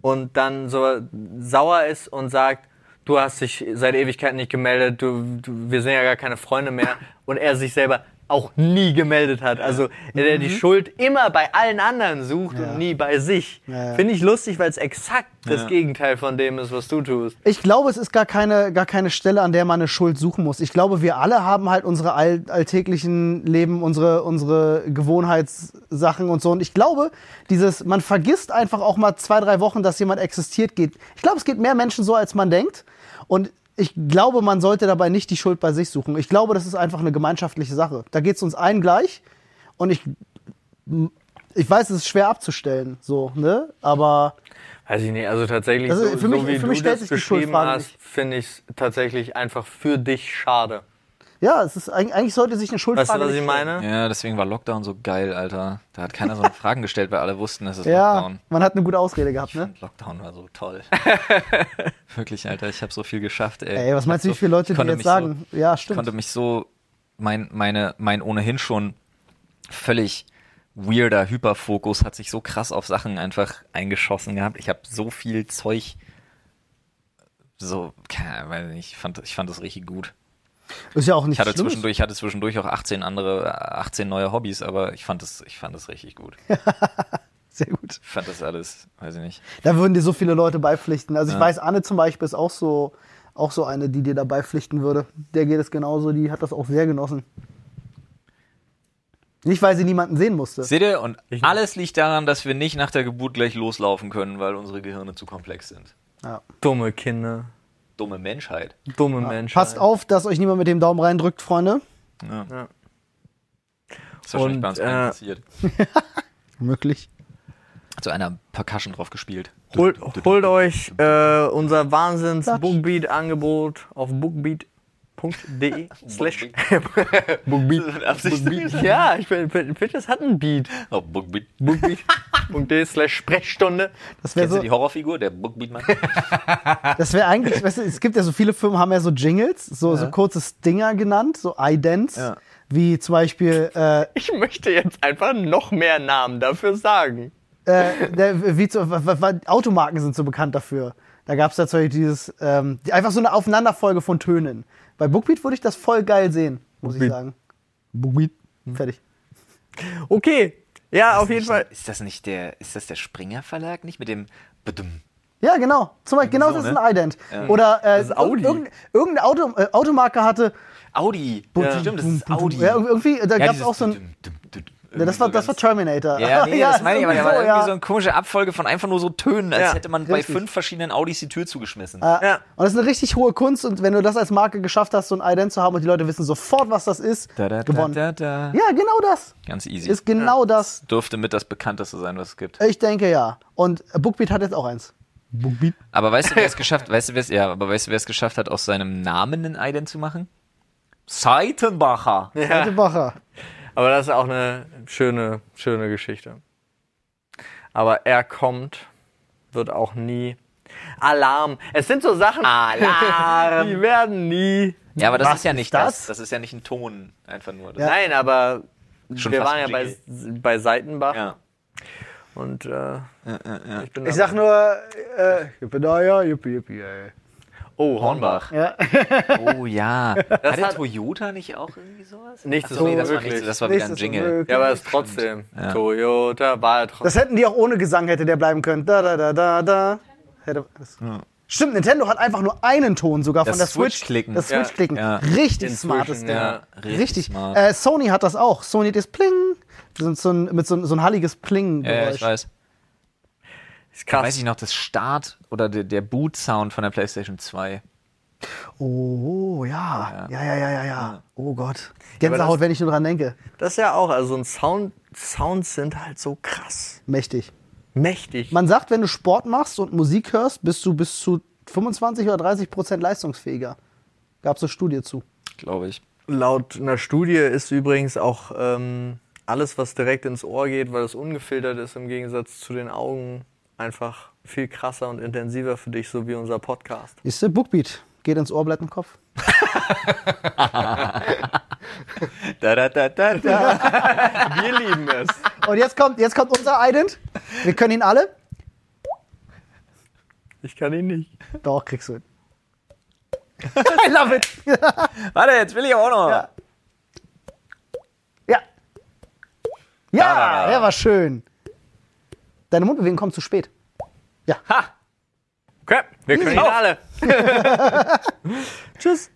Speaker 3: und dann so sauer ist und sagt, du hast dich seit Ewigkeiten nicht gemeldet, du, du, wir sind ja gar keine Freunde mehr. Und er sich selber auch nie gemeldet hat. Also, der
Speaker 2: Mhm.
Speaker 3: die Schuld immer bei allen anderen sucht und nie bei sich.
Speaker 2: Ja, ja.
Speaker 3: Finde ich lustig, weil es exakt das Gegenteil von dem ist, was du tust.
Speaker 2: Ich glaube, es ist gar keine, gar keine Stelle, an der man eine Schuld suchen muss. Ich glaube, wir alle haben halt unsere all, alltäglichen Leben, unsere, unsere Gewohnheitssachen und so. Und ich glaube, dieses, man vergisst einfach auch mal zwei, drei Wochen, dass jemand existiert, geht. Ich glaube, es geht mehr Menschen so, als man denkt. Und ich glaube, man sollte dabei nicht die Schuld bei sich suchen. Ich glaube, das ist einfach eine gemeinschaftliche Sache. Da geht es uns allen gleich. Und ich, ich weiß, es ist schwer abzustellen, so, ne? Aber
Speaker 3: Weiß ich nicht, also tatsächlich,
Speaker 2: Also
Speaker 3: so,
Speaker 2: für mich-
Speaker 3: so wie
Speaker 2: für mich
Speaker 3: du
Speaker 2: stellt
Speaker 3: das
Speaker 2: sich die Schuldfrage
Speaker 3: beschrieben hast,
Speaker 2: nicht.
Speaker 3: finde ich es tatsächlich einfach für dich schade.
Speaker 2: ja, es ist eigentlich eigentlich sollte sich eine Schuldfrage
Speaker 3: Weißt du, was
Speaker 2: nicht
Speaker 3: ich
Speaker 2: stellen.
Speaker 3: meine?
Speaker 6: Ja, deswegen war Lockdown so geil, Alter. Da hat keiner so eine Fragen gestellt, weil alle wussten, es ist
Speaker 2: Ja,
Speaker 6: Lockdown.
Speaker 2: man hat eine gute Ausrede gehabt, ne?
Speaker 6: Und Lockdown war so toll. Wirklich, Alter, ich habe so viel geschafft, ey.
Speaker 2: Ey, was
Speaker 6: Ich
Speaker 2: meinst du,
Speaker 6: hab
Speaker 2: wie viele Leute dir
Speaker 6: ich konnte
Speaker 2: jetzt
Speaker 6: mich
Speaker 2: sagen?
Speaker 6: So,
Speaker 2: ja,
Speaker 6: Ich konnte
Speaker 2: stimmt.
Speaker 6: mich so, mein, meine, mein ohnehin schon völlig weirder Hyperfokus hat sich so krass auf Sachen einfach eingeschossen gehabt. Ich habe so viel Zeug, so, keine Ahnung, weiß nicht, ich fand, ich fand das richtig gut.
Speaker 2: Ist ja auch
Speaker 6: Ich
Speaker 2: nicht
Speaker 6: hatte
Speaker 2: schlimm.
Speaker 6: zwischendurch, ich hatte zwischendurch auch 18 andere, äh, 18 neue Hobbys, aber ich fand das, ich fand das richtig gut.
Speaker 2: Sehr gut.
Speaker 6: Ich fand das alles, weiß ich nicht.
Speaker 2: Da würden dir so viele Leute beipflichten. Also ich weiß, Anne zum Beispiel ist auch so, auch so eine, die dir da beipflichten würde. Der geht es genauso, die hat das auch sehr genossen. Nicht, weil sie niemanden sehen musste.
Speaker 6: Seht ihr? Und alles liegt daran, dass wir nicht nach der Geburt gleich loslaufen können, weil unsere Gehirne zu komplex sind.
Speaker 2: ja.
Speaker 3: Dumme Kinder,
Speaker 6: Dumme Menschheit.
Speaker 3: dumme Menschen.
Speaker 2: Passt auf, dass euch niemand mit dem Daumen reindrückt, Freunde.
Speaker 6: Ja. Ist wahrscheinlich
Speaker 3: Und,
Speaker 6: bei uns allen
Speaker 3: äh,
Speaker 6: passiert.
Speaker 2: Möglich.
Speaker 6: Hat so einer Percussion drauf gespielt.
Speaker 3: Holt, holt euch äh, unser Wahnsinns
Speaker 2: Klatsch.
Speaker 3: Bookbeat-Angebot auf bookbeat.de slash
Speaker 6: Absichtlich.
Speaker 3: Ja, ich bin, bin, bin, das hat ein Beat.
Speaker 6: Oh, Bookbeat.
Speaker 3: Bookbeat.de slash Sprechstunde.
Speaker 2: Das wäre
Speaker 6: Kennst du
Speaker 2: so,
Speaker 6: die Horrorfigur, der Bookbeat-Mann?
Speaker 2: Das wäre eigentlich, weißt du, es gibt ja so viele Firmen, haben ja so Jingles, so, so kurze Stinger genannt, so Idents, wie zum Beispiel, äh,
Speaker 3: Ich möchte jetzt einfach noch mehr Namen dafür sagen.
Speaker 2: äh, der, wie zu, wa- wa- wa- Automarken sind so bekannt dafür. Da gab es tatsächlich dieses, ähm, die, einfach so eine Aufeinanderfolge von Tönen. Bei Bookbeat würde ich das voll geil sehen, muss ich sagen. Bookbeat. Fertig.
Speaker 3: Okay. Ja, auf jeden Fall.
Speaker 6: Ist das nicht der, ist das der Springer Verlag nicht mit dem Bedum?
Speaker 2: Ja, genau. Zum Beispiel, genau
Speaker 6: So,
Speaker 2: das ist
Speaker 6: ne?
Speaker 2: ein Ident. Oder äh,
Speaker 3: ist Audi.
Speaker 2: irgend- irgendeine Auto, äh, Automarke hatte.
Speaker 6: Audi.
Speaker 2: Ja.
Speaker 6: Stimmt, das ist Audi.
Speaker 2: Ja, irgendwie, da gab es
Speaker 6: dieses
Speaker 2: auch so ein.
Speaker 6: Bedum, Bedum, Bedum,
Speaker 2: Ja, das, war,
Speaker 6: irgendwie so
Speaker 2: das war
Speaker 6: ganz-
Speaker 2: Terminator.
Speaker 6: ja, nee, das meine ich, aber
Speaker 2: irgendwie
Speaker 6: da war irgendwie
Speaker 2: ja.
Speaker 6: so eine komische Abfolge von einfach nur so Tönen, als
Speaker 3: Ja,
Speaker 6: hätte man
Speaker 2: richtig.
Speaker 6: bei fünf verschiedenen Audis die Tür zugeschmissen.
Speaker 3: Ja.
Speaker 2: Und das ist eine richtig hohe Kunst. Und wenn du das als Marke geschafft hast, so ein Ident zu haben und die Leute wissen sofort, was das ist,
Speaker 6: Da, da, da,
Speaker 2: gewonnen.
Speaker 6: da, da.
Speaker 2: Ja, genau das.
Speaker 6: Ganz easy.
Speaker 2: Ist genau das.
Speaker 6: Dürfte mit das bekannteste sein, was es gibt.
Speaker 2: Ich denke ja. Und Bookbeat hat jetzt auch eins. Bookbeat?
Speaker 6: Aber weißt du, wer es geschafft, weißt du, wer es, ja, aber weißt du, wer es geschafft hat, aus seinem Namen einen Eident zu machen? Seitenbacher.
Speaker 2: Ja.
Speaker 3: Aber das ist auch eine schöne, schöne Geschichte. Aber er kommt, wird auch nie. Alarm. Es sind so Sachen,
Speaker 8: Alarm.
Speaker 3: die werden nie.
Speaker 6: Ja, aber das
Speaker 2: Was
Speaker 6: ist ja
Speaker 2: ist
Speaker 6: nicht
Speaker 2: das?
Speaker 6: das? das. ist ja nicht ein Ton, einfach nur. Das
Speaker 3: Nein, aber
Speaker 6: Schon
Speaker 3: wir
Speaker 6: fast
Speaker 3: waren ja
Speaker 6: ein
Speaker 3: bei, bei Seitenbach
Speaker 6: Ja.
Speaker 3: und äh, ich bin
Speaker 2: Ich
Speaker 3: da-
Speaker 2: sag nur, äh, yippie, da, ja, yippie, yippie, ey.
Speaker 3: oh,
Speaker 6: Hornbach.
Speaker 2: Ja.
Speaker 6: Oh ja. Hatte
Speaker 3: hat- Oh,
Speaker 6: Toyota nicht auch irgendwie sowas?
Speaker 3: Nichts
Speaker 6: Ach so,
Speaker 3: ist
Speaker 6: nee, das war,
Speaker 3: unmöglich.
Speaker 6: nichts, das war wieder
Speaker 2: Nichts
Speaker 6: ein
Speaker 2: ist
Speaker 6: Jingle.
Speaker 2: unmöglich.
Speaker 3: Ja, aber es trotzdem. Toyota war ja trotzdem.
Speaker 2: Das hätten die auch ohne Gesang hätte der bleiben können. Da, da, da, da, da. Hätte, das. Stimmt, Nintendo hat einfach nur einen Ton sogar von
Speaker 6: Das
Speaker 2: der Switch.
Speaker 6: Switch-Klicken.
Speaker 2: Das
Speaker 3: Ja.
Speaker 2: Switch-Klicken.
Speaker 6: Ja.
Speaker 2: Richtig
Speaker 3: Inzwischen,
Speaker 2: smartes Ding.
Speaker 3: ja.
Speaker 6: Richtig smart.
Speaker 2: Äh, Sony hat das auch. Sony das Pling. So, so ein, mit so, ein- so ein halliges Pling.
Speaker 6: Ja, ja, ich weiß.
Speaker 3: Ist krass.
Speaker 6: Weiß ich noch, das Start oder der, der Boot-Sound von der PlayStation 2.
Speaker 2: Oh, ja. Ja, ja, ja, ja, ja. Oh Gott. Gänsehaut,
Speaker 3: das-
Speaker 2: wenn ich nur dran denke.
Speaker 3: Das ist ja auch, also ein Sound, Sounds sind halt so krass.
Speaker 2: Mächtig.
Speaker 3: Mächtig.
Speaker 2: Man sagt, wenn du Sport machst und Musik hörst, bist du bis zu 25 oder 30 Prozent leistungsfähiger. Gab es eine Studie zu.
Speaker 6: Glaube ich.
Speaker 3: Laut einer Studie ist übrigens auch ähm, alles, was direkt ins Ohr geht, weil es ungefiltert ist, im Gegensatz zu den Augen, einfach viel krasser und intensiver für dich, so wie unser Podcast.
Speaker 2: Ist der Bookbeat. Geht ins Ohr, bleibt im Kopf.
Speaker 6: Da, da, da, da, da.
Speaker 3: Wir lieben es.
Speaker 2: Und jetzt kommt, jetzt kommt unser Ident. Wir können ihn alle.
Speaker 3: Ich kann ihn nicht.
Speaker 2: Doch, kriegst du ihn. I love it.
Speaker 6: Warte, jetzt will ich auch noch.
Speaker 2: Ja. Ja. Ja, der war schön. Deine Mundbewegung kommt zu spät.
Speaker 3: Okay, wir können ihn alle. Tschüss.